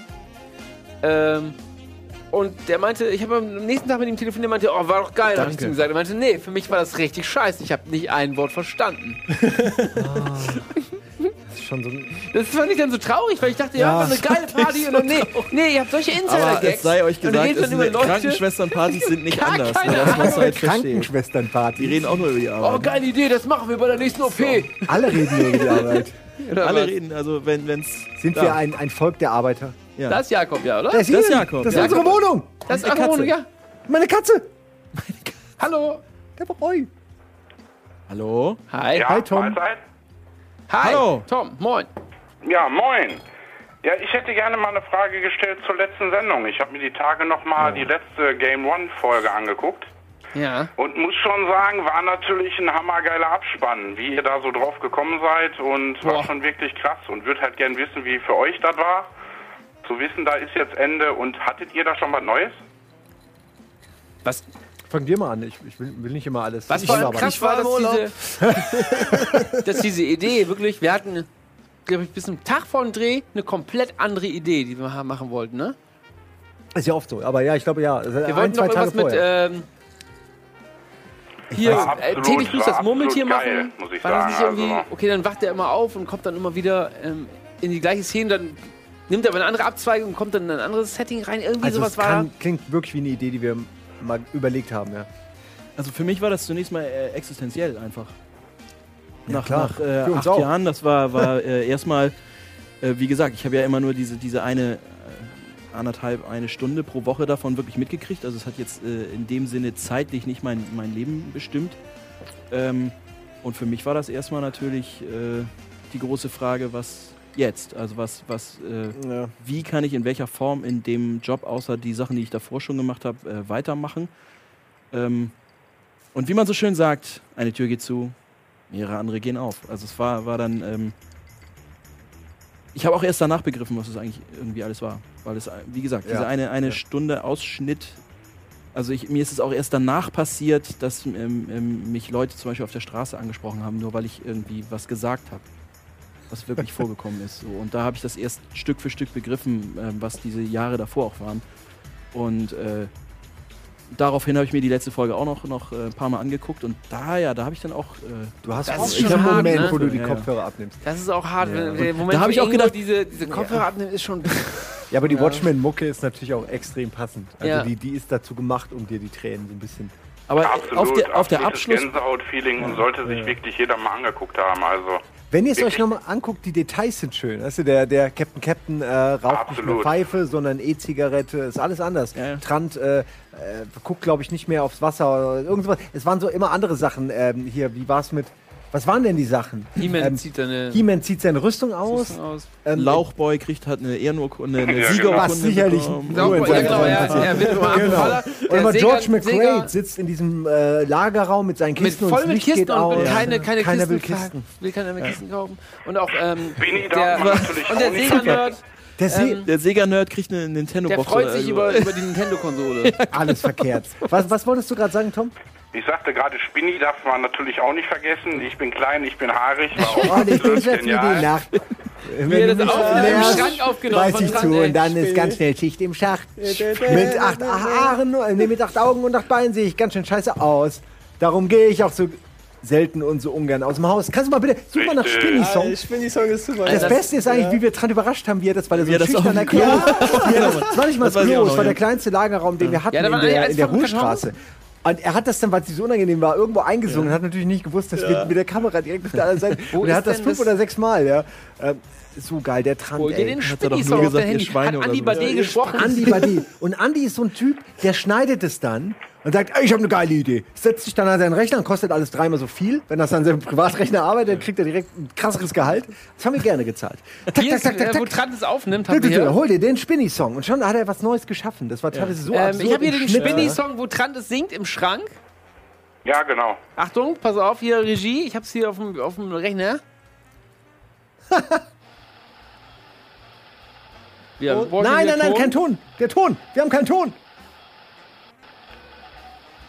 Speaker 2: Ähm, und der meinte, ich habe am nächsten Tag mit ihm telefoniert, der meinte, oh, war doch geil, habe ich zu ihm gesagt. Er meinte, nee, für mich war das richtig scheiße, ich habe nicht ein Wort verstanden.
Speaker 3: Das ist schon so ein
Speaker 2: Das fand ich dann so traurig, weil ich dachte, ja,
Speaker 3: Ja,
Speaker 2: war eine geile Party. und dann, nee, nee, ihr habt solche
Speaker 1: Aber
Speaker 2: Insider-Gags.
Speaker 1: es sei euch
Speaker 2: und dann
Speaker 1: gesagt,
Speaker 2: redet
Speaker 1: es
Speaker 2: man über
Speaker 1: sind
Speaker 2: Leute,
Speaker 1: Krankenschwesternpartys sind nicht
Speaker 2: Gar
Speaker 1: anders.
Speaker 2: keine
Speaker 1: ne? Das muss man halt verstehen. Die
Speaker 3: Krankenschwesternparty.
Speaker 1: reden auch nur über die Arbeit.
Speaker 2: oh, geile Idee, das machen wir bei der nächsten OP.
Speaker 3: Alle reden über die Arbeit.
Speaker 2: Oder
Speaker 1: Alle
Speaker 2: was?
Speaker 1: reden, also wenn wenn's
Speaker 3: Sind
Speaker 1: da.
Speaker 3: wir ein, ein Volk der Arbeiter?
Speaker 1: ja.
Speaker 2: Das ist Jakob, ja, oder?
Speaker 3: Das
Speaker 1: ist Jakob.
Speaker 3: Das ist
Speaker 1: Jakob.
Speaker 3: unsere Wohnung.
Speaker 2: Das ist
Speaker 1: Eine
Speaker 2: Aaron,
Speaker 1: Katze.
Speaker 2: ja.
Speaker 3: Meine Katze.
Speaker 2: Hallo.
Speaker 3: Der Breu.
Speaker 1: Hallo?
Speaker 2: Hi.
Speaker 3: Hi, Tom.
Speaker 12: Mahlzeit.
Speaker 2: Hi.
Speaker 1: Hallo.
Speaker 2: Tom, moin.
Speaker 12: Ja, moin. Ja, ich hätte gerne mal eine Frage gestellt zur letzten Sendung. Ich habe mir die Tage nochmal die letzte Game One-Folge angeguckt
Speaker 2: Ja.
Speaker 12: und muss schon sagen, war natürlich ein hammergeiler Abspann, wie ihr da so drauf gekommen seid und war schon wirklich krass und würde halt gern wissen, wie für euch das war. Zu wissen, da ist jetzt Ende und hattet ihr da schon was Neues?
Speaker 2: Was,
Speaker 3: Fang dir mal an. Ich, ich will, will nicht immer alles.
Speaker 2: was
Speaker 3: ich
Speaker 2: vor allem
Speaker 3: aber-
Speaker 2: krass
Speaker 4: Ich
Speaker 2: war,
Speaker 4: war im
Speaker 2: dass diese, dass diese Idee wirklich, wir hatten, glaube ich, bis zum Tag vor dem Dreh eine komplett andere Idee, die wir ha- machen wollten, ne?
Speaker 3: Ist ja oft so. Aber ja, ich glaube, ja. Wir
Speaker 2: Wir wollten noch irgendwas mit, ähm, hier,
Speaker 12: weiß
Speaker 2: äh,
Speaker 12: nicht.
Speaker 2: täglich grüßt das
Speaker 12: War
Speaker 2: Murmeltier
Speaker 12: absolut geil,
Speaker 2: machen.
Speaker 12: muss ich
Speaker 2: war das nicht
Speaker 12: sagen,
Speaker 2: irgendwie,
Speaker 12: also.
Speaker 2: okay, dann wacht er immer auf und kommt dann immer wieder ähm, in die gleiche Szene, dann nimmt er aber eine andere Abzweigung und kommt dann in ein anderes Setting rein. Irgendwie
Speaker 3: also
Speaker 2: sowas
Speaker 3: es
Speaker 2: war
Speaker 3: kann, klingt wirklich wie eine Idee, die wir mal überlegt haben. Ja.
Speaker 1: Also für mich war das zunächst mal äh, existenziell einfach. Nach,
Speaker 3: klar.
Speaker 1: nach äh,
Speaker 3: Für uns
Speaker 1: acht
Speaker 3: auch.
Speaker 1: Jahren, das war, war äh, erstmal, äh, wie gesagt, ich habe ja immer nur diese, diese eine äh, anderthalb, eine Stunde pro Woche davon wirklich mitgekriegt. Also es hat jetzt äh, in dem Sinne zeitlich nicht mein, mein Leben bestimmt. Ähm, und für mich war das erstmal natürlich äh, die große Frage, was jetzt? Also was, was äh,
Speaker 4: Ja.
Speaker 1: wie kann ich in welcher Form in dem Job, außer die Sachen, die ich davor schon gemacht habe, äh, weitermachen. Ähm, und wie man so schön sagt, eine Tür geht zu, mehrere andere gehen auf. Also es war, war dann. Ähm, ich habe auch erst danach begriffen, was es eigentlich irgendwie alles war. Weil es, äh, wie gesagt,
Speaker 3: Ja.
Speaker 1: diese eine, eine
Speaker 3: Ja.
Speaker 1: Stunde Ausschnitt Also ich, mir ist es auch erst danach passiert, dass ähm, ähm, mich Leute zum Beispiel auf der Straße angesprochen haben, nur weil ich irgendwie was gesagt habe, was wirklich vorgekommen ist. So. Und da habe ich das erst Stück für Stück begriffen, ähm, was diese Jahre davor auch waren. Und äh, daraufhin habe ich mir die letzte Folge auch noch, noch äh, ein paar Mal angeguckt und da ja, da habe ich dann auch. Äh,
Speaker 3: Du hast
Speaker 1: das
Speaker 3: auch
Speaker 1: ist
Speaker 3: schon
Speaker 1: schon
Speaker 3: einen
Speaker 1: hart,
Speaker 3: Moment,
Speaker 1: ne?
Speaker 3: wo du die
Speaker 1: Ja, ja.
Speaker 3: Kopfhörer abnimmst.
Speaker 2: Das ist auch hart.
Speaker 3: Ja.
Speaker 2: wenn-
Speaker 3: Und
Speaker 2: Der Moment,
Speaker 3: da hab
Speaker 2: wo
Speaker 3: ich auch
Speaker 2: Ingo
Speaker 3: gedacht-
Speaker 2: diese, diese Kopfhörer abnimmt, ist schon.
Speaker 3: Ja, aber die
Speaker 2: Ja.
Speaker 3: Watchmen-Mucke ist natürlich auch extrem passend. Also
Speaker 2: Ja.
Speaker 3: die, die ist dazu gemacht, um dir die Tränen so ein bisschen.
Speaker 1: Aber
Speaker 12: Absolut, absolutes Gänsehaut-Feeling und sollte sich wirklich jeder mal angeguckt haben. Also
Speaker 3: Wenn ihr es euch
Speaker 12: wirklich
Speaker 3: nochmal anguckt, die Details sind schön. Weißt du, der, der Captain Captain äh, raucht nicht mehr
Speaker 12: Absolut.
Speaker 3: Pfeife, sondern E-Zigarette. Ist alles anders. Trant äh, äh, guckt, glaube ich, nicht mehr aufs Wasser oder irgendwas. Es waren so immer andere Sachen ähm, hier. Wie war es mit. Was waren denn die Sachen?
Speaker 2: He-Man
Speaker 3: Ähm,
Speaker 2: zieht seine.
Speaker 3: He-Man zieht seine Rüstung aus.
Speaker 2: Rüstung aus.
Speaker 3: Ähm,
Speaker 1: Lauchboy kriegt hat eine Ehrenurkunde, eine
Speaker 3: Ja, genau.
Speaker 1: Siegerurkunde.
Speaker 3: Was sicherlich
Speaker 1: bekommen.
Speaker 3: nur in
Speaker 2: Ja,
Speaker 3: seinem
Speaker 2: genau,
Speaker 3: Traum
Speaker 2: ja,
Speaker 3: passiert.
Speaker 2: er wird nur am
Speaker 1: Genau.
Speaker 2: Faller.
Speaker 3: Und
Speaker 2: Der
Speaker 3: immer
Speaker 2: Säger-
Speaker 3: George McQuaid
Speaker 2: Säger-
Speaker 3: sitzt in diesem äh, Lagerraum mit seinen
Speaker 2: Mit,
Speaker 3: Kisten
Speaker 2: voll
Speaker 3: und
Speaker 2: mit
Speaker 3: das Licht
Speaker 2: Kisten
Speaker 3: geht
Speaker 2: und
Speaker 3: aus.
Speaker 2: will keine, keine
Speaker 3: Keiner
Speaker 2: Kisten,
Speaker 3: will Kisten.
Speaker 2: Will keiner mehr
Speaker 3: Ja.
Speaker 2: Kisten kaufen. Und auch ähm, der,
Speaker 12: Benny darf man natürlich
Speaker 2: und der
Speaker 12: auch nicht
Speaker 2: Sega-Nerd,
Speaker 3: Der, Se
Speaker 2: ähm,
Speaker 1: der Sega-Nerd kriegt eine Nintendo-Box.
Speaker 2: der freut
Speaker 1: oder
Speaker 2: sich
Speaker 1: so.
Speaker 2: über, über die Nintendo-Konsole.
Speaker 3: Alles verkehrt. Was, was wolltest du gerade sagen, Tom?
Speaker 12: Ich sagte gerade, Spinny darf man natürlich auch nicht vergessen. Ich bin klein, ich bin haarig, war
Speaker 3: Oh,
Speaker 12: auch
Speaker 3: das ist mir die
Speaker 12: genial.
Speaker 3: Nacht. Wenn
Speaker 2: er das
Speaker 3: mich
Speaker 2: aufnimmt, im
Speaker 3: lehrst,
Speaker 2: Schrank aufgenommen
Speaker 3: Weiß
Speaker 2: von
Speaker 3: ich
Speaker 2: Trant,
Speaker 3: zu.
Speaker 2: ey.
Speaker 3: Und dann ist ganz schnell Schicht im Schacht. Mit acht Haaren, äh, nee, mit acht Augen und acht Beinen sehe ich ganz schön scheiße aus. Darum gehe ich auch so selten und so ungern aus dem Haus. Kannst du mal bitte, such mal nach
Speaker 12: Richtig.
Speaker 3: Spinny-Songs.
Speaker 4: Ich finde die Song ist super.
Speaker 3: Das, Beste ist eigentlich, wie wir dran überrascht haben, wie er das, weil er so
Speaker 1: Ja,
Speaker 3: ein
Speaker 1: das ist auch
Speaker 3: schüchterner
Speaker 1: ein
Speaker 3: Kerl
Speaker 1: Klo.
Speaker 3: ist. Wie er das- Das war nicht mal
Speaker 1: Das
Speaker 3: das
Speaker 1: weiß ich
Speaker 3: Klo,
Speaker 1: auch
Speaker 3: es
Speaker 1: noch,
Speaker 3: war der
Speaker 1: ja.
Speaker 3: kleinste Lagerraum, den wir hatten
Speaker 2: Ja, da
Speaker 3: in
Speaker 2: waren
Speaker 3: der,
Speaker 2: eigentlich
Speaker 3: in der
Speaker 2: alles vom
Speaker 3: Ruhestraße. Und er hat das dann, weil es so unangenehm war, irgendwo eingesungen und hat natürlich nicht gewusst, dass wir mit der Kamera direkt auf der anderen Seite.
Speaker 2: Wo
Speaker 3: und er
Speaker 2: ist
Speaker 3: hat das
Speaker 2: denn
Speaker 3: fünf
Speaker 2: das-
Speaker 3: oder sechs Mal, ja. Ähm, so geil, der Trant,
Speaker 2: Holt ihr
Speaker 3: ey.
Speaker 2: den
Speaker 1: Hat er doch
Speaker 2: Spinny-Song
Speaker 1: nur
Speaker 2: auf der
Speaker 1: gesagt, ihr
Speaker 2: Handy? Hat
Speaker 1: Schweine oder
Speaker 2: Andi
Speaker 1: so.
Speaker 2: Bade gesprochen?
Speaker 3: Andi war die. Und Andi ist so ein Typ, der schneidet es dann und sagt, "Ey, ich habe eine geile Idee. Setzt sich dann an seinen Rechner und kostet alles dreimal so viel. Wenn das an seinem Privatrechner arbeitet, dann kriegt er direkt ein krasseres Gehalt. Das haben wir gerne gezahlt. Tack,
Speaker 2: Hier
Speaker 3: tack,
Speaker 2: ist,
Speaker 3: tack, tack,
Speaker 2: äh, wo
Speaker 3: tack.
Speaker 2: Trant es aufnimmt,
Speaker 3: Tack,
Speaker 2: haben wir
Speaker 3: tack,
Speaker 2: hier.
Speaker 3: tack. Hol dir den Spinny-Song. Und schon hat er was Neues geschaffen. Das war teilweise so
Speaker 2: Ähm,
Speaker 3: absurd.
Speaker 2: ich habe hier
Speaker 3: im
Speaker 2: den
Speaker 3: Schnitt,
Speaker 2: Spinny-Song, wo Trant es singt im Schrank.
Speaker 12: Ja, genau.
Speaker 2: Achtung, pass auf, hier Regie. Ich hab's hier auf dem, auf dem Rechner. Wir
Speaker 3: ne?
Speaker 2: wollten
Speaker 3: Nein,
Speaker 2: den
Speaker 3: nein, nein,
Speaker 2: Ton.
Speaker 3: kein Ton. Der Ton. Wir haben keinen Ton.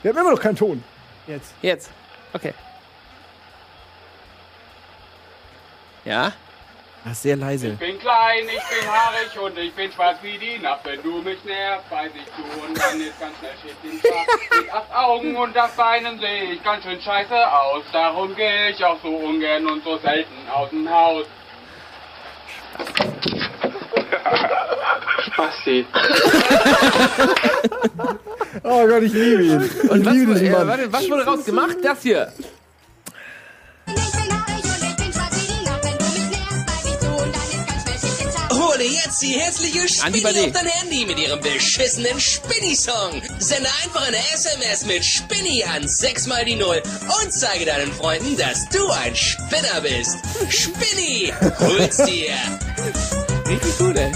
Speaker 3: Wir haben immer noch keinen Ton.
Speaker 4: Jetzt.
Speaker 2: Jetzt. Okay. Ja?
Speaker 1: Ach, sehr leise.
Speaker 13: Ich bin klein, ich bin haarig und ich bin schwarz wie die Nacht. Wenn du mich nervst, weiß ich du und dann ist ganz schnell Schicht im Schacht. Mit acht Augen und acht Beinen sehe ich ganz schön scheiße aus. Darum gehe ich auch so ungern und so selten aus dem Haus. Spasti.
Speaker 3: Oh Gott, ich liebe ihn. Ich
Speaker 2: Was,
Speaker 3: liebe
Speaker 2: wurde-
Speaker 3: diesen
Speaker 2: äh,
Speaker 3: Mann.
Speaker 2: warte, was wurde rausgemacht? Das hier.
Speaker 7: Hole jetzt die hässliche
Speaker 2: Andi
Speaker 7: Spinny
Speaker 2: Bade.
Speaker 7: auf dein Handy mit ihrem beschissenen Spinny-Song. Sende einfach eine SMS mit Spinny an 6 mal die Null und zeige deinen Freunden, dass du ein Spinner bist. Spinny, hol's dir.
Speaker 2: Richtig gut, ey.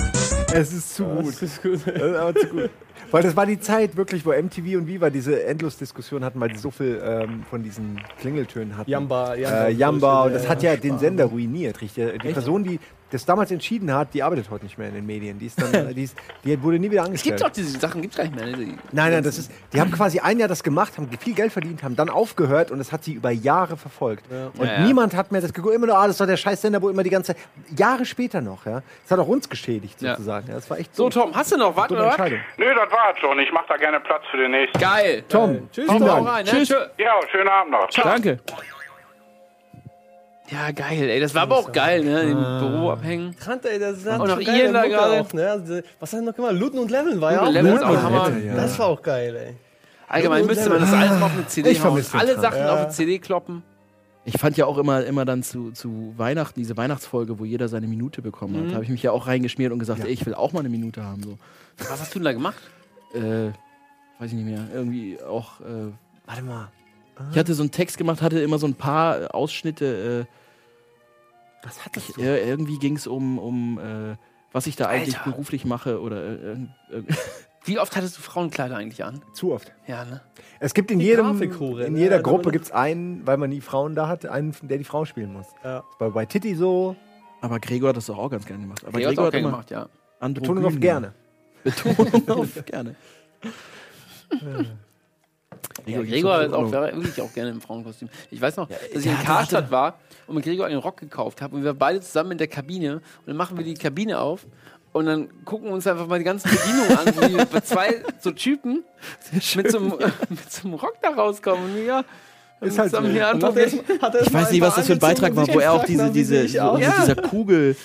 Speaker 3: Es ist zu gut. Es ist gut. aber zu gut. Weil das war die Zeit wirklich, wo MTV und Viva diese Endlos-Diskussion hatten, weil die so viel ähm, von diesen Klingeltönen hatten.
Speaker 4: Jamba, Jamba.
Speaker 3: äh, Jamba und
Speaker 4: Ja,
Speaker 3: das
Speaker 4: ja,
Speaker 3: hat ja
Speaker 4: ja,
Speaker 3: den Sender ruiniert. Richtig? Die Person, die das damals entschieden hat, die arbeitet heute nicht mehr in den Medien. Die, ist dann, die, ist, die wurde nie wieder
Speaker 2: Es gibt
Speaker 3: angestellt.
Speaker 2: doch diese Sachen, gibt's gar nicht mehr. ne? Die-
Speaker 3: Nein, nein, das ist. Die haben quasi ein Jahr das gemacht, haben viel Geld verdient, haben dann aufgehört und das hat sie über Jahre verfolgt. Und
Speaker 2: Ja, ja.
Speaker 3: niemand hat mehr das geguckt. Immer nur, ah, das war der Scheißsender, wo immer die ganze Jahre später noch, ja. Das hat auch uns geschädigt,
Speaker 2: Ja.
Speaker 3: sozusagen. Ja. das war echt
Speaker 2: So, Tom, hast du noch was,
Speaker 3: dumme
Speaker 2: oder? was?
Speaker 3: Entscheidung.
Speaker 12: Nö, das war's schon. Ich mach da gerne Platz für den nächsten.
Speaker 2: Geil.
Speaker 3: Tom,
Speaker 4: Äh,
Speaker 2: Hau
Speaker 3: vielen
Speaker 2: mal
Speaker 3: Dank.
Speaker 2: rein, ne?
Speaker 1: Tschüss.
Speaker 2: Tschö.
Speaker 12: Ja, schönen Abend noch.
Speaker 1: Danke.
Speaker 2: Ja, geil, ey. Das war aber auch geil, ne? Im Büro abhängen.
Speaker 4: Trant, ey, das ist
Speaker 2: Und
Speaker 4: schon
Speaker 2: auch
Speaker 4: geil,
Speaker 2: Ian
Speaker 4: der
Speaker 2: da
Speaker 4: Mucke
Speaker 2: gerade.
Speaker 4: auch, ne? Also, Was hat er noch gemacht? Looten und Leveln war ja
Speaker 2: Looten
Speaker 4: auch.
Speaker 2: und Leveln ist auch
Speaker 4: Looten und
Speaker 2: Hammer.
Speaker 4: Leveln,
Speaker 2: Ja.
Speaker 4: Das war auch geil, ey.
Speaker 2: Allgemein müsste man das alles auf eine CD
Speaker 3: Ich
Speaker 2: hauen.
Speaker 3: vermisse den
Speaker 2: Alle
Speaker 3: Trant.
Speaker 2: Sachen auf eine CD kloppen.
Speaker 1: Ich fand ja auch immer, immer dann zu, zu Weihnachten, diese Weihnachtsfolge, wo jeder seine Minute bekommen hat,
Speaker 2: Mhm.
Speaker 1: habe ich mich ja auch reingeschmiert und gesagt, ey, ich will auch mal eine Minute haben. So.
Speaker 2: Was hast du denn da gemacht?
Speaker 1: Äh, weiß ich nicht mehr. Irgendwie auch. Äh,
Speaker 3: Warte mal.
Speaker 1: ich hatte so einen Text gemacht, hatte immer so ein paar äh, Ausschnitte.
Speaker 3: Was hattest
Speaker 1: Äh, ir- irgendwie ging es um, um äh, was ich da eigentlich beruflich mache oder äh, irgend- irgend-
Speaker 2: Wie oft hattest du Frauenkleider eigentlich an?
Speaker 3: Zu oft.
Speaker 2: Ja, ne?
Speaker 3: Es gibt in
Speaker 4: Die
Speaker 3: jedem,
Speaker 4: Grafikhure,
Speaker 3: in
Speaker 4: ne?
Speaker 3: jeder
Speaker 4: Ja,
Speaker 3: Gruppe
Speaker 4: damit-
Speaker 3: gibt es einen, weil man nie Frauen da hat, einen, der die Frauen spielen muss.
Speaker 4: Ja.
Speaker 3: Bei White Titty so,
Speaker 1: Aber Gregor hat das doch auch ganz gerne gemacht. Aber
Speaker 2: Die hat auch
Speaker 1: hat
Speaker 2: gerne
Speaker 1: immer
Speaker 2: gemacht, ja.
Speaker 1: Androgyne.
Speaker 3: Betonung auf gerne.
Speaker 1: Betonung auf gerne.
Speaker 2: Ja, Gregor ist auch, wäre wirklich auch gerne im Frauenkostüm. Ich weiß noch, dass ich
Speaker 1: der
Speaker 2: in
Speaker 1: hatte-
Speaker 2: Karstadt war und mit Gregor einen Rock gekauft habe und wir beide zusammen in der Kabine und dann machen wir die Kabine auf und dann gucken uns einfach mal die ganzen Bedienungen an, wie zwei so Typen mit so, einem, mit so einem Rock da rauskommen. Und ja,
Speaker 3: Ist halt
Speaker 2: zusammen
Speaker 3: so.
Speaker 2: hier
Speaker 3: Und hat
Speaker 2: anprobiert.
Speaker 1: Ich weiß nicht, was das für ein Beitrag war, wo er auch diese, diese, so, mit dieser Kugel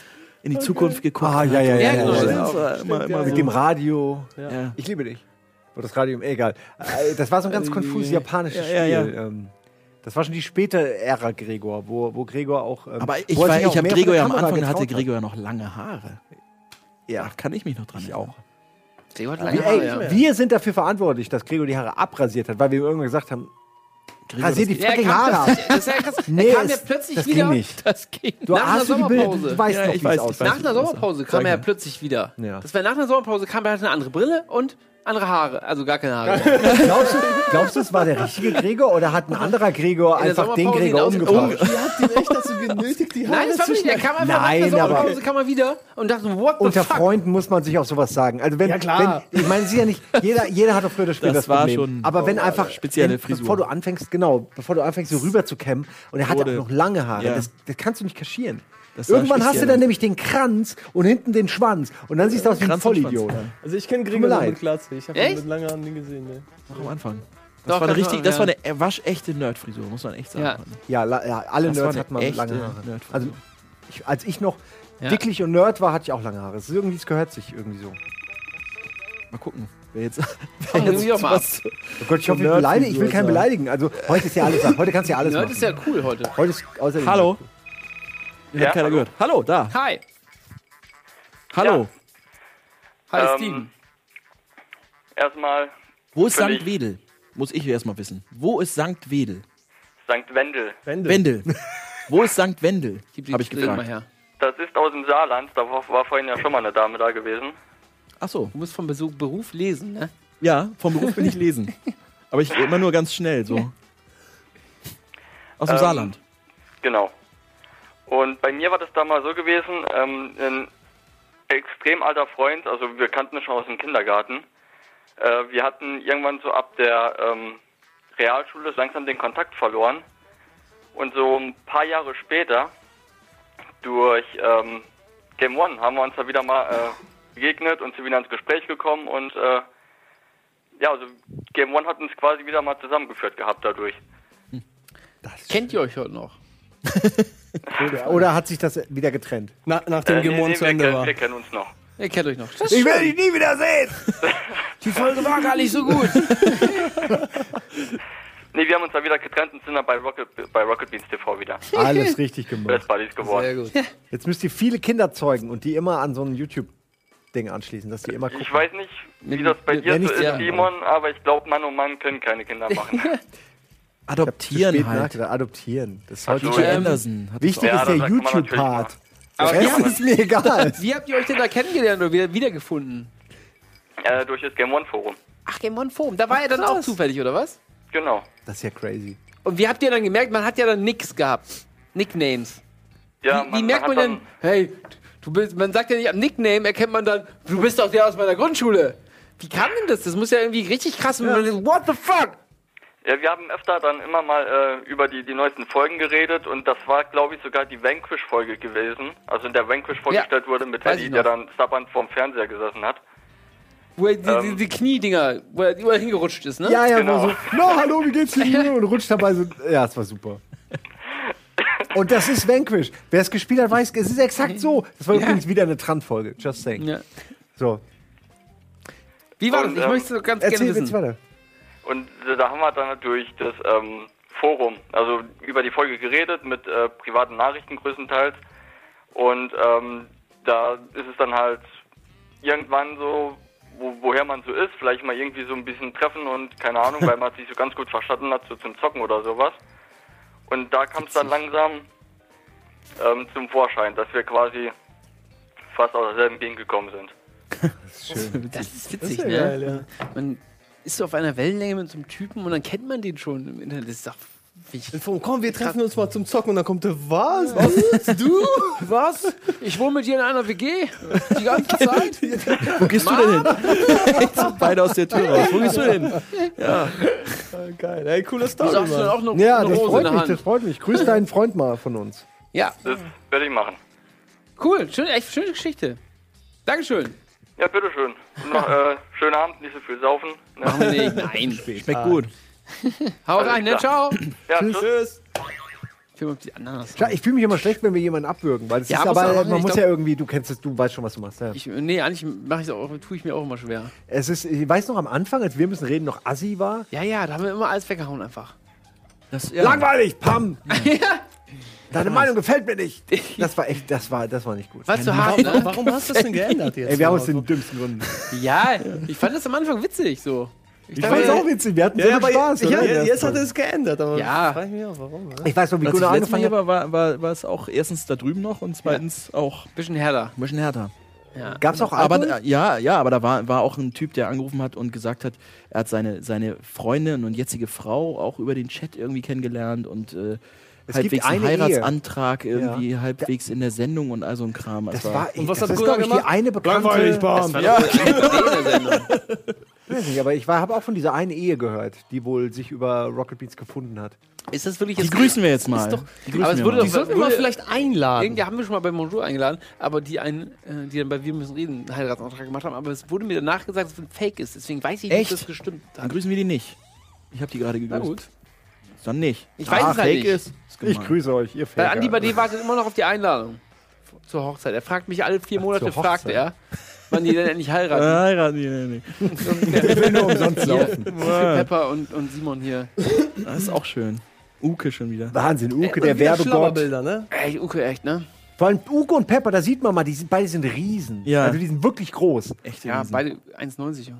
Speaker 1: in die Zukunft geguckt hat. Ah,
Speaker 3: ja, ja, genau, ja, ja,
Speaker 2: genau,
Speaker 3: ja, ja.
Speaker 1: Das war immer, immer
Speaker 3: mit
Speaker 1: so.
Speaker 3: dem Radio.
Speaker 1: Ja.
Speaker 3: Ich liebe dich. Oder das Radio, egal. Äh, Das war so ein ganz konfuses japanisches
Speaker 1: Ja, ja,
Speaker 3: Spiel. Ähm, Das war schon die späte Ära Gregor, wo, wo Gregor auch. ähm,
Speaker 1: Aber ich,
Speaker 3: wo er
Speaker 1: war-
Speaker 3: sich auch
Speaker 1: ich habe
Speaker 3: mehr von
Speaker 1: Gregor
Speaker 3: der
Speaker 1: ja am
Speaker 3: Kamera
Speaker 1: Anfang
Speaker 3: getraut
Speaker 1: hatte
Speaker 3: hat.
Speaker 1: Gregor ja noch lange Haare. Ja. kann ich mich noch dran erinnern. auch.
Speaker 2: Gregor hat
Speaker 3: Wir,
Speaker 2: lange
Speaker 3: ey,
Speaker 2: Haare, ja.
Speaker 3: wir sind dafür verantwortlich, dass Gregor die Haare abrasiert hat, weil wir ihm irgendwann gesagt haben,
Speaker 1: Gregor,
Speaker 3: rasier
Speaker 1: das-
Speaker 3: die
Speaker 2: Ja, er
Speaker 3: fucking
Speaker 2: kam-
Speaker 3: Haare ab.
Speaker 2: Das ist ja krass.
Speaker 3: Nee,
Speaker 2: er kam ja
Speaker 3: es-
Speaker 2: plötzlich
Speaker 3: das ging
Speaker 2: wieder.
Speaker 3: nicht.
Speaker 2: Das ging.
Speaker 3: Du-
Speaker 2: nach einer
Speaker 3: hast du die Bilder?
Speaker 2: Sommerpause.
Speaker 3: Du weißt Ja, noch, ich wie weiß, es ich aussah. weiß,
Speaker 2: Nach
Speaker 3: wie
Speaker 2: einer
Speaker 3: es aussah.
Speaker 2: Sommerpause
Speaker 3: Sag
Speaker 2: kam er ja
Speaker 3: mir.
Speaker 2: plötzlich wieder.
Speaker 3: Ja.
Speaker 2: Das war nach einer Sommerpause, kam er hatte eine andere Brille und andere Haare. Also gar keine Haare.
Speaker 3: Glaubst du, glaubst du, es war der richtige Gregor oder hat ein anderer Gregor
Speaker 2: In der
Speaker 3: einfach den
Speaker 2: Sommerpause
Speaker 3: Gregor
Speaker 2: ihn
Speaker 3: umgebracht?
Speaker 2: ausge-
Speaker 4: Ihr habt ihn echt dazu genötigt, die Haare
Speaker 2: Nein, das war
Speaker 4: zu
Speaker 2: nicht. Er
Speaker 4: schneiden.
Speaker 2: kam einfach
Speaker 3: Nein,
Speaker 2: nach der
Speaker 3: aber-
Speaker 2: Sommerpause kam er wieder und dachte, what the
Speaker 3: Unter
Speaker 2: fuck?
Speaker 3: Freunden muss man sich auf sowas sagen. Also wenn,
Speaker 4: Ja, klar.
Speaker 3: wenn ich meine, es ist ja nicht jeder, jeder hat doch früher das Spiel das,
Speaker 1: Das war
Speaker 3: Problem.
Speaker 1: schon-
Speaker 3: aber wenn
Speaker 1: oh,
Speaker 3: einfach
Speaker 1: spezielle
Speaker 3: wenn,
Speaker 1: Frisur.
Speaker 3: bevor du anfängst, genau, bevor du anfängst so rüber zu kämmen und er hat auch
Speaker 1: Wurde-
Speaker 3: noch lange Haare,
Speaker 1: Ja.
Speaker 3: das, das kannst du nicht kaschieren.
Speaker 1: Das war
Speaker 3: Irgendwann hast du
Speaker 1: speziell.
Speaker 3: dann nämlich den Kranz und hinten den Schwanz und dann siehst du aus wie ein
Speaker 1: Kranz und
Speaker 3: Vollidiot.
Speaker 1: Schwanz,
Speaker 4: Also ich kenne
Speaker 3: mir
Speaker 4: Gregor nur
Speaker 3: leid.
Speaker 4: mit Glatze. Ich habe
Speaker 2: Echt?
Speaker 4: ihn mit langen Haaren nie gesehen. Ne?
Speaker 1: Noch am Anfang. Das
Speaker 2: Doch,
Speaker 1: war eine
Speaker 2: kann
Speaker 1: richtig,
Speaker 2: man,
Speaker 1: das
Speaker 2: ja.
Speaker 1: war eine waschechte Nerdfrisur, muss man echt
Speaker 2: Ja.
Speaker 1: sagen.
Speaker 3: Ja, la, ja alle
Speaker 1: Das war
Speaker 3: Nerds
Speaker 1: eine
Speaker 3: hatten mal
Speaker 1: echte
Speaker 3: lange Haare.
Speaker 1: Nerdfrisur.
Speaker 3: Also ich, als ich noch
Speaker 2: Ja.
Speaker 3: dicklich und Nerd war, hatte ich auch lange Haare. Es ist irgendwie, es gehört sich irgendwie so.
Speaker 1: Mal gucken, wer jetzt.
Speaker 2: Komm, nimm mich doch mal ab.
Speaker 3: Oh Gott, ich hoffe, ich
Speaker 1: Nerd-
Speaker 3: beleidige. Ich will keinen
Speaker 1: Frisur, ja.
Speaker 3: beleidigen. Also heute ist ja alles. Heute kannst du ja alles
Speaker 2: Nerd
Speaker 3: machen.
Speaker 2: ist ja cool heute.
Speaker 3: heute ist außerdem
Speaker 1: Hallo. Ich
Speaker 12: Ja,
Speaker 1: hab keiner
Speaker 12: hallo.
Speaker 1: gehört. Hallo, da.
Speaker 2: Hi.
Speaker 1: Hallo.
Speaker 2: Hi,
Speaker 12: Ähm,
Speaker 2: Steven.
Speaker 12: Erstmal
Speaker 1: Wo ist
Speaker 12: Völlig.
Speaker 1: St. Wedel? Muss ich erst mal wissen. Wo ist St. Wedel?
Speaker 12: St. Wendel.
Speaker 4: Wendel.
Speaker 1: Wendel. Wo ist St. Wendel?
Speaker 2: Gib die
Speaker 1: Hab ich
Speaker 2: Brille mal
Speaker 1: gefragt.
Speaker 2: her.
Speaker 12: Das ist aus dem Saarland, da war, war vorhin ja schon mal eine Dame da gewesen.
Speaker 1: Ach so.
Speaker 2: Du musst vom Besuch, Beruf lesen, ne?
Speaker 1: Ja, vom Beruf bin ich lesen. Aber ich immer nur ganz schnell so. Aus dem
Speaker 12: Ähm,
Speaker 1: Saarland.
Speaker 12: Genau. Und bei mir war das damals so gewesen, ähm, ein extrem alter Freund, also wir kannten uns schon aus dem Kindergarten. Äh, wir hatten irgendwann so ab der ähm, Realschule langsam den Kontakt verloren. Und so ein paar Jahre später, durch ähm, Game One, haben wir uns da wieder mal äh, begegnet und sind wieder ins Gespräch gekommen. Und äh, ja, also Game One hat uns quasi wieder mal zusammengeführt gehabt dadurch.
Speaker 2: Kennt ihr euch heute noch?
Speaker 3: Oder hat sich das wieder getrennt?
Speaker 4: Na, nachdem äh,
Speaker 12: nee, nee,
Speaker 4: zu
Speaker 12: wir,
Speaker 4: Ende
Speaker 12: kennen,
Speaker 4: war.
Speaker 12: wir kennen uns noch.
Speaker 2: Ihr kennt euch noch.
Speaker 3: Ich will dich nie wieder sehen!
Speaker 2: Die Folge war gar nicht so gut.
Speaker 12: Nee, wir haben uns da wieder getrennt und sind dann bei Rocket, bei Rocket Beans TV wieder.
Speaker 3: Alles richtig
Speaker 12: Best
Speaker 3: gemacht.
Speaker 12: Buddies geworden.
Speaker 2: gut.
Speaker 3: Jetzt müsst ihr viele Kinder zeugen und die immer an so ein YouTube-Ding anschließen, dass die immer gucken.
Speaker 12: Ich weiß nicht, wie
Speaker 2: Wenn-
Speaker 12: das bei
Speaker 2: wenn-
Speaker 12: dir
Speaker 2: wenn
Speaker 12: so
Speaker 2: ich
Speaker 12: ist,
Speaker 2: sehr-
Speaker 12: Simon, aber ich glaube, Mann und Mann können keine Kinder machen.
Speaker 3: Ich hab zu spät
Speaker 1: Adoptieren halt.
Speaker 3: nachgedacht. Adoptieren. Das ist
Speaker 12: so,
Speaker 3: heute
Speaker 1: Jay
Speaker 2: Ähm,
Speaker 1: Anderson hat
Speaker 3: Wichtig
Speaker 12: Ja,
Speaker 3: ist der
Speaker 12: das sagt man natürlich
Speaker 3: YouTube-Part.
Speaker 2: Aber
Speaker 3: Der Rest ist mir egal.
Speaker 2: Wie habt ihr euch denn da kennengelernt oder wieder, wiedergefunden?
Speaker 12: äh, durch das Game One Forum.
Speaker 2: Ach, Game On Forum. Da war er dann auch zufällig, oder was?
Speaker 12: Genau.
Speaker 3: Das ist ja crazy.
Speaker 2: Und wie habt ihr dann gemerkt, man hat ja dann nix gehabt. Nicknames.
Speaker 12: Ja,
Speaker 2: wie, wie merkt man
Speaker 12: hat
Speaker 2: denn, hey, du bist, man sagt ja nicht am Nickname, erkennt man dann, du bist doch der aus meiner Grundschule. Wie kam denn das? Das muss ja irgendwie richtig krass. wenn man denkt, What the fuck?
Speaker 12: Ja, wir haben öfter dann immer mal äh, über die, die neuesten Folgen geredet und das war, glaube ich, sogar die Vanquish-Folge gewesen. Also in der Vanquish vorgestellt wurde mit
Speaker 2: weiß
Speaker 12: Teddy,
Speaker 2: ich
Speaker 12: der
Speaker 2: noch.
Speaker 12: dann sabbernd vorm Fernseher gesessen hat.
Speaker 2: Wo er die, die,
Speaker 12: Ähm.
Speaker 2: die Kniedinger, wo er überall hingerutscht ist, ne?
Speaker 3: Ja, ja,
Speaker 12: Genau.
Speaker 3: wo so, no, hallo, wie geht's dir? Und rutscht dabei so. Ja, es war super. Und das ist Vanquish. Wer es gespielt hat, weiß, es ist exakt so. Das war übrigens wieder eine Tran-Folge. Just saying.
Speaker 2: Ja.
Speaker 3: So,
Speaker 2: Wie war
Speaker 12: Und,
Speaker 2: das? Ich
Speaker 12: ähm,
Speaker 2: möchte ganz
Speaker 3: erzähl
Speaker 2: gerne
Speaker 3: jetzt
Speaker 2: wissen.
Speaker 3: weiter.
Speaker 12: Und da haben wir dann durch das ähm, Forum, also über die Folge geredet, mit äh, privaten Nachrichten größtenteils. Und ähm, da ist es dann halt irgendwann so, wo, woher man so ist, vielleicht mal irgendwie so ein bisschen treffen und keine Ahnung, weil man sich so ganz gut verstanden hat, so zum Zocken oder sowas. Und da kam es dann langsam ähm, zum Vorschein, dass wir quasi fast aus derselben Gegend gekommen sind.
Speaker 2: Das ist witzig,
Speaker 4: Ja,
Speaker 2: ne?
Speaker 4: geil, ja.
Speaker 2: Man ist so auf einer Wellenlänge mit so einem Typen und dann kennt man den schon im Internet. Das ist doch
Speaker 4: Inform, komm, wir treffen uns mal zum Zocken und dann kommt der, was? Was willst du? Was?
Speaker 2: Ich wohne mit dir in einer WG. Die ganze Zeit.
Speaker 1: Wo gehst du denn hin? Jetzt sind beide aus der Tür raus. Wo gehst du denn hin? Ja.
Speaker 4: Geil, ey, coole
Speaker 2: Story. Du sagst
Speaker 3: Mann.
Speaker 2: dann auch noch
Speaker 3: ja,
Speaker 2: eine
Speaker 3: das
Speaker 2: Rose
Speaker 3: freut
Speaker 2: in der
Speaker 3: mich,
Speaker 2: Hand.
Speaker 3: das freut mich. Grüß deinen Freund mal von uns.
Speaker 2: Ja,
Speaker 12: Das werde ich machen.
Speaker 2: cool. Schöne, echt schöne Geschichte. Dankeschön.
Speaker 12: Ja, bitteschön. Und noch äh, schönen Abend, nicht so viel saufen. Ne?
Speaker 2: Machen wir nicht. Nein.
Speaker 1: Schmeckt gut.
Speaker 2: Hau rein, ne? Ciao.
Speaker 12: Ja,
Speaker 3: Tschüss.
Speaker 2: Tschüss. Ich will mal auf die Ananas.
Speaker 3: Klar, ich fühle mich immer schlecht, wenn wir jemanden abwürgen, weil das
Speaker 2: Ja,
Speaker 3: ist
Speaker 2: musst
Speaker 3: aber,
Speaker 2: du auch machen.
Speaker 3: man
Speaker 2: Ich
Speaker 3: muss
Speaker 2: glaub-
Speaker 3: ja irgendwie, du kennst es, du weißt schon, was du machst. Ja.
Speaker 2: Ich, nee, eigentlich mache ich auch, tue ich mir auch immer schwer.
Speaker 3: es ist, ich weiß noch am Anfang, als wir müssen reden, noch Assi war.
Speaker 2: Ja, ja, da haben wir immer alles weggehauen einfach.
Speaker 1: Das,
Speaker 3: Langweilig, pam! Deine Meinung gefällt mir nicht. Das war echt, das war, das war nicht gut.
Speaker 2: War zu hart, ne?
Speaker 4: Warum hast du das denn geändert jetzt?
Speaker 3: Ey, wir haben uns den dümmsten Gründen.
Speaker 2: Ja, ich fand das am Anfang witzig so.
Speaker 3: Ich fand's auch witzig, wir hatten
Speaker 4: ja,
Speaker 3: so
Speaker 4: ja,
Speaker 3: viel
Speaker 4: aber
Speaker 3: Spaß.
Speaker 4: ja,
Speaker 3: oder?
Speaker 4: jetzt hat er es geändert, aber
Speaker 2: Ja.
Speaker 4: frag ich mich auch, warum? Ne?
Speaker 3: Ich weiß noch, wie
Speaker 1: Als ich
Speaker 3: Gunnar
Speaker 1: letztes Mal
Speaker 3: angefangen
Speaker 1: hier war,
Speaker 3: hat.
Speaker 1: war, war, war es auch erstens da drüben noch und zweitens auch ein
Speaker 2: Bisschen härter.
Speaker 1: bisschen härter.
Speaker 2: Ja.
Speaker 3: Gab's auch Alkohol?
Speaker 1: Aber, äh, ja, ja, aber da war, war auch ein Typ, der angerufen hat und gesagt hat, er hat seine, seine Freundin und jetzige Frau auch über den Chat irgendwie kennengelernt und äh,
Speaker 3: Es gibt
Speaker 1: halbwegs einen
Speaker 3: eine Ehe.
Speaker 1: Heiratsantrag irgendwie halbwegs in der Sendung und all so ein Kram.
Speaker 3: das
Speaker 1: Also,
Speaker 3: war,
Speaker 4: Und was
Speaker 3: das
Speaker 4: hat
Speaker 3: ist,
Speaker 4: Gunnar
Speaker 3: glaube ich, die
Speaker 4: gemacht?
Speaker 3: eine bekannte...
Speaker 4: Langweilig, Bam.
Speaker 1: ja,
Speaker 3: Ich weiß nicht, aber ich habe auch von dieser einen Ehe gehört, die wohl sich über Rocket Beats gefunden hat.
Speaker 2: Ist das wirklich
Speaker 1: die
Speaker 2: jetzt
Speaker 1: grüßen wir jetzt mal.
Speaker 2: Ist doch-
Speaker 1: die grüßen
Speaker 2: aber es
Speaker 1: wir
Speaker 2: wurde
Speaker 1: mal.
Speaker 2: doch-
Speaker 4: Die sollten wir mal
Speaker 2: Wurde-
Speaker 4: vielleicht einladen.
Speaker 2: Irgendwie haben wir schon mal bei Bonjour eingeladen, aber die einen, äh, die dann bei Wir müssen reden einen Heiratsantrag gemacht haben, aber es wurde mir danach gesagt, dass es ein Fake ist, deswegen weiß ich
Speaker 1: Echt?
Speaker 2: nicht, ob das gestimmt
Speaker 1: Dann
Speaker 2: hat.
Speaker 1: grüßen wir die nicht. Ich habe die gerade gegrüßt.
Speaker 2: gut.
Speaker 1: Dann nicht.
Speaker 2: Ich weiß es halt
Speaker 1: Ah, Fake
Speaker 2: nicht.
Speaker 1: Ist, ist gemein.
Speaker 3: euch, ihr
Speaker 2: Weil Andi bei dir wartet immer noch auf die Einladung zur Hochzeit. Er fragt mich alle vier Monate,
Speaker 3: zur
Speaker 2: fragt
Speaker 3: Hochzeit.
Speaker 2: er, wann die denn endlich
Speaker 1: Äh,
Speaker 2: heiraten.
Speaker 1: heiraten die denn nicht.
Speaker 3: nur umsonst laufen.
Speaker 2: Pepper und, und Simon hier.
Speaker 1: Das ist auch schön. Uke schon wieder.
Speaker 3: Wahnsinn, Uke,
Speaker 4: Immer
Speaker 3: der
Speaker 4: wieder
Speaker 3: Werbegott.
Speaker 4: Schlabberbilder, ne?
Speaker 2: Ey, Uke, echt, ne?
Speaker 3: Vor allem Uke und Pepper, da sieht man mal, die sind, beide sind Riesen.
Speaker 1: Ja.
Speaker 3: Also die sind wirklich groß.
Speaker 1: Echt
Speaker 2: Ja,
Speaker 1: Riesen.
Speaker 2: beide 1,90. ja.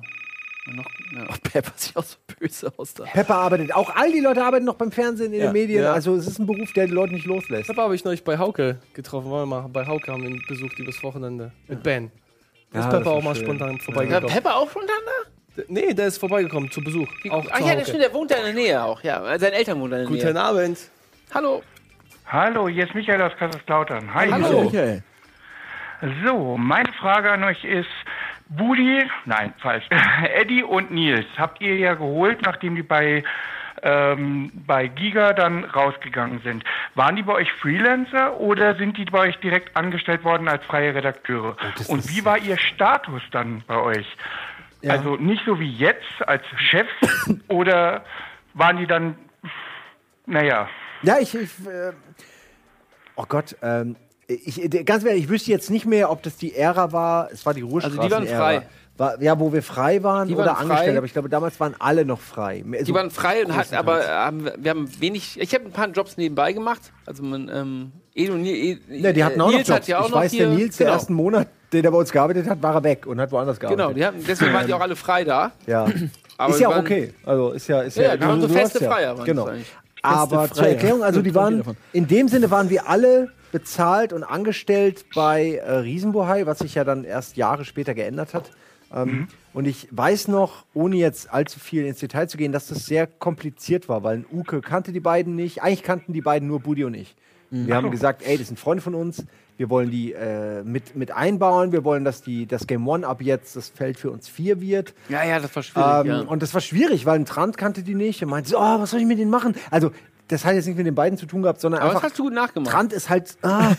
Speaker 2: Und noch, ja.
Speaker 1: Pepper sieht auch so böse aus da.
Speaker 3: Pepper arbeitet, auch all die Leute arbeiten noch beim Fernsehen, in
Speaker 1: Ja.
Speaker 3: den Medien.
Speaker 1: Ja.
Speaker 3: Also es ist ein Beruf, der die Leute nicht loslässt.
Speaker 4: Papa habe ich neulich bei Hauke getroffen. Wollen wir mal bei Hauke haben wir ihn besucht übers Wochenende. Mit Ben. Da ist
Speaker 3: Ja, das
Speaker 4: Pepper
Speaker 3: war
Speaker 4: auch mal
Speaker 3: schön.
Speaker 4: spontan
Speaker 2: ja,
Speaker 4: vorbeigekommen.
Speaker 2: Pepper auch schon dann da?
Speaker 4: D- Nee, der ist vorbeigekommen zu Besuch. Auch
Speaker 2: Ach
Speaker 4: zu
Speaker 2: ja,
Speaker 4: Hauke.
Speaker 2: der stimmt, der wohnt da in der Nähe auch. Ja, seine Eltern wohnen da in der
Speaker 4: Guten
Speaker 2: Nähe.
Speaker 4: Abend.
Speaker 2: Hallo.
Speaker 14: Hallo, hier ist Michael aus Kaiserslautern. Hi.
Speaker 1: Hallo. Michael.
Speaker 14: So, meine Frage an euch ist, Budi, nein, falsch, Eddie und Nils, habt ihr ja geholt, nachdem die bei, ähm, bei Giga dann rausgegangen sind. Waren die bei euch Freelancer oder sind die bei euch direkt angestellt worden als freie Redakteure? und wie war ihr Status dann bei euch? Also nicht so wie jetzt als Chef oder waren die dann, naja,
Speaker 3: Ja, ich. ich äh, oh Gott, ähm, ich, äh, ganz ehrlich, ich wüsste jetzt nicht mehr, ob das die Ära war. Es war die Ruhestraßen.
Speaker 2: Also waren frei.
Speaker 3: War, ja, wo wir frei waren
Speaker 2: Die
Speaker 3: oder
Speaker 2: waren frei.
Speaker 3: angestellt. Aber ich glaube, damals waren alle noch frei. Also,
Speaker 2: Die waren frei und hatten aber äh, haben, wir haben wenig. Ich habe ein paar Jobs nebenbei gemacht. Also man, ähm, Ed und Nils.
Speaker 3: Ne, die hatten auch
Speaker 2: Nils
Speaker 3: noch Jobs.
Speaker 2: Hat ja auch
Speaker 3: ich
Speaker 2: noch
Speaker 3: weiß,
Speaker 2: hier,
Speaker 3: der Nils,
Speaker 2: genau,
Speaker 3: der ersten Monat, den er bei uns gearbeitet hat, war er weg und hat woanders
Speaker 2: Genau,
Speaker 3: gearbeitet.
Speaker 2: die hatten, deswegen waren die auch alle frei da.
Speaker 3: Genau. Ja.
Speaker 2: Aber
Speaker 3: ist ja
Speaker 2: die
Speaker 3: auch
Speaker 2: waren-
Speaker 3: okay. Also ist ja, ist
Speaker 2: Ja,
Speaker 3: ja,
Speaker 2: die waren so feste
Speaker 3: hast ja-
Speaker 2: Freier waren das
Speaker 3: Genau.
Speaker 2: eigentlich.
Speaker 3: Aber
Speaker 1: Feste
Speaker 3: zur
Speaker 1: Freier.
Speaker 3: Erklärung, also die
Speaker 1: Kommt wieder
Speaker 3: waren
Speaker 1: von.
Speaker 3: in dem Sinne waren wir alle bezahlt und angestellt bei äh, Riesenbohai, was sich ja dann erst Jahre später geändert hat. Ähm,
Speaker 2: Mhm.
Speaker 3: Und ich weiß noch, ohne jetzt allzu viel ins Detail zu gehen, dass das sehr kompliziert war, weil ein Uke kannte die beiden nicht. Eigentlich kannten die beiden nur Budi und ich.
Speaker 2: Mhm.
Speaker 3: Wir haben gesagt, ey, das sind Freunde von uns. Wir wollen die äh, mit, mit einbauen. Wir wollen, dass die, das Game One ab jetzt das Feld für uns vier wird.
Speaker 2: Ja, ja, das war schwierig.
Speaker 3: Ähm,
Speaker 2: ja.
Speaker 3: Und das war schwierig, weil ein Trant kannte die nicht und meinte so, oh, was soll ich mit denen machen? Also, das hat jetzt nicht mit den beiden zu tun gehabt, sondern
Speaker 2: aber das
Speaker 3: einfach.
Speaker 2: hast du gut nachgemacht.
Speaker 3: Trant ist halt, ah,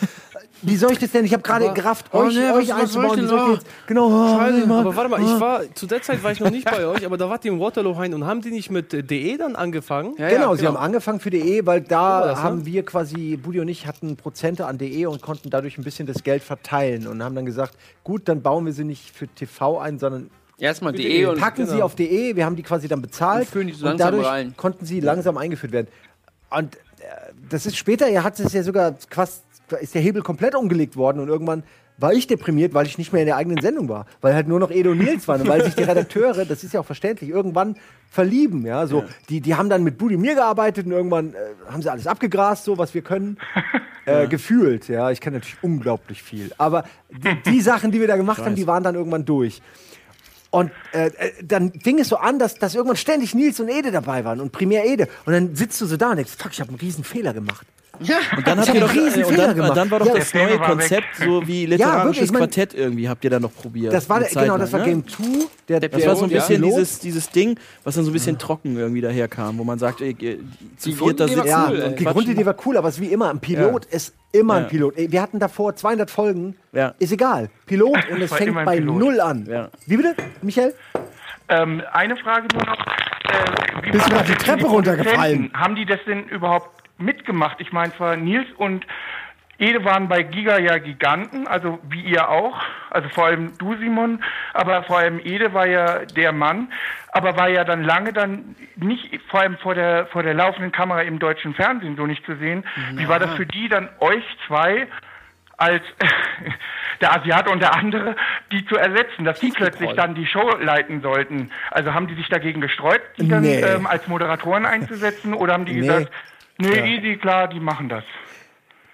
Speaker 3: wie soll ich das denn? Ich habe gerade gerafft,
Speaker 2: oh
Speaker 3: euch,
Speaker 2: nee, was-
Speaker 3: euch
Speaker 2: was soll
Speaker 3: einzubauen.
Speaker 2: ich
Speaker 3: Wie
Speaker 2: denn
Speaker 3: soll ich
Speaker 2: da?
Speaker 3: jetzt? Genau, oh, was soll ich machen?
Speaker 4: Aber warte mal, ich war, zu der Zeit war ich noch nicht bei euch, aber da wart ihr im Waterloo-Hain und haben die nicht mit äh, DE dann angefangen?
Speaker 2: ja, ja,
Speaker 3: genau, sie haben angefangen für DE, weil da
Speaker 4: war das, ne?
Speaker 3: haben wir quasi, Budi und ich hatten Prozente an DE und konnten dadurch ein bisschen das Geld verteilen und haben dann gesagt, gut, dann bauen wir sie nicht für TV ein, sondern
Speaker 2: Erstmal DE und. genau.
Speaker 3: packen sie auf DE, wir haben die quasi dann bezahlt
Speaker 2: Und führen die so
Speaker 3: und
Speaker 2: langsam
Speaker 3: dadurch
Speaker 2: rein.
Speaker 3: konnten sie langsam eingeführt werden. Und äh, das ist später, ja, hat es ja sogar quasi, ist der Hebel komplett umgelegt worden und irgendwann war ich deprimiert, weil ich nicht mehr in der eigenen Sendung war, weil halt nur noch Edo und Nils waren und weil sich die Redakteure, das ist ja auch verständlich, irgendwann verlieben, ja, so die die haben dann mit Budi und mir gearbeitet und irgendwann äh, haben sie alles abgegrast, so was wir können. Äh, Gefühlt, ja. Ich kann natürlich unglaublich viel. Aber die, die Sachen, die wir da gemacht haben, die waren dann irgendwann durch. Und äh, äh, dann fing es so an, dass, dass irgendwann ständig Nils und Ede dabei waren und primär Ede. Und dann sitzt du so da und denkst, fuck, ich habe einen riesen Fehler gemacht. Ja.
Speaker 1: Und dann, habt ihr doch, äh, und dann, und dann war doch das neue Konzept, so wie literarisches
Speaker 3: ich mein,
Speaker 1: Quartett irgendwie, habt ihr dann noch probiert.
Speaker 3: Das war
Speaker 1: eine
Speaker 3: der-
Speaker 1: Zeit ne?
Speaker 3: genau, das war Game Two, der-
Speaker 1: das war so ein
Speaker 3: der-
Speaker 1: bisschen
Speaker 3: ja.
Speaker 1: dieses, dieses Ding, was dann so ein bisschen trocken irgendwie daherkam, wo man sagt, ey, ihr- zu viert da sitzen
Speaker 3: ja,
Speaker 1: und
Speaker 3: und die
Speaker 1: quatschen.
Speaker 3: Grundidee war cool, aber es ist wie immer, ein Pilot ist immer
Speaker 1: Ja.
Speaker 3: ein Pilot. Ey, Wir hatten davor 200 Folgen,
Speaker 1: Ja.
Speaker 3: ist egal. Pilot und es
Speaker 14: War
Speaker 3: fängt
Speaker 14: immer ein
Speaker 3: bei
Speaker 14: Pilot.
Speaker 3: Null an. Wie bitte, Michael?
Speaker 14: Ähm, eine Frage nur noch. Äh, wie
Speaker 3: Bist du
Speaker 14: war
Speaker 3: gerade die
Speaker 14: das
Speaker 3: Treppe
Speaker 14: mit den
Speaker 3: runtergefallen?
Speaker 14: Produzenten? Haben die das denn überhaupt mitgemacht? Ich meine zwar, Nils und Ede waren bei Giga ja Giganten, also wie ihr auch, also vor allem du, Simon, aber vor allem Ede war ja der Mann, aber war ja dann lange dann nicht, vor allem vor der, vor der laufenden Kamera im deutschen Fernsehen so nicht zu sehen. Wie war das für die dann, euch zwei, als der Asiat und der andere, die zu ersetzen, dass die plötzlich dann die Show leiten sollten. Also haben die sich dagegen gesträubt, die dann
Speaker 3: Nee.
Speaker 14: ähm, als Moderatoren einzusetzen oder haben die
Speaker 3: Nee.
Speaker 14: gesagt, nee,
Speaker 3: Ja.
Speaker 14: easy, klar, die machen das.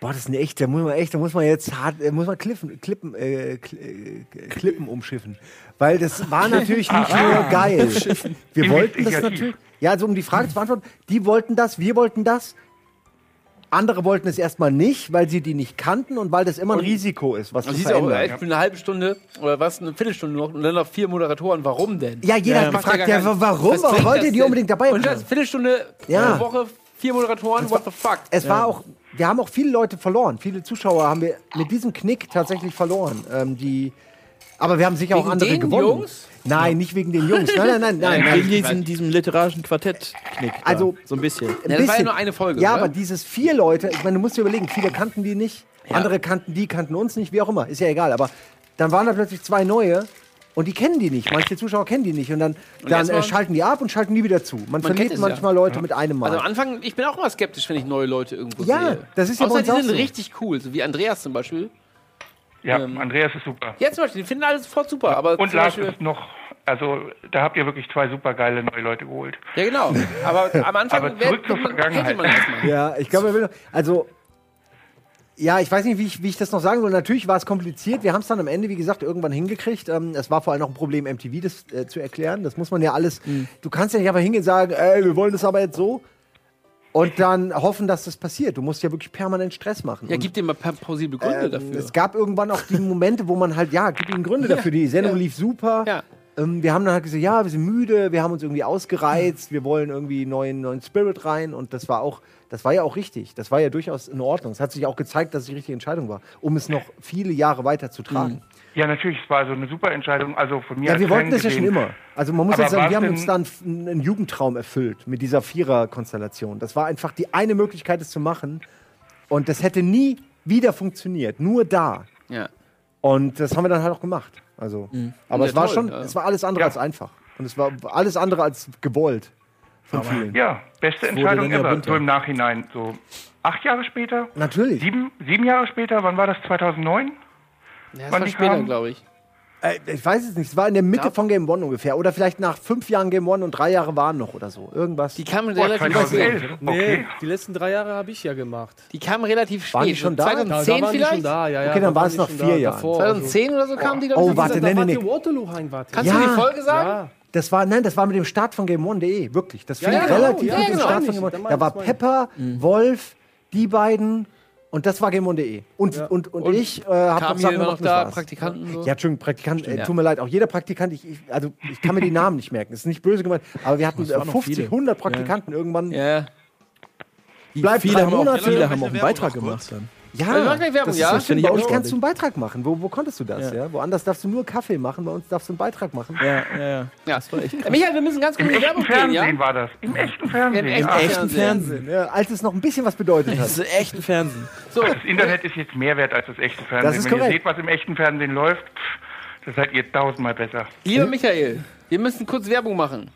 Speaker 3: Boah, das ist eine echt, da muss man echt, da muss man jetzt hart, äh, muss man klippen, klippen, äh, kl- äh, klippen umschiffen. Weil das war natürlich nicht
Speaker 14: Ah.
Speaker 3: nur geil.
Speaker 14: Umschiffen.
Speaker 3: Wir wollten das
Speaker 14: Investigativ.
Speaker 3: natürlich. Ja, also um die Frage zu beantworten, die wollten das, wir wollten das. Andere wollten es erstmal nicht, weil sie die nicht kannten und weil das immer ein Risiko ist, was
Speaker 2: Und
Speaker 3: zu
Speaker 2: siehst Also auch,
Speaker 3: verändern.
Speaker 2: echt für eine halbe Stunde oder was, eine Viertelstunde noch und dann noch vier Moderatoren. Warum denn?
Speaker 3: Ja, jeder hat
Speaker 2: macht
Speaker 3: gefragt,
Speaker 2: gar
Speaker 3: ja,
Speaker 2: keinen-
Speaker 3: warum?
Speaker 2: Was
Speaker 3: Warum
Speaker 2: bringt
Speaker 3: wollt
Speaker 2: das
Speaker 3: ihr die
Speaker 2: denn?
Speaker 3: unbedingt dabei
Speaker 2: Und
Speaker 3: haben?
Speaker 2: das Viertelstunde
Speaker 3: Ja.
Speaker 2: eine Woche, vier Moderatoren, what the fuck?
Speaker 3: Es war
Speaker 2: Ja.
Speaker 3: auch, wir haben auch viele Leute verloren. Viele Zuschauer haben wir mit diesem Knick tatsächlich verloren. Ähm, die, aber wir haben sicher
Speaker 1: Wegen
Speaker 3: auch andere
Speaker 1: den
Speaker 3: gewonnen.
Speaker 1: Jungs?
Speaker 3: Nein, nicht wegen den Jungs. Nein, nein, nein, nein. nein.
Speaker 1: Wegen diesem, diesem literarischen Quartett-Knick. da,
Speaker 3: Also,
Speaker 1: so ein bisschen.
Speaker 3: Ein bisschen. Ja, aber dieses vier Leute, ich meine, du musst dir überlegen, viele kannten die nicht, andere kannten die, kannten uns nicht, wie auch immer, ist ja egal. Aber dann waren da plötzlich zwei neue und die kennen die nicht. Manche Zuschauer kennen die nicht und dann, dann
Speaker 2: erstmal-
Speaker 3: äh, schalten die ab und schalten die wieder zu. Man,
Speaker 2: kennt
Speaker 3: verliert
Speaker 2: es ja.
Speaker 3: manchmal Leute mit einem Mal.
Speaker 2: Also am Anfang, ich bin auch immer skeptisch, wenn ich neue Leute irgendwo
Speaker 3: Ja,
Speaker 2: sehe.
Speaker 3: das ist ja bei
Speaker 2: Außer
Speaker 3: uns
Speaker 2: die
Speaker 3: auch
Speaker 2: sind
Speaker 3: so.
Speaker 2: richtig cool, so wie Andreas zum Beispiel.
Speaker 14: Ja,
Speaker 3: Ähm.
Speaker 14: Andreas ist super.
Speaker 2: Ja, zum Beispiel, die finden alles sofort super, aber
Speaker 14: und
Speaker 2: zum
Speaker 14: Lars
Speaker 2: Beispiel,
Speaker 14: ist noch, also da habt ihr wirklich zwei super geile neue Leute geholt.
Speaker 2: Ja, genau. Aber am Anfang
Speaker 14: Aber zurück zur Vergangenheit.
Speaker 3: Ja, ich glaube, er will noch, also ja, ich weiß nicht, wie ich, wie ich das noch sagen soll. Natürlich war es kompliziert. Wir haben es dann am Ende, wie gesagt, irgendwann hingekriegt. Ähm, es war vor allem noch ein Problem, MTV das äh, zu erklären. Das muss man ja alles. Du kannst ja nicht einfach hingehen und sagen, ey, wir wollen das aber jetzt so. Und dann hoffen, dass das passiert. Du musst ja wirklich permanent Stress machen.
Speaker 2: ja,
Speaker 3: Und,
Speaker 2: gib dir mal pa- plausible Gründe
Speaker 3: ähm,
Speaker 2: dafür.
Speaker 3: Es gab irgendwann auch die Momente, wo man halt, ja, gib ihnen Gründe dafür. Die Sendung lief super. Ähm, wir haben dann halt gesagt, ja, wir sind müde, wir haben uns irgendwie ausgereizt, wir wollen irgendwie neuen, neuen Spirit rein. Und das war auch, das war ja auch richtig. Das war ja durchaus in Ordnung. Es hat sich auch gezeigt, dass es die richtige Entscheidung war, um es noch viele Jahre weiter zu tragen.
Speaker 14: Ja, natürlich, es war also eine super Entscheidung, also von mir
Speaker 3: Ja,
Speaker 14: als
Speaker 3: wir wollten
Speaker 14: Fan
Speaker 3: das ja schon
Speaker 14: gesehen.
Speaker 3: immer. Also man muss
Speaker 14: Aber
Speaker 3: jetzt sagen,
Speaker 14: war's
Speaker 3: wir haben
Speaker 14: denn-
Speaker 3: uns dann f- einen Jugendtraum erfüllt mit dieser Vierer-Konstellation. Das war einfach die eine Möglichkeit, es zu machen. Und das hätte nie wieder funktioniert. Nur da.
Speaker 2: Ja.
Speaker 3: Und das haben wir dann halt auch gemacht. Also, aber
Speaker 2: Ja,
Speaker 3: es war
Speaker 2: toll,
Speaker 3: schon,
Speaker 2: ja.
Speaker 3: es war alles andere als einfach. Und es war alles andere als gewollt von vielen.
Speaker 14: Ja, beste
Speaker 3: Es wurde
Speaker 14: Entscheidung
Speaker 3: dann ja
Speaker 14: ever,
Speaker 3: bunter.
Speaker 14: so im Nachhinein. So acht Jahre später?
Speaker 3: Natürlich.
Speaker 14: Sieben, sieben Jahre später, wann war das? 2009?
Speaker 2: Ja, das
Speaker 14: Wann
Speaker 2: war
Speaker 14: die
Speaker 2: später,
Speaker 14: kamen?
Speaker 2: glaube ich.
Speaker 3: Äh, ich weiß es nicht. Es war in der Mitte von Game One ungefähr. Oder vielleicht nach fünf Jahren Game One und drei Jahre waren noch oder so. Irgendwas. Die
Speaker 2: kamen
Speaker 4: Nee, die letzten drei Jahre habe ich ja gemacht.
Speaker 2: Die kamen relativ spät.
Speaker 4: Waren die schon da?
Speaker 2: 2010
Speaker 4: Ja, da waren die
Speaker 2: vielleicht?
Speaker 4: schon da, ja, ja, Okay, dann da waren waren es die noch schon vier da, Jahre. davor.
Speaker 2: 2010 Also oder so kamen die, glaube ich.
Speaker 3: Oh, warte,
Speaker 4: da
Speaker 3: nee,
Speaker 4: wart
Speaker 3: nee,
Speaker 4: ihr
Speaker 3: nee.
Speaker 4: Waterloo-Hein, wart ihr.
Speaker 3: Kannst du die Ja. Folge
Speaker 2: sagen?
Speaker 3: Das war, nein, das war mit dem Start von GameOne.de, wirklich. Das
Speaker 4: Ja,
Speaker 3: fiel
Speaker 4: ja, genau,
Speaker 3: relativ
Speaker 4: ja,
Speaker 3: mit dem
Speaker 4: genau.
Speaker 3: Start von
Speaker 4: Meine ich,
Speaker 3: GameOne.
Speaker 4: da
Speaker 3: Da war
Speaker 4: meine ich,
Speaker 3: Pepper,
Speaker 1: Mhm.
Speaker 3: Wolf, die beiden und das war GameOne.de. Und, und, und, ich äh, habe
Speaker 2: Kamil
Speaker 3: noch Sachen
Speaker 2: war
Speaker 3: gemacht,
Speaker 2: noch da,
Speaker 3: das war's.
Speaker 2: Praktikanten so.
Speaker 3: Ja, Entschuldigung, Praktikanten, äh,
Speaker 2: Ja.
Speaker 3: tut mir leid, auch jeder Praktikant, ich, ich, also ich kann mir die Namen nicht merken, das ist nicht böse gemeint, aber wir hatten
Speaker 1: Es waren
Speaker 3: äh,
Speaker 1: noch
Speaker 3: 50,
Speaker 1: viele.
Speaker 3: 100 Praktikanten irgendwann.
Speaker 2: Ja.
Speaker 3: Bleibt
Speaker 1: viele
Speaker 3: drei
Speaker 1: haben auch,
Speaker 3: Monate.
Speaker 1: viele haben auch einen Beitrag gemacht dann.
Speaker 3: Ja,
Speaker 2: Also, mach gleich Werbung,
Speaker 3: das ist
Speaker 2: ja?
Speaker 3: so
Speaker 2: Das
Speaker 3: schön.
Speaker 2: finde ich
Speaker 3: Bei
Speaker 2: auch
Speaker 3: uns kannst
Speaker 2: sportlich.
Speaker 3: du einen Beitrag machen. Wo, wo konntest du das? Ja. Woanders darfst du nur Kaffee machen, bei uns darfst du einen Beitrag machen.
Speaker 1: Ja, ja, ja.
Speaker 2: Ja. Äh, Michael, wir müssen ganz kurz
Speaker 3: Im
Speaker 2: in die
Speaker 3: echten
Speaker 2: Werbung gehen, ja?
Speaker 14: Fernsehen war das. Im echten
Speaker 2: Im
Speaker 14: Fernsehen.
Speaker 3: Im
Speaker 2: echten
Speaker 3: echten
Speaker 2: Fernsehen.
Speaker 3: Fernsehen, ja, als es noch ein bisschen was bedeutet hat.
Speaker 1: Im echten Fernsehen.
Speaker 2: So.
Speaker 14: Also Das Internet ist jetzt mehr wert als das echte Fernsehen.
Speaker 3: ist
Speaker 14: Wenn
Speaker 3: korrekt.
Speaker 14: ihr seht, was im echten Fernsehen läuft, pff, das seid ihr tausendmal besser.
Speaker 2: Lieber Michael, wir müssen kurz Werbung machen.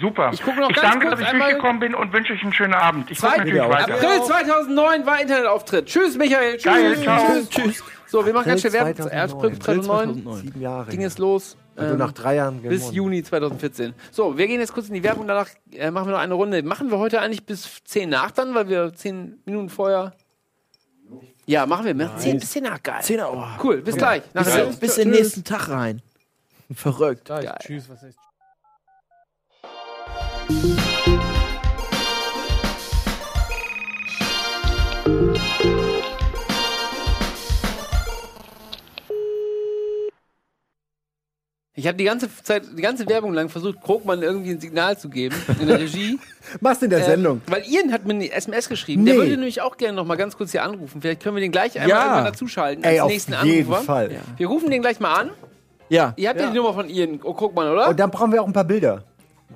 Speaker 14: Super.
Speaker 2: Ich gucke noch ganz
Speaker 14: danke,
Speaker 2: kurz
Speaker 14: dass ich
Speaker 2: einmal-
Speaker 14: durchgekommen bin und wünsche euch einen schönen Abend. Ich gucke
Speaker 2: Zwei-
Speaker 1: genau.
Speaker 14: natürlich weiter.
Speaker 2: April 2009 war Internetauftritt. Tschüss, Michael. Tschüss.
Speaker 14: Geil, ciao.
Speaker 2: tschüss, tschüss. So, wir machen ganz schnell Werbung.
Speaker 3: 2009.
Speaker 2: April 2009.
Speaker 3: Sieben Jahre.
Speaker 2: Ging es los. ähm,
Speaker 3: Also nach drei Jahren
Speaker 2: Bis
Speaker 3: gewonnen.
Speaker 2: Juni 2014. So, wir gehen jetzt kurz in die Werbung. Danach äh, machen wir noch eine Runde. Machen wir heute eigentlich bis 10 nach dann, weil wir 10 Minuten vorher. Ja, machen wir. Nice. 10 bis 10 nach. Geil.
Speaker 1: Zehner, oh.
Speaker 2: Cool, bis gleich.
Speaker 1: Bis,
Speaker 2: Nachher.
Speaker 1: bis in den nächsten Tag rein. Verrückt.
Speaker 4: Gleich. Tschüss, was ist.
Speaker 2: Ich habe die ganze Zeit, die ganze Werbung lang versucht, Krogmann irgendwie ein Signal zu geben in der Regie.
Speaker 3: Machst in der
Speaker 2: Äh,
Speaker 3: Sendung.
Speaker 2: Weil Ian hat mir eine SMS geschrieben. Der
Speaker 3: Nee.
Speaker 2: würde nämlich auch gerne noch mal ganz kurz hier anrufen. Vielleicht können wir den gleich einmal
Speaker 3: Ja.
Speaker 2: irgendwann dazuschalten.
Speaker 3: Ey, auf jeden Fall.
Speaker 2: Ja. Wir rufen den gleich mal an.
Speaker 1: Ja.
Speaker 2: Ihr habt ja die Nummer von Ian oh, Krogmann, oder?
Speaker 3: Und dann brauchen wir auch ein paar Bilder.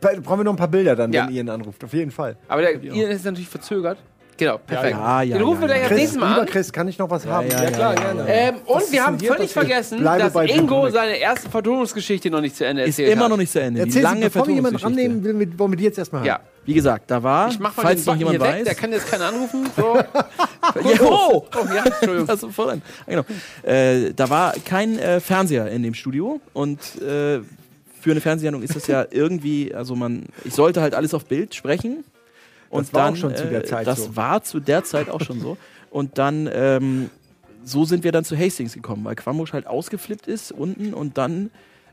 Speaker 3: Ba- Brauchen wir noch ein paar Bilder dann,
Speaker 2: Ja.
Speaker 3: wenn ihr ihn anruft. Auf jeden Fall.
Speaker 2: Aber der Ian ist natürlich verzögert. Genau, perfekt.
Speaker 3: Ja, ja,
Speaker 2: den rufen wir
Speaker 3: ja,
Speaker 2: gleich
Speaker 3: ja.
Speaker 2: als
Speaker 3: Chris,
Speaker 2: nächstes Mal an.
Speaker 3: Lieber Chris, kann ich noch was haben?
Speaker 2: ja, klar, gerne. Ähm,
Speaker 3: Was
Speaker 2: und
Speaker 3: ist
Speaker 2: wir
Speaker 3: denn
Speaker 2: haben
Speaker 3: hier
Speaker 2: völlig
Speaker 3: passiert?
Speaker 2: vergessen,
Speaker 3: Bleibe
Speaker 2: dass
Speaker 3: bei
Speaker 2: Ingo
Speaker 3: Botanik.
Speaker 2: seine erste Vertonungsgeschichte noch nicht zu Ende
Speaker 1: Ist
Speaker 2: erzählt
Speaker 1: immer
Speaker 2: hat.
Speaker 1: noch nicht zu Ende.
Speaker 3: Erzähl sie,
Speaker 1: lange
Speaker 3: bevor wir jemanden
Speaker 1: Vertonungsgeschichte.
Speaker 3: rannehmen, will- wollen wir die jetzt erstmal hören.
Speaker 1: Ja. Wie gesagt, da war,
Speaker 2: Ich mach mal den
Speaker 1: falls noch
Speaker 2: Button
Speaker 1: jemand
Speaker 2: hier weg,
Speaker 1: weiß.
Speaker 2: der kann jetzt keinen anrufen. So.
Speaker 1: Ja, oh!
Speaker 2: oh, ja, Entschuldigung.
Speaker 1: Das ist voll ein, Ah, genau. äh, da war kein äh, Fernseher in dem Studio und äh, für eine Fernsehsendung ist das ja irgendwie, also man, ich sollte halt alles auf Bild sprechen. Und
Speaker 3: war auch
Speaker 1: dann, äh,
Speaker 3: schon zu der Zeit
Speaker 1: Das
Speaker 3: so.
Speaker 1: war zu der Zeit auch schon so. Und dann, ähm, so sind wir dann zu Hastings gekommen, weil Quambusch halt ausgeflippt ist unten und dann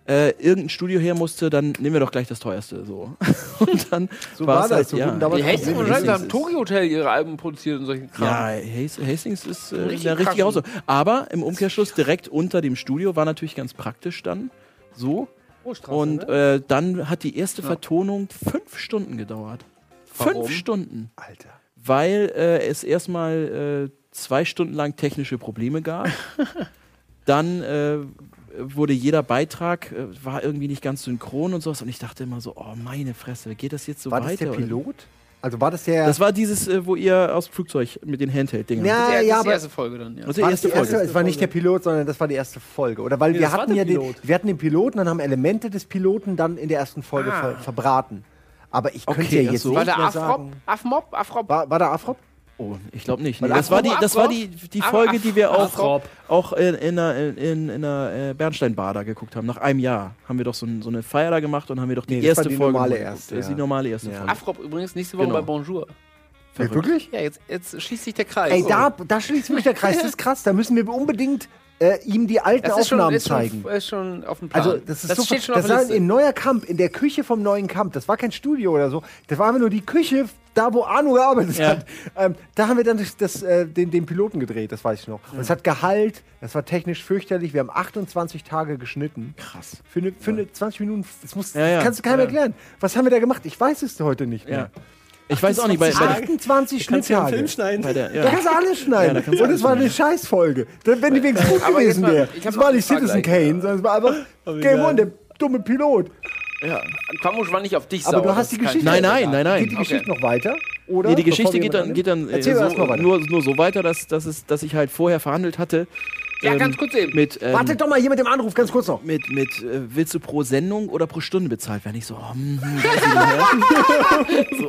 Speaker 1: äh, irgendein Studio her musste, dann nehmen wir doch gleich das teuerste. So. Und dann
Speaker 3: So
Speaker 1: war's
Speaker 3: war das,
Speaker 1: halt,
Speaker 3: so
Speaker 1: ja.
Speaker 3: wurden damals
Speaker 2: Die Hastings und Randall haben
Speaker 1: ist-
Speaker 2: Tokyo Hotel ihre Alben produziert und solchen Kram.
Speaker 1: ja, Hast- Hastings ist äh,
Speaker 2: Richtig
Speaker 1: der richtige
Speaker 2: krass.
Speaker 1: Haus. Aber im Umkehrschluss direkt unter dem Studio war natürlich ganz praktisch dann so.
Speaker 4: Hochstraße,
Speaker 1: Und äh, dann hat die erste Vertonung fünf Stunden gedauert.
Speaker 2: Warum?
Speaker 1: Fünf Stunden. Alter. Weil äh, es erstmal äh, zwei Stunden lang technische Probleme gab. dann äh, wurde jeder Beitrag äh, war irgendwie nicht ganz synchron und sowas. Und ich dachte immer so, oh meine Fresse, geht das jetzt so
Speaker 3: War das
Speaker 1: weiter?
Speaker 3: der
Speaker 1: oder?
Speaker 3: Pilot? Also war das der.
Speaker 1: Das war dieses, äh, wo ihr aus dem Flugzeug mit den Handheld-Dingern.
Speaker 3: Ja,
Speaker 2: das ist die-
Speaker 3: ja,
Speaker 2: das ist die
Speaker 3: aber-
Speaker 2: erste Folge dann. Ja.
Speaker 1: Also-
Speaker 3: war das
Speaker 1: erste
Speaker 3: die
Speaker 1: Folge.
Speaker 3: erste, es war nicht der Pilot, sondern das war die erste Folge. Oder weil
Speaker 4: Nee,
Speaker 3: wir
Speaker 4: das war
Speaker 3: hatten
Speaker 4: der
Speaker 3: ja den,
Speaker 4: Pilot.
Speaker 3: wir hatten den Piloten, dann haben Elemente des Piloten dann in der ersten Folge ver verbraten. Aber ich könnte
Speaker 1: Okay,
Speaker 3: ja
Speaker 1: ach
Speaker 3: jetzt
Speaker 1: so.
Speaker 2: War
Speaker 3: nicht
Speaker 2: der
Speaker 3: mehr
Speaker 2: Afrop?
Speaker 3: sagen.
Speaker 2: Afmop? Afrop?
Speaker 3: War, war der Afrop?
Speaker 1: Oh, ich glaube nicht. Nee.
Speaker 3: Weil
Speaker 1: Das, war die,
Speaker 2: Afro-
Speaker 1: das war
Speaker 2: Afro-
Speaker 1: die, die
Speaker 2: Afro-
Speaker 1: Folge, die wir auch,
Speaker 4: Afro-
Speaker 1: auch in, in, einer- in, in einer äh, Bernsteinbader geguckt haben. Nach einem Jahr haben wir doch so, ein, so eine Feier da gemacht und haben wir doch die
Speaker 3: Nee, das
Speaker 1: erste
Speaker 3: war die
Speaker 1: Folge.
Speaker 3: normale
Speaker 1: geguckt.
Speaker 3: erste,
Speaker 1: Das ist die
Speaker 3: ja.
Speaker 1: normale erste
Speaker 3: Ja.
Speaker 1: Folge.
Speaker 2: Afrop übrigens nächste Woche
Speaker 1: Genau.
Speaker 2: bei Bonjour.
Speaker 3: Ja, wirklich?
Speaker 2: Ja, jetzt, jetzt schließt sich der Kreis. Oh.
Speaker 3: Ey, da, da schließt mich der Kreis. Das ist krass. Da müssen wir unbedingt äh, ihm die alten
Speaker 2: das ist schon,
Speaker 3: Aufnahmen
Speaker 2: ist,
Speaker 3: zeigen.
Speaker 2: schon, ist schon auf dem Plan.
Speaker 3: Also, das ist so
Speaker 2: steht schon auf
Speaker 3: Das
Speaker 2: der
Speaker 3: war
Speaker 2: Liste.
Speaker 3: in neuer Kamp, in der Küche vom neuen Kamp. Das war kein Studio oder so. Das war einfach nur die Küche, da wo Arno gearbeitet
Speaker 1: Ja.
Speaker 3: hat. Ähm, da haben wir dann das, das, äh, den, den Piloten gedreht, das weiß ich noch. Und es hat Gehalt, das war technisch fürchterlich. Wir haben 28 Tage geschnitten. Krass. Für, eine- für eine 20 Minuten, das, muss,
Speaker 1: Ja, ja.
Speaker 3: kannst du keinem
Speaker 1: Ja.
Speaker 3: erklären. Was haben wir da gemacht? Ich weiß es heute nicht mehr.
Speaker 1: Ja. Ich weiß auch nicht, bei, bei,
Speaker 3: 28
Speaker 4: Kannst du ja
Speaker 3: Schnitttage.
Speaker 4: einen Film schneiden?
Speaker 1: bei der.
Speaker 3: Da
Speaker 1: Ja.
Speaker 3: kannst du alles schneiden.
Speaker 1: Ja, da kannst du
Speaker 3: und
Speaker 1: alles
Speaker 3: es war eine Scheißfolge. Da- Wenn die wenigstens gut
Speaker 2: Aber jetzt
Speaker 3: gewesen
Speaker 2: mal-
Speaker 3: wäre.
Speaker 2: ich hab
Speaker 3: Es
Speaker 2: noch
Speaker 3: war
Speaker 2: eine
Speaker 3: nicht
Speaker 2: Frage
Speaker 3: Citizen
Speaker 2: gleich.
Speaker 3: Kane, sondern es war einfach
Speaker 2: Oh,
Speaker 3: Game
Speaker 4: egal.
Speaker 3: On, der dumme Pilot.
Speaker 1: Ja.
Speaker 2: Quammusch war nicht auf dich
Speaker 3: Aber
Speaker 2: sauer,
Speaker 3: du hast
Speaker 2: das
Speaker 3: die
Speaker 2: kann ich
Speaker 3: Geschichte.
Speaker 1: Nein,
Speaker 2: nicht
Speaker 1: nein,
Speaker 2: sagen.
Speaker 1: nein,
Speaker 3: Geht die
Speaker 1: nein.
Speaker 2: Okay.
Speaker 3: Geschichte noch weiter? Oder
Speaker 1: Nee, die Geschichte
Speaker 3: Bevor wir
Speaker 1: geht dann,
Speaker 3: jemanden
Speaker 1: geht dann äh,
Speaker 3: Erzähl erst
Speaker 1: so,
Speaker 3: mal weiter.
Speaker 1: nur, nur so weiter, dass, dass, es, dass ich halt vorher verhandelt hatte.
Speaker 2: Ja,
Speaker 1: ähm,
Speaker 2: ganz kurz eben.
Speaker 1: Mit, ähm,
Speaker 3: Wartet doch mal hier mit dem Anruf, ganz kurz noch.
Speaker 1: mit, mit äh, willst du pro Sendung oder pro Stunde bezahlt werden? Ich so, oh, hm,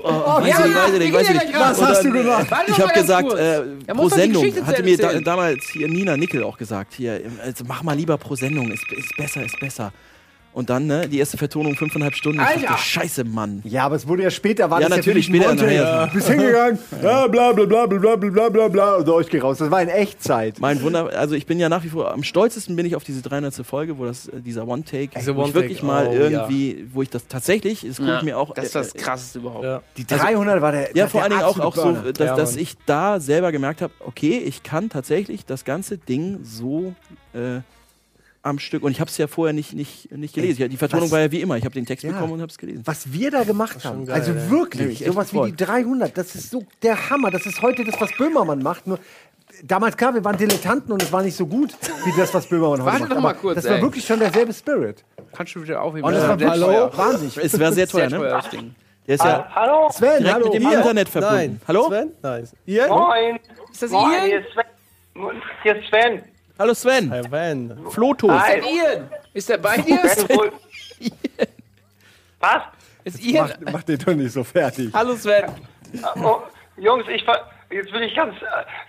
Speaker 1: oh, weiß ich nicht, weiß ich nicht, weiß ich nicht.
Speaker 3: Was
Speaker 1: Und
Speaker 3: hast
Speaker 1: dann,
Speaker 3: du gemacht?
Speaker 1: äh,
Speaker 2: Warte
Speaker 1: Ich
Speaker 2: doch
Speaker 1: habe
Speaker 2: mal ganz
Speaker 1: gesagt,
Speaker 2: kurz.
Speaker 1: äh,
Speaker 2: Er muss
Speaker 1: pro
Speaker 2: doch die
Speaker 1: Sendung
Speaker 2: Geschichte
Speaker 1: hatte mir da,
Speaker 2: erzählen.
Speaker 1: damals hier Nina Nickel auch gesagt, hier, also mach mal lieber pro Sendung, ist, ist besser, ist besser. Und dann, ne, die erste Vertonung, fünfeinhalb Stunden, ich
Speaker 2: Alter.
Speaker 1: dachte, scheiße, Mann.
Speaker 3: Ja, aber es wurde ja später, war
Speaker 1: Ja,
Speaker 3: das
Speaker 1: natürlich,
Speaker 3: wirklich ein
Speaker 1: später
Speaker 3: Montage.
Speaker 1: nachher.
Speaker 3: Du bist hingegangen, ja, bla bla bla bla bla bla bla bla bla. Und so, ich geh raus. Das war in Echtzeit.
Speaker 1: Mein Wunder, also ich bin ja nach wie vor, am stolzesten bin ich auf diese 300. Folge, wo das, äh, dieser One-Take,
Speaker 4: Diese
Speaker 1: wo ich
Speaker 4: One-Take,
Speaker 1: wirklich mal
Speaker 4: oh,
Speaker 1: irgendwie, wo ich das tatsächlich, das gucke
Speaker 2: Ja,
Speaker 1: ich mir auch,
Speaker 2: Das ist
Speaker 1: äh,
Speaker 2: das Krasseste überhaupt.
Speaker 4: Ja.
Speaker 3: Die 300 war der
Speaker 1: Also, Ja,
Speaker 3: war
Speaker 1: vor
Speaker 3: der
Speaker 1: allen Dingen auch, auch
Speaker 3: absolute
Speaker 1: so,
Speaker 3: Burner.
Speaker 1: dass,
Speaker 4: Ja,
Speaker 1: dass
Speaker 4: Mann.
Speaker 1: ich da selber gemerkt habe, okay, ich kann tatsächlich das ganze Ding so äh, am Stück. Und ich habe es ja vorher nicht, nicht, nicht gelesen. die Vertonung
Speaker 3: was-
Speaker 1: war ja wie immer. Ich habe den Text
Speaker 3: Ja.
Speaker 1: bekommen und habe es gelesen.
Speaker 3: Was wir da gemacht haben,
Speaker 4: geil,
Speaker 3: also
Speaker 4: ey.
Speaker 3: wirklich,
Speaker 1: echt
Speaker 3: sowas
Speaker 1: voll.
Speaker 3: wie die 300, das ist so der Hammer. Das ist heute das, was Böhmermann macht. Nur damals, klar, wir waren Dilettanten und es war nicht so gut wie das, was Böhmermann heute
Speaker 2: Warte
Speaker 3: macht.
Speaker 2: doch mal
Speaker 3: Aber
Speaker 2: kurz,
Speaker 3: das war
Speaker 2: ey.
Speaker 3: wirklich schon derselbe Spirit.
Speaker 2: Kannst du wieder aufheben?
Speaker 3: Und das
Speaker 2: Ja,
Speaker 3: war
Speaker 2: sehr
Speaker 3: wirklich
Speaker 2: teuer.
Speaker 3: wahnsinnig.
Speaker 1: Es war sehr teuer,
Speaker 2: Sehr
Speaker 1: ne?
Speaker 2: teuer, das Ding.
Speaker 1: Der ist ja
Speaker 5: Hallo?
Speaker 3: Sven,
Speaker 1: direkt
Speaker 3: hallo.
Speaker 1: mit dem
Speaker 3: Hier.
Speaker 1: Internet verbunden.
Speaker 4: Nein.
Speaker 1: Hallo?
Speaker 4: Sven? Nein. Ihr?
Speaker 5: Moin.
Speaker 2: Ist das
Speaker 5: Moin, hier
Speaker 2: Ian?
Speaker 5: ist Sven. Hier ist Sven.
Speaker 1: Hallo Sven.
Speaker 4: Herr Van.
Speaker 1: Floto.
Speaker 5: Hi.
Speaker 2: Ian! Ist der bei dir?
Speaker 5: Sven Rul- Was?
Speaker 2: Ist Ian?
Speaker 3: Mach, mach den doch nicht so fertig.
Speaker 2: Hallo Sven.
Speaker 5: Oh, Jungs, ich ver jetzt bin ich ganz,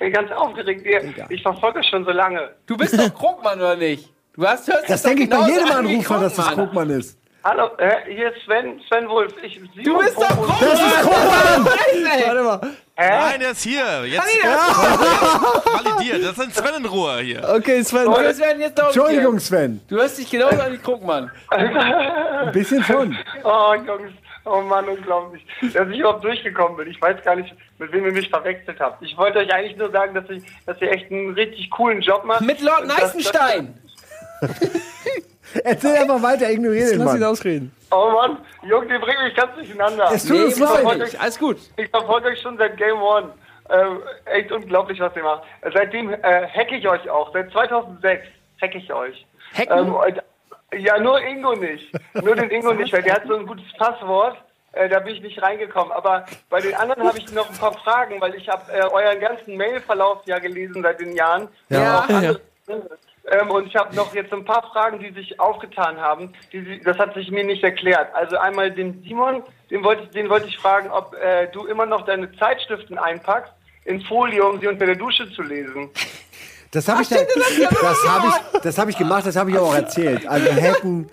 Speaker 5: äh, ganz aufgeregt. Ihr, ich verfolge euch schon so lange.
Speaker 2: Du bist doch Krogmann, oder nicht? Du hast, hörst dich
Speaker 3: Das
Speaker 2: doch
Speaker 3: denke ich bei
Speaker 2: genauso
Speaker 3: jedem
Speaker 2: an wie
Speaker 3: Anrufer, dass das
Speaker 2: Krogmann.
Speaker 3: Krogmann ist.
Speaker 15: Hallo, äh, hier ist Sven, Sven Wolf. Ich, du bist doch Koran!
Speaker 16: Das ist Koran!
Speaker 15: Warte
Speaker 4: mal.
Speaker 16: Nein, der ist hier. Jetzt
Speaker 15: Ah, nee, der ist-
Speaker 16: validiert. Das sind Sven in Ruhe hier.
Speaker 4: Okay, Sven.
Speaker 2: Oh, das werden jetzt laut
Speaker 16: Entschuldigung,
Speaker 2: hier.
Speaker 3: Sven.
Speaker 2: Du hörst dich genauso an wie Krugmann.
Speaker 3: Ein bisschen schon.
Speaker 15: Oh, Jungs, oh Mann, unglaublich. Dass ich überhaupt durchgekommen bin. Ich weiß gar nicht, mit wem ihr mich verwechselt habt. Ich wollte euch eigentlich nur sagen, dass, ich, dass ihr echt einen richtig coolen Job macht.
Speaker 2: Mit Lord Neisenstein!
Speaker 3: Erzähl einfach weiter, ignoriere den
Speaker 15: lass ihn
Speaker 3: Mann.
Speaker 4: ausreden.
Speaker 15: Oh Mann, Jungs, ihr bringt mich ganz durcheinander.
Speaker 3: Es tut Nee, uns leid.
Speaker 15: verfolge
Speaker 3: nicht.
Speaker 15: euch-
Speaker 2: Alles gut.
Speaker 15: Ich verfolge euch schon seit Game One. Ähm, echt unglaublich, was ihr macht. Seitdem äh, hacke ich euch auch. Seit 2006 hacke ich euch. Ähm,
Speaker 2: Hacken?
Speaker 15: und- ja, nur Ingo nicht. Nur den Ingo nicht, weil der hat so ein gutes Passwort. Äh, da bin ich nicht reingekommen. Aber bei den anderen habe ich noch ein paar Fragen, weil ich habe äh, euren ganzen Mailverlauf ja gelesen seit den Jahren.
Speaker 3: Ja.
Speaker 15: Und auch
Speaker 8: also
Speaker 15: andere ähm, und ich habe noch jetzt ein paar Fragen, die sich aufgetan haben. Die, sie- das hat sich mir nicht erklärt. Also einmal den Simon, den wollte ich, den wollte ich fragen, ob äh, du immer noch deine Zeitschriften einpackst in Folie, um sie unter der Dusche zu lesen.
Speaker 3: Das habe ich, da, das hab ich, das hab ich gemacht, das habe ich auch erzählt. Also hacken,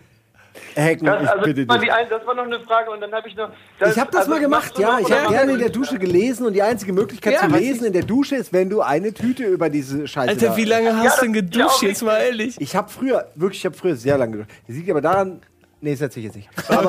Speaker 3: hacken,
Speaker 15: Das,
Speaker 3: ich
Speaker 15: also
Speaker 3: bitte
Speaker 15: das, war
Speaker 3: dich.
Speaker 15: die, ein- das war noch eine Frage und dann habe ich noch.
Speaker 3: ich habe das
Speaker 15: also
Speaker 3: mal gemacht,
Speaker 15: machst du
Speaker 3: ja.
Speaker 15: noch
Speaker 3: Ich
Speaker 15: oder
Speaker 3: habe gerne in der
Speaker 15: machst
Speaker 3: Dusche gelesen und die einzige Möglichkeit
Speaker 15: Ja,
Speaker 3: zu
Speaker 15: weiß
Speaker 3: lesen in der Dusche ist, wenn du eine Tüte über diese Scheiße.
Speaker 4: Alter,
Speaker 3: da-
Speaker 4: wie lange hast du denn geduscht? Jetzt mal ehrlich.
Speaker 3: Ich habe früher, wirklich, ich habe früher sehr lange geduscht. Das liegt aber daran, nee, das erzähl ich jetzt nicht.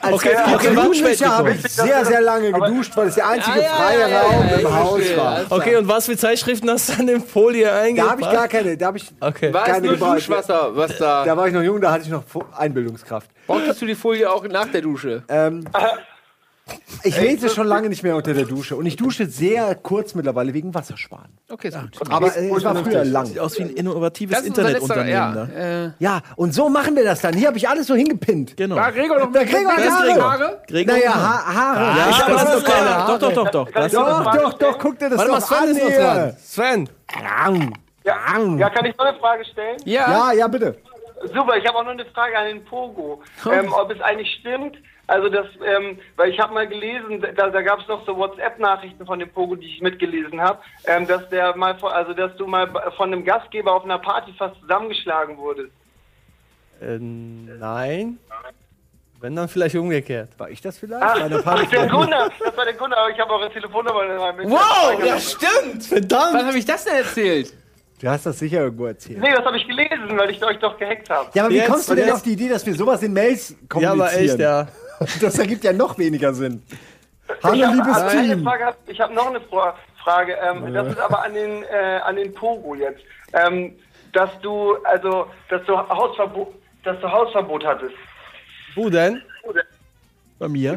Speaker 3: Aber als
Speaker 4: Okay, okay,
Speaker 3: als
Speaker 4: war
Speaker 3: Jugendlicher
Speaker 4: spät
Speaker 3: habe
Speaker 4: gekommen.
Speaker 3: ich sehr, sehr lange geduscht, weil es der einzige freie Raum im Haus war.
Speaker 4: Okay, und was für Zeitschriften hast du dann in Folie eingepackt?
Speaker 3: hab ich gar keine, da habe ich
Speaker 4: okay.
Speaker 2: War es
Speaker 3: Keine
Speaker 2: nur
Speaker 3: gebraucht.
Speaker 2: Duschwasser, was da...
Speaker 3: Da war ich noch jung, da hatte ich noch Vo- Einbildungskraft.
Speaker 2: Brauchtest du die Folie auch nach der Dusche?
Speaker 3: Ähm, ich lese schon lange nicht mehr unter der Dusche und ich dusche sehr kurz mittlerweile wegen Wassersparen.
Speaker 2: Okay, ist
Speaker 3: gut. Aber, äh, es war früher lang.
Speaker 1: Sieht aus wie ein innovatives
Speaker 3: Das ist unser letzter-
Speaker 1: Internetunternehmen.
Speaker 3: ja,
Speaker 1: da.
Speaker 3: Ja, und so machen wir das dann. Hier habe ich alles so hingepinnt.
Speaker 1: Genau.
Speaker 3: Da
Speaker 1: War Gregor
Speaker 3: Gregor
Speaker 1: noch
Speaker 3: noch da
Speaker 1: mit-
Speaker 3: Gregor
Speaker 1: Das ist
Speaker 3: Haare.
Speaker 1: Gregor. Haare? Gregor
Speaker 3: naja,
Speaker 1: noch.
Speaker 3: ha Haare.
Speaker 1: Ja,
Speaker 3: Ich hab
Speaker 1: das
Speaker 3: alles
Speaker 1: ist
Speaker 3: noch keine
Speaker 1: doch, doch,
Speaker 3: Haare.
Speaker 1: doch, doch.
Speaker 3: Doch,
Speaker 1: Kannst du
Speaker 3: doch,
Speaker 1: noch
Speaker 3: doch, doch. Guck dir das
Speaker 1: Warte mal,
Speaker 3: doch
Speaker 1: Sven
Speaker 3: an.
Speaker 1: ist noch
Speaker 3: hier.
Speaker 1: dran.
Speaker 4: Sven.
Speaker 15: du- Ja, kann ich noch eine Frage stellen?
Speaker 3: Ja, ja, bitte.
Speaker 15: Super, ich habe auch noch eine Frage an den Pogo.
Speaker 3: Oh.
Speaker 15: Ähm, ob es eigentlich stimmt, also das, ähm, weil ich habe mal gelesen, da, da gab es noch so WhatsApp-Nachrichten von dem Pogo, die ich mitgelesen habe, ähm, dass der mal, von, also dass du mal b- von einem Gastgeber auf einer Party fast zusammengeschlagen wurdest.
Speaker 4: Äh, nein. Wenn, dann vielleicht umgekehrt.
Speaker 3: War ich das vielleicht?
Speaker 15: Ach, der Gunnar, das war der Gunnar, aber ich habe eure Telefonnummer in meinem
Speaker 2: Wow,
Speaker 15: Internet-
Speaker 2: ja stimmt!
Speaker 4: Verdammt!
Speaker 2: Wann habe ich das denn erzählt?
Speaker 3: Du hast das sicher irgendwo erzählt.
Speaker 15: Nee, das habe ich gelesen, weil ich euch doch gehackt habe.
Speaker 3: Ja, aber wie kommst du denn auf die Idee, dass wir sowas in Mails
Speaker 15: Ja,
Speaker 3: kommunizieren?
Speaker 15: aber echt, ja.
Speaker 3: Das ergibt ja noch weniger Sinn.
Speaker 15: Ich
Speaker 3: Hallo,
Speaker 15: hab-
Speaker 3: liebes
Speaker 15: aber eine
Speaker 3: Team.
Speaker 15: Frage hab- Ich habe noch eine Fra- Frage. Ähm,
Speaker 3: Ja.
Speaker 15: Das ist aber an den, äh, an den Pogo jetzt. Ähm, dass du, also, dass du Hausverbot, dass du Hausverbot hattest.
Speaker 4: Wo denn? Bei mir.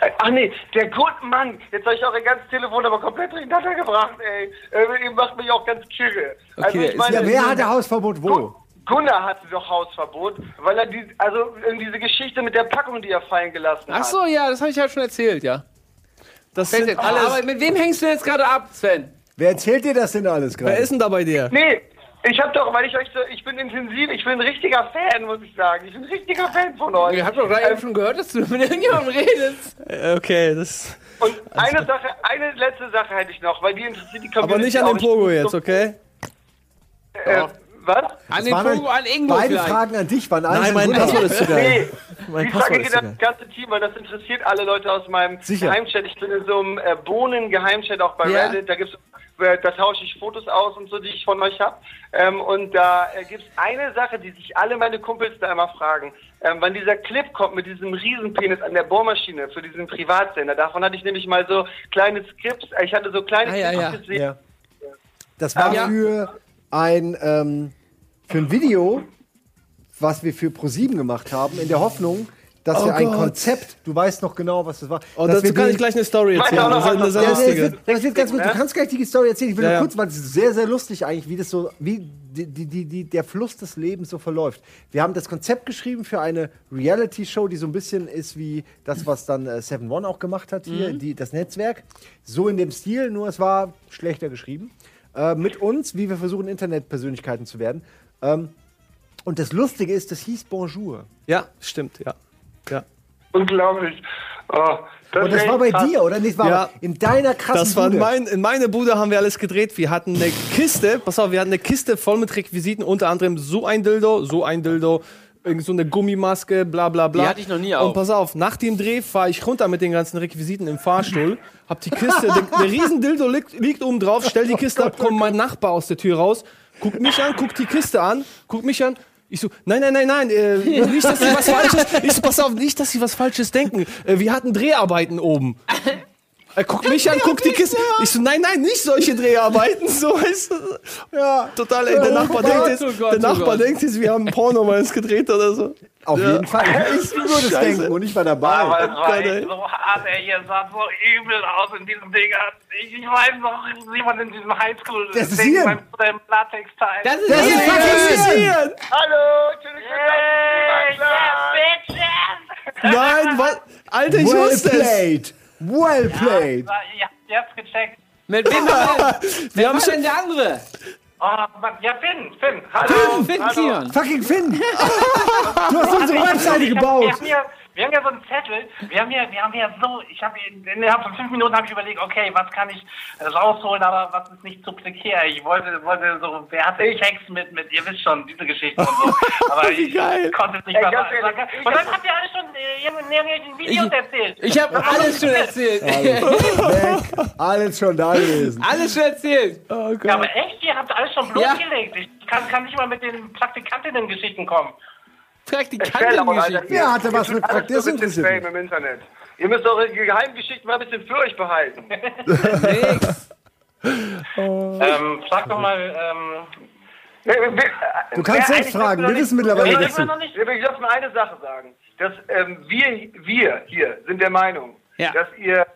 Speaker 15: Äh, Ach nee, der gute Mann. Jetzt habe ich auch ihr ganzes Telefon aber komplett durcheinander gebracht, ey. Äh, ihr macht mich auch ganz kirre. Also ich
Speaker 3: ja, wer hatte Hausverbot wo?
Speaker 15: Gunnar hatte doch Hausverbot, weil er die, also in diese Geschichte mit der Packung, die er fallen gelassen hat.
Speaker 2: Ach so, ja, das habe ich ja schon erzählt, ja.
Speaker 4: Das
Speaker 2: sind alles... Aber mit wem hängst du jetzt gerade ab, Sven?
Speaker 3: Wer erzählt dir das denn alles gerade?
Speaker 4: Wer ist denn da bei dir?
Speaker 15: Nee, ich hab doch, weil ich euch so, ich bin intensiv, ich bin ein richtiger Fan, muss ich sagen. Ich bin ein richtiger Fan von euch.
Speaker 2: Ihr habt doch gerade
Speaker 15: Ähm,
Speaker 2: eben schon gehört, dass du mit irgendjemandem redest.
Speaker 4: Äh, Okay, das.
Speaker 15: Eine Sache, eine letzte Sache hätte ich noch, weil die interessiert die Community
Speaker 4: Aber nicht an
Speaker 15: auch
Speaker 4: den Pogo jetzt, okay?
Speaker 15: Äh, was?
Speaker 2: An den Pogo, an
Speaker 4: halt
Speaker 2: Ingo
Speaker 3: Beide
Speaker 2: vielleicht.
Speaker 3: Fragen an dich waren alles
Speaker 1: Nein, mein
Speaker 3: wunderbar.
Speaker 1: Passwort ist zu geil.
Speaker 15: Nee,
Speaker 1: Mein
Speaker 15: die
Speaker 1: Passwort
Speaker 15: Frage
Speaker 1: ist
Speaker 15: geht an
Speaker 1: sogar.
Speaker 15: das ganze Team, weil das interessiert alle Leute aus meinem
Speaker 1: Sicher.
Speaker 15: Geheimchat. Ich bin in so einem äh, Bohnen-Geheimchat auch bei
Speaker 2: Ja.
Speaker 15: Reddit. Da gibt's, äh, da tausche ich Fotos aus und so, die ich von euch hab. Ähm, und da äh, gibt's eine Sache, die sich alle meine Kumpels da immer fragen. Ähm, wann dieser Clip kommt mit diesem Riesenpenis an der Bohrmaschine für diesen Privatsender. Davon hatte ich nämlich mal so kleine Skripts. äh, Ich hatte so kleine
Speaker 2: Ah, ja,
Speaker 15: Skripts
Speaker 2: ja.
Speaker 15: gesehen.
Speaker 3: Ja. Das war
Speaker 15: Ja.
Speaker 3: für ein ähm, für ein Video, was wir für ProSieben gemacht haben, in der Hoffnung, dass
Speaker 4: Oh
Speaker 3: wir ein
Speaker 4: Gott.
Speaker 3: Konzept, du weißt noch genau, was das war.
Speaker 4: Oh,
Speaker 3: dass
Speaker 4: dazu
Speaker 3: wir
Speaker 4: kann
Speaker 3: die-
Speaker 4: ich gleich eine Story
Speaker 3: Ich weiß
Speaker 4: erzählen.
Speaker 3: auch noch
Speaker 4: Das ist eine
Speaker 3: was
Speaker 4: sehr
Speaker 3: ja, das
Speaker 4: lustige.
Speaker 3: wird, das wird ganz gut. Du kannst gleich die Story erzählen. Ich will
Speaker 4: Ja,
Speaker 3: nur
Speaker 4: ja.
Speaker 3: kurz, weil es ist sehr, sehr lustig eigentlich, wie das so, wie die, die, die, die, der Fluss des Lebens so verläuft. Wir haben das Konzept geschrieben für eine Reality-Show, die so ein bisschen ist wie das, was dann äh, Seven One auch gemacht hat hier,
Speaker 4: Mhm.
Speaker 3: die, das Netzwerk. So in dem Stil, nur es war schlechter geschrieben. Äh, mit uns, wie wir versuchen, Internetpersönlichkeiten zu werden. Ähm, und das Lustige ist, das hieß Bonjour.
Speaker 4: Ja, stimmt, ja. ja.
Speaker 15: Unglaublich. Oh,
Speaker 3: Und das
Speaker 4: ist
Speaker 3: war bei
Speaker 4: echt krass.
Speaker 3: dir, oder? Nee, das war
Speaker 4: Ja.
Speaker 3: in deiner krassen
Speaker 4: Das war in,
Speaker 3: Bude.
Speaker 4: mein, in meine Bude haben wir alles gedreht. Wir hatten eine Kiste, pass auf, wir hatten eine Kiste voll mit Requisiten, unter anderem so ein Dildo, so ein Dildo, irgend so eine Gummimaske, bla bla bla.
Speaker 2: Die hatte ich noch nie auf.
Speaker 4: Und pass auf, nach dem Dreh fahre ich runter mit den ganzen Requisiten im Fahrstuhl, hab die Kiste, der, der Riesendildo liegt, liegt oben drauf, stell die Kiste ab, kommt mein Nachbar aus der Tür raus, guckt mich an, guckt die Kiste an, guckt mich an. Ich so, nein, nein, nein, nein, äh, nicht, dass sie was Falsches, ich so, pass auf, nicht, dass sie was Falsches denken. Äh, wir hatten Dreharbeiten oben. Er guckt mich an, guckt die Kiste. Ich so, nein, nein, nicht solche Dreharbeiten. So ist Ja. Total, ey, der
Speaker 3: Oh
Speaker 4: Nachbar
Speaker 3: Gott,
Speaker 4: denkt jetzt,
Speaker 3: oh Gott,
Speaker 4: der
Speaker 3: oh
Speaker 4: Nachbar
Speaker 3: Gott.
Speaker 4: denkt jetzt, wir haben ein Porno mal ins gedreht oder so.
Speaker 3: Auf jeden Fall. Ich würde es
Speaker 4: Scheiße.
Speaker 3: denken und ich war dabei.
Speaker 4: Aber
Speaker 3: Oh
Speaker 4: es
Speaker 3: Gott,
Speaker 4: war
Speaker 3: ey.
Speaker 8: So hart, ey, ihr saht so übel aus in diesem Ding. Ich, ich weiß noch, jemand in diesem Highschool.
Speaker 3: Das ist hier.
Speaker 8: beim- beim Latex-Teil.
Speaker 3: Das ist Das hier. ist fucking hier.
Speaker 8: Hallo, schönes Glück.
Speaker 4: Nein, was? Alter, ich
Speaker 3: well
Speaker 4: wusste es.
Speaker 3: played. Well played.
Speaker 8: Ihr habt- ihr habt's gecheckt.
Speaker 2: Mit wem war denn? Wer war denn der andere?
Speaker 8: Oh, Mann. Ja, Finn, Finn. Hallo.
Speaker 2: Finn,
Speaker 8: hallo.
Speaker 2: Kian.
Speaker 3: Fucking Finn. Du hast
Speaker 8: Also,
Speaker 3: unsere
Speaker 8: ich hab-
Speaker 3: Webseite
Speaker 8: ich hab- Wir
Speaker 3: gebaut.
Speaker 8: haben, hier, wir haben ja so einen Zettel. Wir haben ja, wir haben ja so, ich habe innerhalb von fünf Minuten habe ich überlegt, okay, was kann ich äh, rausholen, aber was ist nicht zu prekär. Ich wollte, wollte so, wer hat ich Hex mit, mit, ihr wisst schon, diese Geschichten und so. Aber ich konnte es nicht
Speaker 15: Ey,
Speaker 8: mehr
Speaker 15: ganz
Speaker 8: sagen.
Speaker 15: ehrlich, ich
Speaker 8: und dann
Speaker 15: hab-
Speaker 8: habt ihr alle schon, äh, ihr habt mir in Videos
Speaker 15: Ich-
Speaker 8: erzählt.
Speaker 2: Ich habe alles schon
Speaker 3: Alles
Speaker 2: erzählt.
Speaker 3: weg. Alles schon da gewesen.
Speaker 2: Alles schon erzählt.
Speaker 4: Oh Gott.
Speaker 8: Ja, aber echt, ihr habt alles schon bloßgelegt. Ich kann, kann nicht mal mit den Praktikantinnen-Geschichten kommen.
Speaker 15: Praktikantengeschichten.
Speaker 3: Wer hatte was mit
Speaker 15: Das
Speaker 3: Praktikanten
Speaker 15: ist
Speaker 3: zu
Speaker 15: Disclaim
Speaker 3: tun?
Speaker 15: im Internet. Ihr müsst eure Geheimgeschichten mal ein bisschen für euch behalten.
Speaker 8: Ähm, frag doch mal, ähm,
Speaker 3: Du
Speaker 15: Wer
Speaker 3: kannst selbst
Speaker 15: eigentlich-
Speaker 3: fragen, wir wissen mittlerweile
Speaker 15: Ich
Speaker 3: dazu.
Speaker 15: will noch nicht- ich darf nur eine Sache sagen. Dass ähm, wir, wir hier sind der Meinung, dass ihr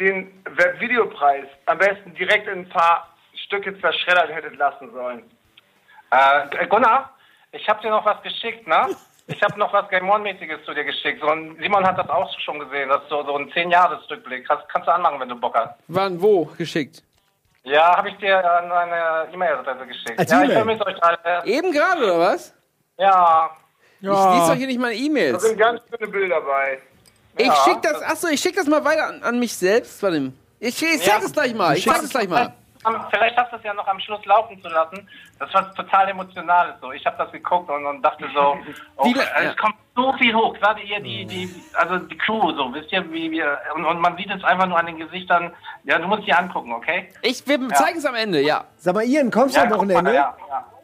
Speaker 15: den Webvideopreis am besten direkt in ein paar Stücke zerschreddert hättet lassen sollen.
Speaker 8: äh, Gunnar, ich hab dir noch was geschickt, ne? Ich hab noch was Game One-mäßiges zu dir geschickt. So ein, Simon hat das auch schon gesehen, das ist so, so ein 10-Jahres-Rückblick. Kannst, kannst du anmachen, wenn du Bock hast.
Speaker 2: Wann, wo geschickt?
Speaker 8: Ja, habe ich dir an eine E-Mail-Adresse geschickt.
Speaker 2: Als
Speaker 8: ja, ich
Speaker 2: E-Mail?
Speaker 8: vermisse euch alle.
Speaker 2: Eben gerade, oder was?
Speaker 8: Ja.
Speaker 2: Ich lese doch hier nicht meine
Speaker 15: Da
Speaker 2: E-Mails.
Speaker 15: sind ganz schöne Bilder bei.
Speaker 2: Ich
Speaker 15: Ja.
Speaker 2: schick das, achso, ich schick das mal weiter an, an mich selbst. Warte mal. Ich, ich sag
Speaker 8: Ja.
Speaker 2: es gleich mal. Ich sag es gleich mal.
Speaker 8: Vielleicht hast du es ja noch am Schluss laufen zu lassen. Das war total emotional. So. Ich habe das geguckt und, und dachte so, oh,
Speaker 2: Viele-
Speaker 8: äh,
Speaker 2: ja.
Speaker 8: es kommt so viel hoch. Gerade ihr, die, die, also die Crew, so, wisst ihr, wie wir, und, und man sieht es einfach nur an den Gesichtern. Ja, du musst die angucken, okay?
Speaker 2: Ich, wir
Speaker 8: Ja.
Speaker 2: zeigen es am Ende, ja.
Speaker 3: Sag mal, Ian, kommst du
Speaker 8: Ja,
Speaker 3: am
Speaker 8: guck mal,
Speaker 3: Wochenende?
Speaker 8: ja,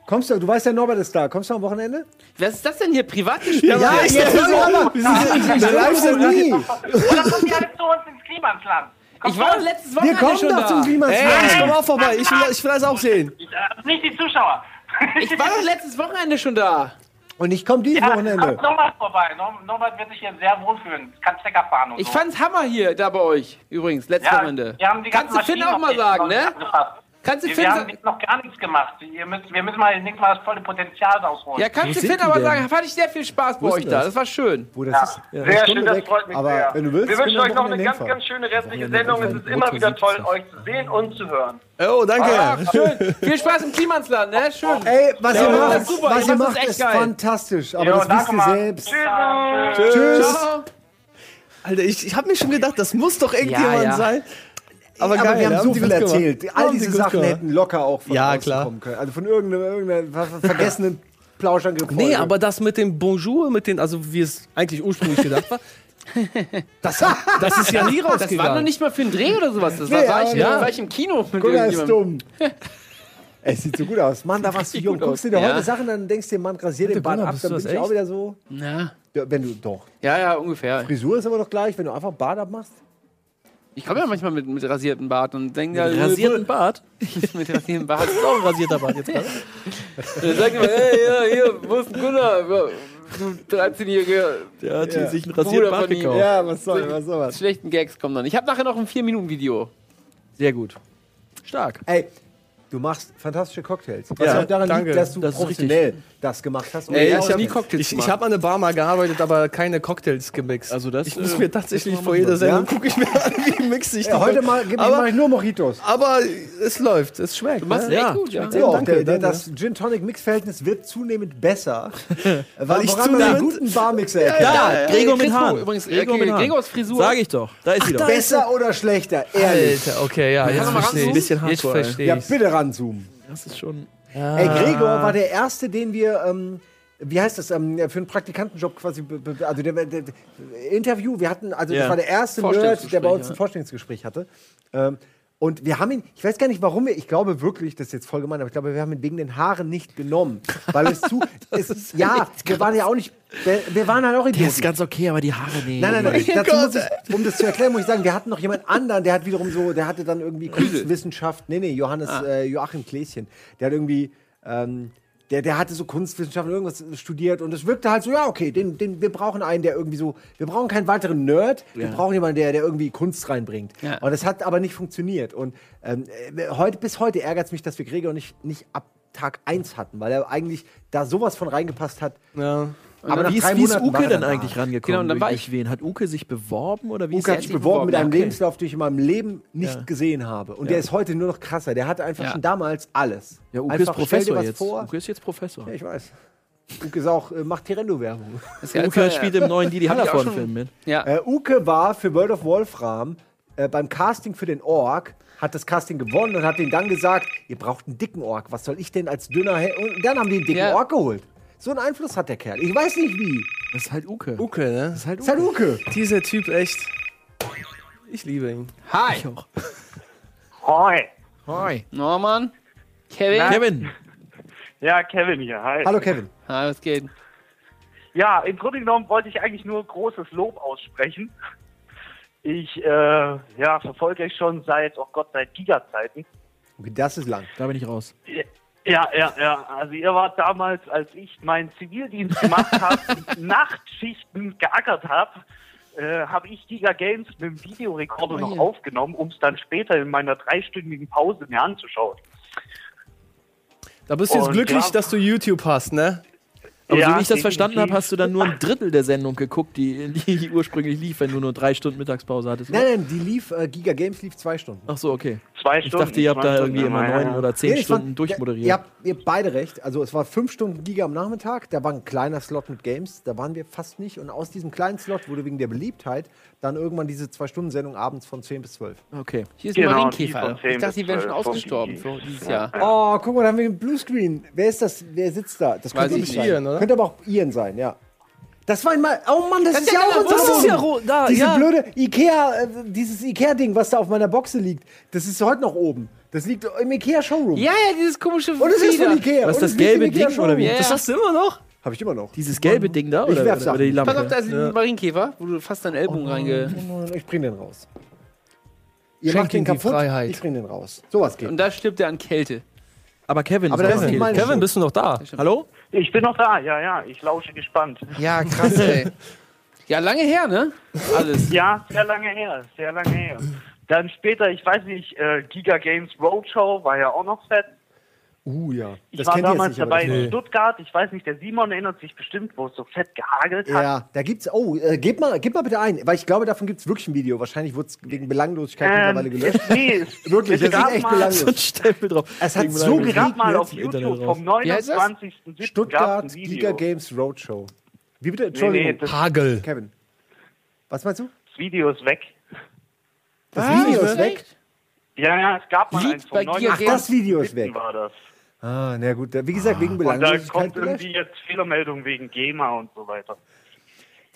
Speaker 3: Kommst du, du weißt ja, Norbert ist da. Kommst du am Wochenende?
Speaker 2: Was ist das denn hier? Privatgespräche?
Speaker 3: Ja, ich- jetzt ist Norbert.
Speaker 2: Wir sind in der Live-Sendung.
Speaker 8: Oder kommt ihr alle zu uns ins Klimasland?
Speaker 2: Ich war letztes
Speaker 4: Wir
Speaker 2: Wochenende
Speaker 4: kommen
Speaker 2: schon
Speaker 4: doch
Speaker 2: da.
Speaker 4: zum Klimasland.
Speaker 2: Ey,
Speaker 4: ich komm auch vorbei. Ich will, ich will das auch sehen.
Speaker 8: Also Nicht die Zuschauer.
Speaker 2: Ich war doch letztes Wochenende schon da.
Speaker 3: Und ich komme dieses Wochenende.
Speaker 8: Kommt Norbert vorbei. Nor- Norbert wird sich hier sehr wohlfühlen. Kann Stecker fahren und
Speaker 2: Ich
Speaker 8: so.
Speaker 2: fand's Hammer hier da bei euch, übrigens, letztes Wochenende.
Speaker 8: Wir haben die ganzen
Speaker 2: Kannst du Finn
Speaker 8: Maschinen
Speaker 2: auch mal
Speaker 8: noch
Speaker 2: sagen,
Speaker 8: nicht
Speaker 2: ne?
Speaker 8: angefasst.
Speaker 2: Kannst du
Speaker 8: wir,
Speaker 2: Finn
Speaker 8: wir
Speaker 2: sa-
Speaker 8: haben jetzt noch gar nichts gemacht. Ihr müsst, wir müssen mal nächstes Mal das volle Potenzial rausholen.
Speaker 2: Ja, kannst du Finn aber sagen, fand ich sehr viel Spaß bei
Speaker 3: Wo ist
Speaker 2: euch
Speaker 3: das?
Speaker 2: da. Das war schön.
Speaker 3: Wo das ist,
Speaker 15: Sehr
Speaker 3: ja, eine
Speaker 15: schön,
Speaker 3: Stunde
Speaker 15: das
Speaker 3: weg.
Speaker 15: freut mich
Speaker 3: Aber
Speaker 15: sehr.
Speaker 3: wenn du willst,
Speaker 15: wir
Speaker 3: können
Speaker 15: wünschen euch noch
Speaker 3: am
Speaker 15: eine
Speaker 3: Wochenende
Speaker 15: ganz,
Speaker 3: hinfahren.
Speaker 15: ganz schöne restliche Sendung. Es ist immer wieder toll, euch zu sehen und zu hören.
Speaker 4: Oh, danke.
Speaker 2: Ah, schön. Viel Spaß im Klimansland, ne? Schön.
Speaker 3: Ey, was
Speaker 2: Ja,
Speaker 3: ihr
Speaker 2: das
Speaker 3: macht,
Speaker 2: ist super.
Speaker 3: was
Speaker 2: Ich
Speaker 3: ihr
Speaker 2: fand's
Speaker 3: macht,
Speaker 2: echt
Speaker 3: ist
Speaker 2: geil.
Speaker 3: fantastisch. Aber
Speaker 4: Jo,
Speaker 3: das
Speaker 4: danke,
Speaker 3: wisst ihr selbst.
Speaker 4: Mann. Tschüss.
Speaker 3: Tschüss.
Speaker 4: Alter, ich, ich habe mir schon gedacht, das muss doch irgendjemand
Speaker 3: Ja, ja.
Speaker 4: sein.
Speaker 3: Aber,
Speaker 4: Aber geil,
Speaker 3: wir haben
Speaker 4: haben
Speaker 3: so
Speaker 4: die
Speaker 3: viel
Speaker 4: gut gemacht.
Speaker 3: erzählt. All
Speaker 4: Haben die
Speaker 3: diese
Speaker 4: gut
Speaker 3: Sachen
Speaker 4: gemacht.
Speaker 3: hätten locker auch von
Speaker 4: Ja,
Speaker 3: außen
Speaker 4: klar.
Speaker 3: kommen können. Also von irgendeinem, irgendeinem ver- ver- vergessenen Plauschangriff.
Speaker 4: Nee, aber das mit dem Bonjour, mit den, also wie es eigentlich ursprünglich gedacht war, das, hat- das ist ja nie
Speaker 2: Das war noch
Speaker 4: rausgegangen.
Speaker 2: nicht mal für einen Dreh oder sowas. Das war,
Speaker 3: Nee,
Speaker 2: war, ich,
Speaker 3: aber-
Speaker 2: war ich im Kino mit
Speaker 3: Guck mal, ist
Speaker 2: irgendjemandem.
Speaker 3: dumm. Es sieht so gut aus. Mann, da warst du jung. Guckst du dir
Speaker 2: Ja.
Speaker 3: heute Sachen an und denkst dir, Mann, rasier den Bart
Speaker 4: Gunnar,
Speaker 3: ab,
Speaker 4: bist
Speaker 3: dann
Speaker 4: du
Speaker 3: bin
Speaker 4: das
Speaker 3: ich auch
Speaker 4: echt?
Speaker 3: wieder so.
Speaker 2: Na.
Speaker 3: Ja, wenn du doch.
Speaker 2: Ja, ja, ungefähr.
Speaker 3: Frisur ist aber doch gleich, wenn du einfach Bart abmachst.
Speaker 2: Ich komme ja manchmal mit, mit rasiertem Bart und denke, ja,
Speaker 1: rasierten Bart?
Speaker 2: mit rasiertem Bart.
Speaker 4: Das ist auch ein rasierter Bart jetzt gerade.
Speaker 2: Dann sagt immer, hey, ja, hier, wo ist denn Gunnar? Du 13-jähriger
Speaker 1: Der hat
Speaker 2: Ja.
Speaker 1: sich einen
Speaker 2: Bruder
Speaker 1: rasierten Bart
Speaker 2: von ihm.
Speaker 1: gekauft.
Speaker 2: Ja,
Speaker 3: was
Speaker 2: soll-
Speaker 3: was soll
Speaker 2: mit schlechten Gags kommt dann. Ich habe nachher noch ein 4-Minuten-Video.
Speaker 1: Sehr gut. Stark.
Speaker 3: Ey, du machst fantastische Cocktails. Was
Speaker 4: Ja,
Speaker 3: auch daran
Speaker 4: danke.
Speaker 3: liegt, dass du
Speaker 4: Das ist
Speaker 3: professionell das gemacht hast.
Speaker 4: Ey,
Speaker 3: Ja,
Speaker 4: ich habe
Speaker 3: und-
Speaker 4: ich, ich hab an der Bar mal gearbeitet, aber keine Cocktails gemixt. Also das, ich muss
Speaker 3: äh,
Speaker 4: mir tatsächlich
Speaker 3: das
Speaker 4: vor
Speaker 3: machen wir
Speaker 4: jeder
Speaker 3: so, ja?
Speaker 4: Sendung gucke ich mir an, wie mixe ich
Speaker 3: Ja,
Speaker 4: die
Speaker 3: heute
Speaker 4: Cocktails.
Speaker 3: mal gebe ich,
Speaker 4: aber,
Speaker 3: mach ich nur Mojitos.
Speaker 4: aber es läuft, es schmeckt.
Speaker 2: Du machst
Speaker 4: ne?
Speaker 2: es echt gut, ja.
Speaker 4: schmeckt
Speaker 3: Ja,
Speaker 4: sehr gut. danke,
Speaker 3: der, der,
Speaker 4: danke.
Speaker 3: das Gin Tonic Mix Verhältnis wird zunehmend besser, äh,
Speaker 4: Weil ich
Speaker 3: woran man einen
Speaker 4: zunehmend-
Speaker 3: guten Barmixer
Speaker 4: Ja,
Speaker 3: erkennt.
Speaker 1: Da, Gregor mit
Speaker 2: Chris
Speaker 1: Hahn.
Speaker 2: Mo- übrigens, äh, Gregors Frisur.
Speaker 1: Sag ich doch. Da ist sie doch.
Speaker 3: Besser oder schlechter, ehrlich.
Speaker 4: Alter, okay, ja, jetzt
Speaker 2: du mal
Speaker 4: verstehe
Speaker 2: ranzoomen?
Speaker 4: ich.
Speaker 1: Bisschen
Speaker 4: Jetzt
Speaker 1: hardcore, ey.
Speaker 4: verstehe
Speaker 3: Ja,
Speaker 4: ich.
Speaker 3: bitte ranzoomen.
Speaker 1: Das ist schon.
Speaker 3: Ah. Ey, Gregor war der erste, den wir ähm, wie heißt das, ähm, für einen Praktikantenjob quasi, be- be- also der, der, der Interview, wir hatten, also
Speaker 17: Ja.
Speaker 3: das war der erste Nerd,
Speaker 17: Vorstellungsgespräch,
Speaker 3: der bei uns
Speaker 17: ja.
Speaker 3: ein Vorstellungsgespräch hatte. Ähm, und wir haben ihn, ich weiß gar nicht, warum wir, ich glaube wirklich, das ist jetzt voll gemein, aber ich glaube, wir haben ihn wegen den Haaren nicht genommen. Weil es zu, es,
Speaker 1: ist ja
Speaker 3: ja,
Speaker 1: echt
Speaker 3: wir waren ja auch nicht, wir, wir waren halt auch Idioten.
Speaker 1: Der ist ganz okay, aber die Haare nicht.
Speaker 3: Nein, nein, nein.
Speaker 1: Oh
Speaker 3: Dazu muss ich, um das zu erklären, muss ich sagen, wir hatten noch jemand anderen, der hat wiederum so, der hatte dann irgendwie Kunstwissenschaft. Nee, nee, Johannes
Speaker 17: Ah.
Speaker 3: äh, Joachim Kläschen. Der hat irgendwie, ähm, der, der hatte so Kunstwissenschaften irgendwas studiert und es wirkte halt so, ja, okay, den, den, wir brauchen einen, der irgendwie so, wir brauchen keinen weiteren Nerd, wir
Speaker 17: Ja.
Speaker 3: brauchen jemanden, der, der irgendwie Kunst reinbringt.
Speaker 17: Ja.
Speaker 3: Und das hat aber nicht funktioniert. Und ähm, äh, heute, bis heute ärgert es mich, dass wir Gregor nicht, nicht ab Tag 1 hatten, weil er eigentlich da sowas von reingepasst hat.
Speaker 4: Ja.
Speaker 1: Aber
Speaker 3: nach
Speaker 1: wie ist,
Speaker 3: drei
Speaker 1: wie ist
Speaker 3: Monaten war
Speaker 1: Uke
Speaker 3: er
Speaker 1: denn
Speaker 3: dann da.
Speaker 1: eigentlich rangekommen?
Speaker 3: Genau, und dann
Speaker 1: Durch-
Speaker 3: war
Speaker 1: durch wen? Hat Uke sich beworben oder wie
Speaker 3: Uke hat sich Oh beworben mit einem Lebenslauf, den ich in meinem Leben nicht
Speaker 1: Ja.
Speaker 3: gesehen habe. Und
Speaker 1: Ja.
Speaker 3: der ist heute nur noch krasser. Der hatte einfach
Speaker 1: Ja.
Speaker 3: schon damals alles.
Speaker 1: Ja, Uke
Speaker 3: einfach,
Speaker 1: ist Professor
Speaker 3: stell dir was
Speaker 1: jetzt.
Speaker 3: Vor.
Speaker 1: Uke ist jetzt Professor.
Speaker 3: Ja, ich weiß. Uke ist auch, äh, macht Tirendo-Werbung.
Speaker 1: Uke spielt im neuen Didi Hallerforn-Film mit.
Speaker 3: Äh, Uke war für World of Wolfram äh, beim Casting für den Ork, hat das Casting gewonnen und hat denen dann gesagt, ihr braucht einen dicken Ork. Was soll ich denn als dünner... He und dann haben die einen dicken
Speaker 17: Ja.
Speaker 3: Ork geholt. So einen Einfluss hat der Kerl. Ich weiß nicht wie.
Speaker 1: Das ist halt Uke.
Speaker 4: Uke, ne? Das ist
Speaker 3: halt Uke. Ist halt Uke.
Speaker 4: Dieser Typ echt. Ich liebe ihn.
Speaker 2: Hi.
Speaker 1: Ich auch.
Speaker 18: Hi.
Speaker 1: Hi.
Speaker 2: Norman. Kevin.
Speaker 18: Na? Kevin. Ja, Kevin hier. Hi.
Speaker 3: Hallo, Kevin.
Speaker 2: Hi, was geht?
Speaker 18: Ja, im Grunde genommen wollte ich eigentlich nur großes Lob aussprechen. Ich äh, ja, verfolge euch schon seit, oh Gott, seit Giga-Zeiten.
Speaker 3: Okay, das ist lang.
Speaker 1: Da bin ich raus.
Speaker 18: Ja, ja, ja. Also ihr wart damals, als ich meinen Zivildienst gemacht habe, Nachtschichten geackert habe, äh, habe ich Giga Games mit dem
Speaker 2: Oh
Speaker 18: Videorekorder noch aufgenommen, um es dann später in meiner dreistündigen Pause mir anzuschauen.
Speaker 4: Da bist du jetzt
Speaker 18: Und
Speaker 4: glücklich,
Speaker 18: ja.
Speaker 4: dass du YouTube hast, ne?
Speaker 1: Aber
Speaker 4: Ja,
Speaker 1: so wie ich das
Speaker 4: definitiv.
Speaker 1: verstanden habe, hast du dann nur ein Drittel der Sendung geguckt, die, die ursprünglich lief, wenn du nur drei Stunden Mittagspause hattest.
Speaker 3: Nein, nein, die lief, äh, Giga Games lief zwei Stunden.
Speaker 1: Ach so, okay.
Speaker 18: Zwei
Speaker 1: Ich dachte, ihr habt da irgendwie immer neun oder zehn
Speaker 3: Nee, es waren-
Speaker 1: Stunden durchmoderiert.
Speaker 3: Ihr habt, ihr habt beide recht. Also es war fünf Stunden Giga am Nachmittag, da war ein kleiner Slot mit Games, da waren wir fast nicht. Und aus diesem kleinen Slot wurde wegen der Beliebtheit dann irgendwann diese Zwei-Stunden-Sendung abends von 10 bis 12.
Speaker 1: Okay.
Speaker 2: Hier
Speaker 18: Genau,
Speaker 2: ist ein Marienkäfer. Ich dachte, die wären schon ausgestorben für dieses Jahr.
Speaker 3: Oh, guck mal, da haben wir einen Bluescreen. Wer ist das? Wer sitzt da? Das
Speaker 2: Weiß
Speaker 3: könnte
Speaker 2: ich
Speaker 3: nicht
Speaker 2: nicht.
Speaker 3: sein.
Speaker 2: Ian, oder?
Speaker 3: Könnte aber auch Ian sein, ja. Das war einmal. Oh Mann, das,
Speaker 17: Das
Speaker 3: ist
Speaker 17: ist
Speaker 3: ja
Speaker 17: ja
Speaker 3: auch
Speaker 17: genau-
Speaker 3: unsere
Speaker 17: das ist
Speaker 3: Wohnung.
Speaker 17: ja ro- da,
Speaker 3: Diese
Speaker 17: ja.
Speaker 3: blöde Ikea, äh, dieses Ikea-Ding, was da auf meiner Boxe liegt, das ist heute noch oben. Das liegt im Ikea-Showroom.
Speaker 2: Ja, ja, dieses komische
Speaker 3: Und es ist von
Speaker 2: Flieder.
Speaker 3: Ikea.
Speaker 1: Was
Speaker 3: und
Speaker 1: das
Speaker 3: es liegt im
Speaker 1: gelbe Ding
Speaker 3: Ikea-Showroom.
Speaker 1: oder wie? Das hast du immer noch?
Speaker 3: Hab ich immer noch.
Speaker 1: Dieses gelbe Ding Oh, da
Speaker 3: Ich
Speaker 1: oder,
Speaker 3: werf's
Speaker 1: oder
Speaker 3: ab.
Speaker 1: die Lampe?
Speaker 2: Pass auf, da ist
Speaker 1: Ja. Oh,
Speaker 2: ein Marienkäfer, wo du fast deinen Ellbogen reinge...
Speaker 3: Ich bring den raus. Ihr
Speaker 2: Schenk
Speaker 3: macht den
Speaker 2: ihm die
Speaker 3: kaputt,
Speaker 2: Freiheit.
Speaker 3: ich bring den raus. Sowas geht.
Speaker 2: Und da stirbt er an Kälte.
Speaker 1: Aber Kevin,
Speaker 3: Aber
Speaker 1: ist
Speaker 3: das
Speaker 1: noch
Speaker 3: ist
Speaker 1: am
Speaker 3: meine
Speaker 1: Telefon.
Speaker 3: Schuld.
Speaker 1: bist du noch da? Hallo?
Speaker 18: Ich bin noch da, ja, ja. Ich lausche gespannt.
Speaker 2: Ja, krass, ey. ja, lange her, ne? Alles.
Speaker 18: Ja, sehr lange her, sehr lange her. Dann später, ich weiß nicht, äh, Giga Games Roadshow war ja auch noch fett.
Speaker 3: Uh, ja.
Speaker 18: Ich
Speaker 3: Das
Speaker 18: war
Speaker 3: kennt ihr jetzt ne?
Speaker 18: damals
Speaker 3: nicht, aber
Speaker 18: dabei in
Speaker 3: das- Nee.
Speaker 18: Stuttgart, ich weiß nicht, der Simon erinnert sich bestimmt, wo es so fett gehagelt hat.
Speaker 3: Ja, da gibt's. Oh, äh, gebt mal, gebt mal bitte ein, weil ich glaube, davon gibt's wirklich ein Video. Wahrscheinlich wurde es wegen Belanglosigkeit
Speaker 18: Ähm,
Speaker 3: mittlerweile gelöscht.
Speaker 18: es- nee, es-
Speaker 3: wirklich,
Speaker 18: es
Speaker 3: das ist
Speaker 18: gab
Speaker 3: echt
Speaker 18: mal-
Speaker 1: So ein
Speaker 3: belanglos.
Speaker 1: Stempel drauf.
Speaker 3: Es hat
Speaker 1: Wegen
Speaker 3: so
Speaker 1: Belanglos.
Speaker 3: geregnet.
Speaker 18: mal auf
Speaker 3: im Internet
Speaker 18: YouTube
Speaker 3: raus.
Speaker 18: vom
Speaker 3: Wie heißt das?
Speaker 18: 29.07. gab's ein
Speaker 3: Stuttgart
Speaker 18: Video.
Speaker 3: Giga Games Roadshow. Wie bitte? Entschuldigung.
Speaker 18: Nee, nee, das-
Speaker 4: Hagel.
Speaker 3: Kevin. Was meinst du?
Speaker 18: Das Video ist weg.
Speaker 3: Das Video ist weg?
Speaker 18: Ja, ja, es gab mal
Speaker 3: Liegt
Speaker 18: eins
Speaker 3: bei
Speaker 18: vom
Speaker 3: Giga
Speaker 18: 29.07.
Speaker 3: Ach, das Video ist weg.
Speaker 18: War das.
Speaker 3: Ah, na gut. da- Wie gesagt, wegen
Speaker 18: Und da
Speaker 3: Belanglosigkeit.
Speaker 18: kommt irgendwie jetzt Fehlermeldung wegen GEMA und so weiter.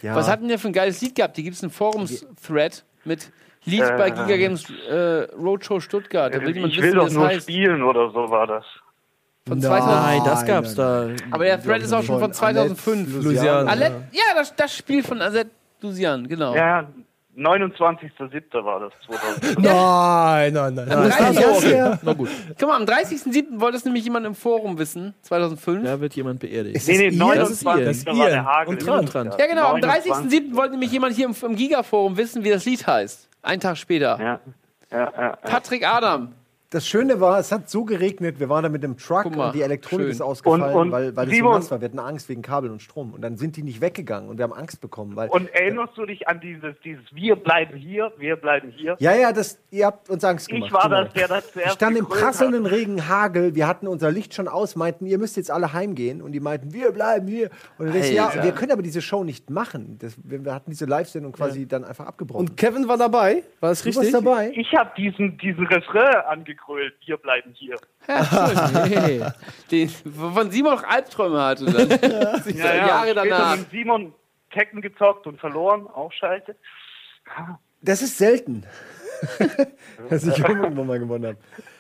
Speaker 3: Ja.
Speaker 2: Was hatten wir für ein geiles Lied gehabt? Hier gibt es einen Forums-Thread mit Lied
Speaker 18: Äh.
Speaker 2: bei Giga Games äh, Roadshow Stuttgart. Da will jemand
Speaker 18: Also, ich
Speaker 2: wissen,
Speaker 18: will
Speaker 2: wie
Speaker 18: doch
Speaker 2: das
Speaker 18: nur
Speaker 2: heißt.
Speaker 18: spielen oder so war das.
Speaker 2: Von
Speaker 1: Nein, das gab's da.
Speaker 2: Aber der Thread ist auch schon von 2005.
Speaker 1: Annette Luciano.
Speaker 2: Annette- ja, das, das Spiel von Azette Lusian, genau.
Speaker 18: Ja, 29.07. war das 2000.
Speaker 4: Nein, nein, nein.
Speaker 2: Am
Speaker 4: nein.
Speaker 2: 30. Guck mal, am 30.07. wollte es nämlich jemand im Forum wissen, 2005.
Speaker 1: Da wird jemand beerdigt.
Speaker 2: Nee, nee,
Speaker 1: das ist
Speaker 2: 29.
Speaker 1: ihr.
Speaker 2: Da war der
Speaker 1: Hagel.
Speaker 2: Und
Speaker 1: Und dran. dran.
Speaker 2: Ja, genau, am
Speaker 1: 29.
Speaker 2: 30.07. wollte nämlich jemand hier im, im Giga-Forum wissen, wie das Lied heißt. Einen Tag später. Patrick Adam.
Speaker 3: Das Schöne war, es hat so geregnet, wir waren da mit einem Truck
Speaker 2: mal,
Speaker 3: und die Elektronik
Speaker 2: schön.
Speaker 3: ist ausgefallen,
Speaker 18: Und- und
Speaker 3: weil, weil es so
Speaker 18: Simon-
Speaker 3: nass war. Wir hatten Angst wegen Kabel und Strom. Und dann sind die nicht weggegangen und wir haben Angst bekommen. Weil
Speaker 18: Und erinnerst du dich an dieses, dieses Wir bleiben hier, wir bleiben hier?
Speaker 3: Ja, ja, das, ihr habt uns Angst
Speaker 18: Ich
Speaker 3: gemacht.
Speaker 18: war
Speaker 3: genau.
Speaker 18: das, der das zuerst
Speaker 3: Ich stand im
Speaker 18: gegrölt
Speaker 3: prasselnden Regen, Hagel, wir hatten unser Licht schon aus, meinten, ihr müsst jetzt alle heimgehen. Und die meinten, wir bleiben hier. Und dann denkst du, ja,
Speaker 4: Alter.
Speaker 3: wir können aber diese Show nicht machen. Das, wir, wir hatten diese Live-Sendung quasi dann einfach abgebrochen.
Speaker 4: Und Kevin war dabei? War das
Speaker 3: Du warst
Speaker 4: richtig?
Speaker 3: dabei?
Speaker 18: Ich habe diesen, diesen Refrain angeguckt. gegrölt, wir bleiben hier.
Speaker 2: nee. Den, wovon Simon noch Albträume hatte dann. Sie- Jahre
Speaker 18: später
Speaker 2: danach.
Speaker 18: mit Simon Tekken gezockt und verloren, auch scheiße. Ah.
Speaker 3: Das ist selten, dass ich irgendwann mal gewonnen habe.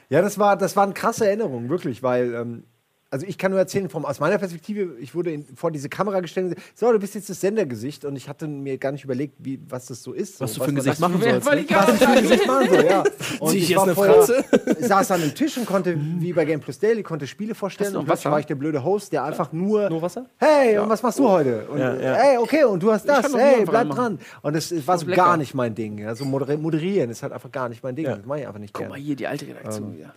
Speaker 3: Ja, das war, das waren krasse Erinnerungen, wirklich, weil, ähm, also ich kann nur erzählen, vom, aus meiner Perspektive, ich wurde in, vor diese Kamera gestellt und gesagt, so, du bist jetzt das Sendergesicht und ich hatte mir gar nicht überlegt, wie, was das so ist. So,
Speaker 1: Was du für ein
Speaker 3: man-
Speaker 1: Gesicht machen sollst,
Speaker 3: Was
Speaker 1: ne?
Speaker 3: ich für ein Gesicht machen soll, ja.
Speaker 1: Zieh ich jetzt
Speaker 3: war
Speaker 1: eine
Speaker 3: vorher-
Speaker 1: Fratze?
Speaker 3: ich saß an einem Tisch und konnte, wie bei Game Plus Daily, konnte Spiele vorstellen.
Speaker 1: Hast du noch
Speaker 3: Und plötzlich
Speaker 1: Wasser?
Speaker 3: war ich der blöde Host, der einfach nur. Nur Wasser? Hey, und was machst du heute? Und,
Speaker 1: Ja, ja.
Speaker 3: Hey, okay, und du hast
Speaker 1: Ich kann
Speaker 3: das.
Speaker 1: noch
Speaker 3: Hey,
Speaker 1: Bier
Speaker 3: bleib
Speaker 1: machen.
Speaker 3: dran. Und das war so
Speaker 1: lecker.
Speaker 3: gar nicht mein Ding. Also moder- moderieren ist halt einfach gar nicht mein Ding. Das mache ich einfach nicht
Speaker 2: Guck
Speaker 3: gerne. Ähm,
Speaker 2: mal hier, die alte Redaktion wieder.
Speaker 18: Ja,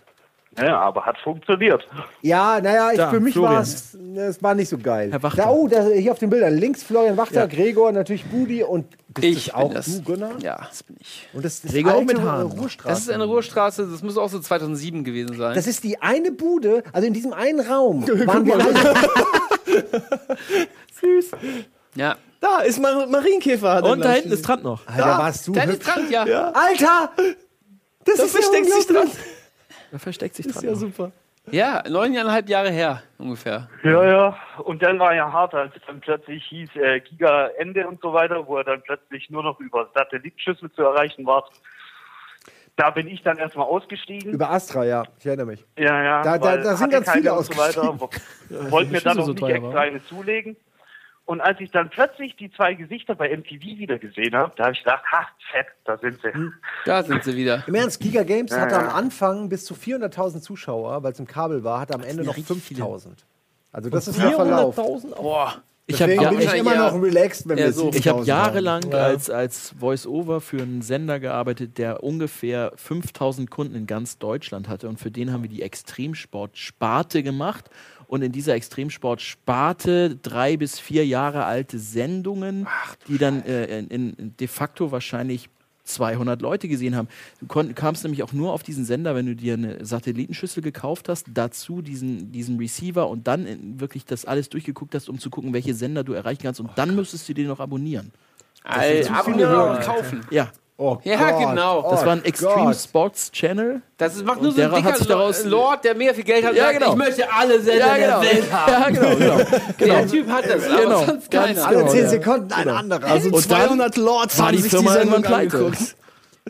Speaker 18: Ne, aber hat funktioniert.
Speaker 3: Ja, naja, ich,
Speaker 18: Da,
Speaker 3: für mich
Speaker 18: Florian.
Speaker 3: war es es war nicht so geil. Herr Wachter. Da, oh, da, hier auf den Bildern. Links Florian Wachter,
Speaker 1: Ja.
Speaker 3: Gregor, natürlich Budi und bist
Speaker 2: Ich
Speaker 3: das
Speaker 2: bin
Speaker 3: auch
Speaker 2: das.
Speaker 3: du, Gunnar?
Speaker 2: Ja, das bin ich.
Speaker 3: Und das ist
Speaker 2: Gregor
Speaker 3: alte
Speaker 2: auch mit Haaren.
Speaker 3: Ruhrstraße.
Speaker 2: Das ist eine Ruhrstraße, das muss auch so 2007 gewesen sein.
Speaker 3: Das ist die eine Bude, also in diesem einen Raum
Speaker 2: Guck
Speaker 3: waren wir
Speaker 2: mal.
Speaker 3: alle.
Speaker 1: Süß.
Speaker 2: Ja.
Speaker 4: Da ist Mar Marienkäfer.
Speaker 1: Und da hinten ist Trant noch.
Speaker 3: Alter, warst du
Speaker 2: Da
Speaker 3: hübsch.
Speaker 2: ist Trant, ja.
Speaker 3: Alter! Das ist
Speaker 4: Da
Speaker 3: ja
Speaker 4: versteckt sich dran.
Speaker 1: Da versteckt sich
Speaker 4: Ist
Speaker 1: dran.
Speaker 4: ja super.
Speaker 2: Ja, neuneinhalb Jahre her ungefähr.
Speaker 18: Ja, ja. Und dann war ja hart, als dann plötzlich hieß äh, Giga Ende und so weiter, wo er dann plötzlich nur noch über Satellitschüssel zu erreichen war. Da bin ich dann erstmal ausgestiegen.
Speaker 3: Über Astra, ja, ich erinnere mich.
Speaker 18: ja, ja.
Speaker 3: Da- da-
Speaker 18: weil
Speaker 3: da sind ganz
Speaker 18: hatte
Speaker 3: viele
Speaker 18: keine und so weiter.
Speaker 3: ausgestiegen.
Speaker 18: Wollten mir
Speaker 3: Ja, die Schüssel
Speaker 18: dann noch
Speaker 3: so
Speaker 18: nicht
Speaker 3: teuer
Speaker 18: extra
Speaker 3: waren.
Speaker 18: eine zulegen. Und als ich dann plötzlich die zwei Gesichter bei MTV wieder gesehen habe, da habe ich gedacht, ha, fett, da sind sie.
Speaker 2: Hm. Da sind sie wieder.
Speaker 3: Im Ernst, Giga Games
Speaker 18: Ja,
Speaker 3: hatte
Speaker 18: ja.
Speaker 3: am Anfang bis zu 400.000 Zuschauer, weil es im Kabel war, hatte am Ende noch 5.000. Also das ist der Verlauf.
Speaker 2: Boah.
Speaker 1: Ich
Speaker 3: Deswegen
Speaker 1: hab-
Speaker 3: bin ich
Speaker 1: ja,
Speaker 3: immer
Speaker 1: ja.
Speaker 3: noch relaxed, wenn
Speaker 1: Ja,
Speaker 3: wir
Speaker 1: so.
Speaker 3: 7000
Speaker 1: Ich habe jahrelang
Speaker 3: haben.
Speaker 1: als, als Voice-Over für einen Sender gearbeitet, der ungefähr 5000 Kunden in ganz Deutschland hatte. Und für den haben wir die Extremsport-Sparte gemacht. Und in dieser Extremsport-Sparte drei bis vier Jahre alte Sendungen, die dann äh, in, in de facto wahrscheinlich 200 Leute gesehen haben. Du kon- kamst nämlich auch nur auf diesen Sender, wenn du dir eine Satellitenschüssel gekauft hast, dazu diesen, diesen Receiver und dann in, wirklich das alles durchgeguckt hast, um zu gucken, welche Sender du erreichen kannst und dann müsstest du den noch abonnieren.
Speaker 3: Äh,
Speaker 2: All,
Speaker 1: zu
Speaker 2: ab
Speaker 1: viele Hörer.
Speaker 2: und kaufen.
Speaker 1: Ja.
Speaker 3: Oh
Speaker 2: Ja, Gott. genau.
Speaker 1: Das
Speaker 2: Oh
Speaker 1: war ein Extreme
Speaker 2: Gott.
Speaker 1: Sports Channel.
Speaker 2: Das ist, macht nur
Speaker 1: Und
Speaker 2: so ein
Speaker 1: derer
Speaker 2: dicker
Speaker 1: hat sich daraus-
Speaker 2: Lo- äh, Lord, der mehr viel Geld hat,
Speaker 1: Ja,
Speaker 2: sagt,
Speaker 1: genau.
Speaker 2: ich möchte alle Sender
Speaker 1: Ja, genau.
Speaker 2: der Welt haben.
Speaker 1: Ja, genau, genau.
Speaker 2: Der Typ hat das, aber
Speaker 1: Genau.
Speaker 2: sonst
Speaker 1: Ganz
Speaker 2: keiner.
Speaker 1: genau, Alle zehn ja.
Speaker 3: Sekunden ein anderer.
Speaker 1: Also
Speaker 4: Und
Speaker 1: 200
Speaker 4: dann
Speaker 1: Lords
Speaker 4: war
Speaker 1: haben
Speaker 4: die
Speaker 1: sich
Speaker 4: Firma
Speaker 1: die Sendung
Speaker 4: irgendwann
Speaker 1: angeguckt.
Speaker 4: angeguckt.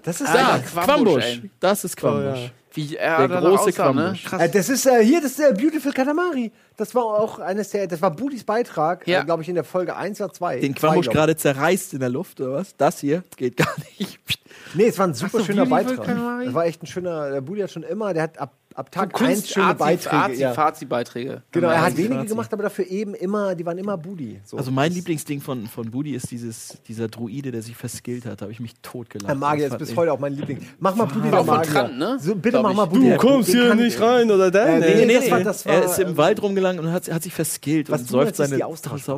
Speaker 3: Das ist
Speaker 1: Da,
Speaker 3: Alter,
Speaker 1: Quambusch.
Speaker 3: ey.
Speaker 1: Das ist Quambusch. äh,
Speaker 3: Oh, ja.
Speaker 2: Wie
Speaker 1: Der große Quambusch.
Speaker 3: Äh, das ist äh, hier, das ist der Beautiful Katamari. Das war auch eines der, das war Budis Beitrag,
Speaker 1: Ja.
Speaker 3: äh, glaube ich, in der Folge 1 oder 2.
Speaker 1: Den Quambusch
Speaker 3: Zwei, glaub
Speaker 1: gerade zerreißt in der Luft, oder was? Das hier geht gar nicht.
Speaker 3: ich. Nee, es war ein super
Speaker 1: so,
Speaker 3: schöner
Speaker 1: Beautiful
Speaker 3: Beitrag.
Speaker 1: Katamari?
Speaker 3: Das war echt ein schöner, der Budi hat schon immer, der hat ab, ab Tag
Speaker 2: Kunst-
Speaker 3: 1 schöne
Speaker 2: Arzi-
Speaker 3: Beiträge.
Speaker 2: Arzi-
Speaker 3: ja.
Speaker 2: Fazi-Beiträge.
Speaker 3: Genau, er hat
Speaker 1: Arzi-
Speaker 3: wenige
Speaker 1: Fazi.
Speaker 3: gemacht, aber dafür eben immer, die waren immer Budi. So.
Speaker 1: Also mein Lieblingsding von, von Budi ist dieses, dieser Druide, der sich verskillt hat. Da habe ich mich totgelacht.
Speaker 3: Herr Magier
Speaker 1: Das
Speaker 3: ist
Speaker 1: fand
Speaker 3: bis
Speaker 1: ich-
Speaker 3: heute auch mein Liebling. Mach mal Budi der
Speaker 1: Auch von
Speaker 3: Magier.
Speaker 1: Trant, ne?
Speaker 3: so, bitte
Speaker 1: Glaub
Speaker 3: mach
Speaker 1: ich.
Speaker 3: mal Budi.
Speaker 1: Du kommst
Speaker 3: Den
Speaker 1: hier
Speaker 3: kann
Speaker 1: nicht
Speaker 3: ich.
Speaker 4: rein, oder
Speaker 3: Äh,
Speaker 4: denn?
Speaker 3: nee,
Speaker 1: Nee, nee,
Speaker 3: das
Speaker 1: nee.
Speaker 3: war, das war, ähm,
Speaker 1: er ist im Wald rumgelangt und hat, hat sich verskillt
Speaker 3: Was
Speaker 1: und
Speaker 3: du
Speaker 1: säuft
Speaker 3: meinst, ist
Speaker 1: seine
Speaker 3: die Austauschbar.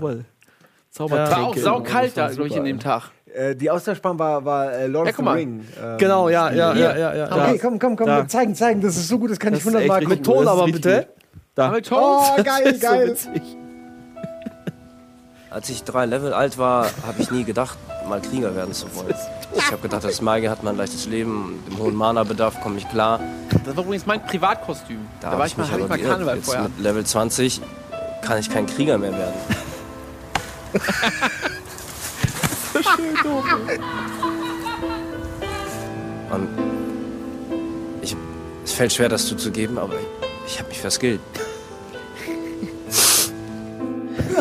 Speaker 1: Zauber,
Speaker 2: War auch
Speaker 1: Zaubertränke.
Speaker 2: saukalt da,
Speaker 1: Das war
Speaker 2: glaube ich,
Speaker 1: super,
Speaker 2: in dem Tag.
Speaker 3: Äh, die Austauschbahn war, war äh, Lord
Speaker 2: Ja,
Speaker 3: of
Speaker 2: guck
Speaker 3: the
Speaker 2: mal.
Speaker 3: Ring. ähm,
Speaker 4: Genau, ja, ja,
Speaker 3: Spiel.
Speaker 4: ja, ja, ja.
Speaker 3: Okay,
Speaker 4: Da.
Speaker 3: komm, komm, komm,
Speaker 4: Da.
Speaker 3: zeigen, zeigen, das ist so gut, das kann ich
Speaker 1: Das ist echt
Speaker 3: hundertmal
Speaker 1: richtig
Speaker 3: gucken.
Speaker 1: gut. Das ist richtig gut. Da.
Speaker 2: Mit
Speaker 3: Oh, geil, geil.
Speaker 17: Als ich drei Level alt war, habe ich nie gedacht, mal Krieger werden zu wollen. Ich habe gedacht, als Magier hat man ein leichtes Leben, mit dem hohen Mana-Bedarf komme ich klar.
Speaker 2: Das war übrigens mein Privatkostüm. Da,
Speaker 17: hab
Speaker 2: war ich mal,
Speaker 17: mich
Speaker 2: hatte ich
Speaker 17: aber
Speaker 2: mal
Speaker 17: geirrt.
Speaker 2: Karneval
Speaker 17: Jetzt
Speaker 2: vorher. an.
Speaker 17: Mit Level 20 kann ich kein Krieger mehr werden. Und ich, es fällt schwer, das zuzugeben, aber ich, ich habe mich verskillt.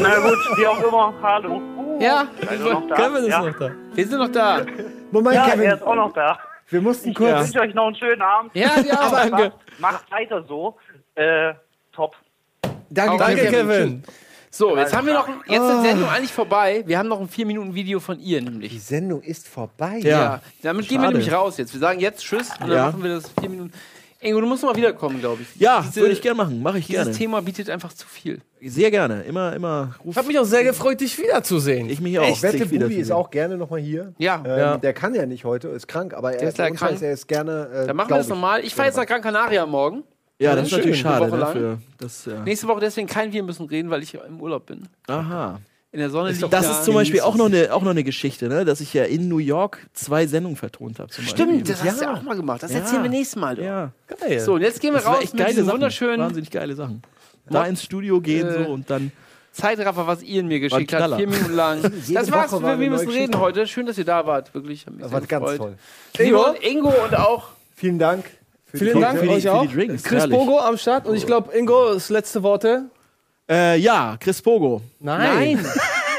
Speaker 18: Na gut, wie auch immer, hallo. Uh,
Speaker 2: Ja,
Speaker 18: seid ihr noch da?
Speaker 2: können wir das
Speaker 18: ja.
Speaker 2: noch da? Wir sind noch da.
Speaker 3: Moment,
Speaker 18: Ja,
Speaker 3: Kevin.
Speaker 18: er ist auch noch da.
Speaker 3: Wir mussten
Speaker 18: Ich
Speaker 3: kurz.
Speaker 18: wünsche euch noch einen schönen Abend.
Speaker 2: Ja, dir auch.
Speaker 18: Aber
Speaker 2: Danke.
Speaker 18: Macht, macht weiter so. Äh, top.
Speaker 3: Danke,
Speaker 2: Danke,
Speaker 3: Kevin.
Speaker 2: So, jetzt haben wir noch, jetzt ist
Speaker 3: Ah.
Speaker 2: die Sendung eigentlich vorbei. Wir haben noch ein 4-Minuten-Video von ihr nämlich.
Speaker 3: Die Sendung ist vorbei.
Speaker 2: Ja. Damit gehen wir
Speaker 1: Schade.
Speaker 2: nämlich raus jetzt. Wir sagen jetzt Tschüss und dann
Speaker 1: Ja.
Speaker 2: machen wir das 4 Minuten. Ingo, du musst noch mal wiederkommen, glaube ich.
Speaker 1: Ja,
Speaker 2: Diese-
Speaker 1: würde ich gerne machen. Mache ich
Speaker 2: Dieses
Speaker 1: gerne.
Speaker 2: Thema bietet einfach zu viel.
Speaker 1: Sehr gerne. Immer, immer. Ruf
Speaker 4: Ich habe mich auch sehr gefreut, dich wiederzusehen.
Speaker 1: ich mich auch.
Speaker 3: Ich wette,
Speaker 1: Sich wieder
Speaker 3: Budi ist auch gerne nochmal hier.
Speaker 2: Ja.
Speaker 3: Ähm,
Speaker 2: Ja.
Speaker 3: Der kann ja nicht heute, ist krank, aber
Speaker 2: Der
Speaker 3: er
Speaker 2: ist leider
Speaker 3: ohne Scheiß,
Speaker 2: krank.
Speaker 3: er ist gerne. Äh,
Speaker 2: Dann machen wir
Speaker 3: glaub
Speaker 2: das nochmal. Ich fahre jetzt nach Gran Canaria morgen.
Speaker 1: Ja, das ist
Speaker 2: Schön,
Speaker 1: natürlich
Speaker 2: eine
Speaker 1: schade.
Speaker 2: Woche
Speaker 1: Ne,
Speaker 2: lang.
Speaker 1: für das, ja.
Speaker 2: Nächste Woche deswegen kein Wir müssen reden, weil ich im Urlaub bin.
Speaker 1: Aha.
Speaker 2: in der Sonne liegt.
Speaker 1: das
Speaker 2: da.
Speaker 1: ist zum Beispiel auch noch, eine, auch noch eine Geschichte, ne? dass ich ja in New York zwei Sendungen vertont habe.
Speaker 2: Stimmt, das hast du ja auch mal gemacht. Das erzählen wir nächstes Mal. Doch.
Speaker 1: Ja, geil.
Speaker 2: So, und jetzt gehen wir
Speaker 1: Das war
Speaker 2: raus
Speaker 1: echt
Speaker 2: mit
Speaker 1: geile
Speaker 2: diesem
Speaker 1: Sachen.
Speaker 2: wunderschönen-
Speaker 1: Wahnsinnig geile Sachen. Da ins Studio gehen so und dann.
Speaker 2: Zeitraffer, was Ian mir geschickt
Speaker 1: War ein
Speaker 2: hat,
Speaker 1: Knaller.
Speaker 2: vier Minuten lang.
Speaker 1: Jede
Speaker 2: das war's,
Speaker 1: Woche war
Speaker 2: wir,
Speaker 1: eine
Speaker 2: wir
Speaker 1: neue
Speaker 2: müssen reden
Speaker 1: Geschichte.
Speaker 2: heute. Schön, dass ihr da wart, wirklich. Hab mich
Speaker 3: Das
Speaker 2: sehr
Speaker 3: war ganz
Speaker 2: gefreut.
Speaker 3: toll.
Speaker 2: Ingo, Ingo und auch
Speaker 3: Vielen Dank. für
Speaker 4: Vielen
Speaker 3: die-
Speaker 4: Dank
Speaker 3: für die-
Speaker 4: euch
Speaker 3: für die
Speaker 4: auch.
Speaker 3: Drinks,
Speaker 4: Chris
Speaker 3: herrlich.
Speaker 4: Bogo am Start und ich glaube, Ingo, das letzte Worte.
Speaker 1: Äh, ja, Chris Pogo.
Speaker 4: Nein.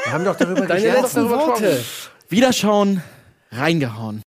Speaker 1: Wir haben doch darüber
Speaker 4: Deine letzten Worte.
Speaker 1: Wiederschauen, reingehauen.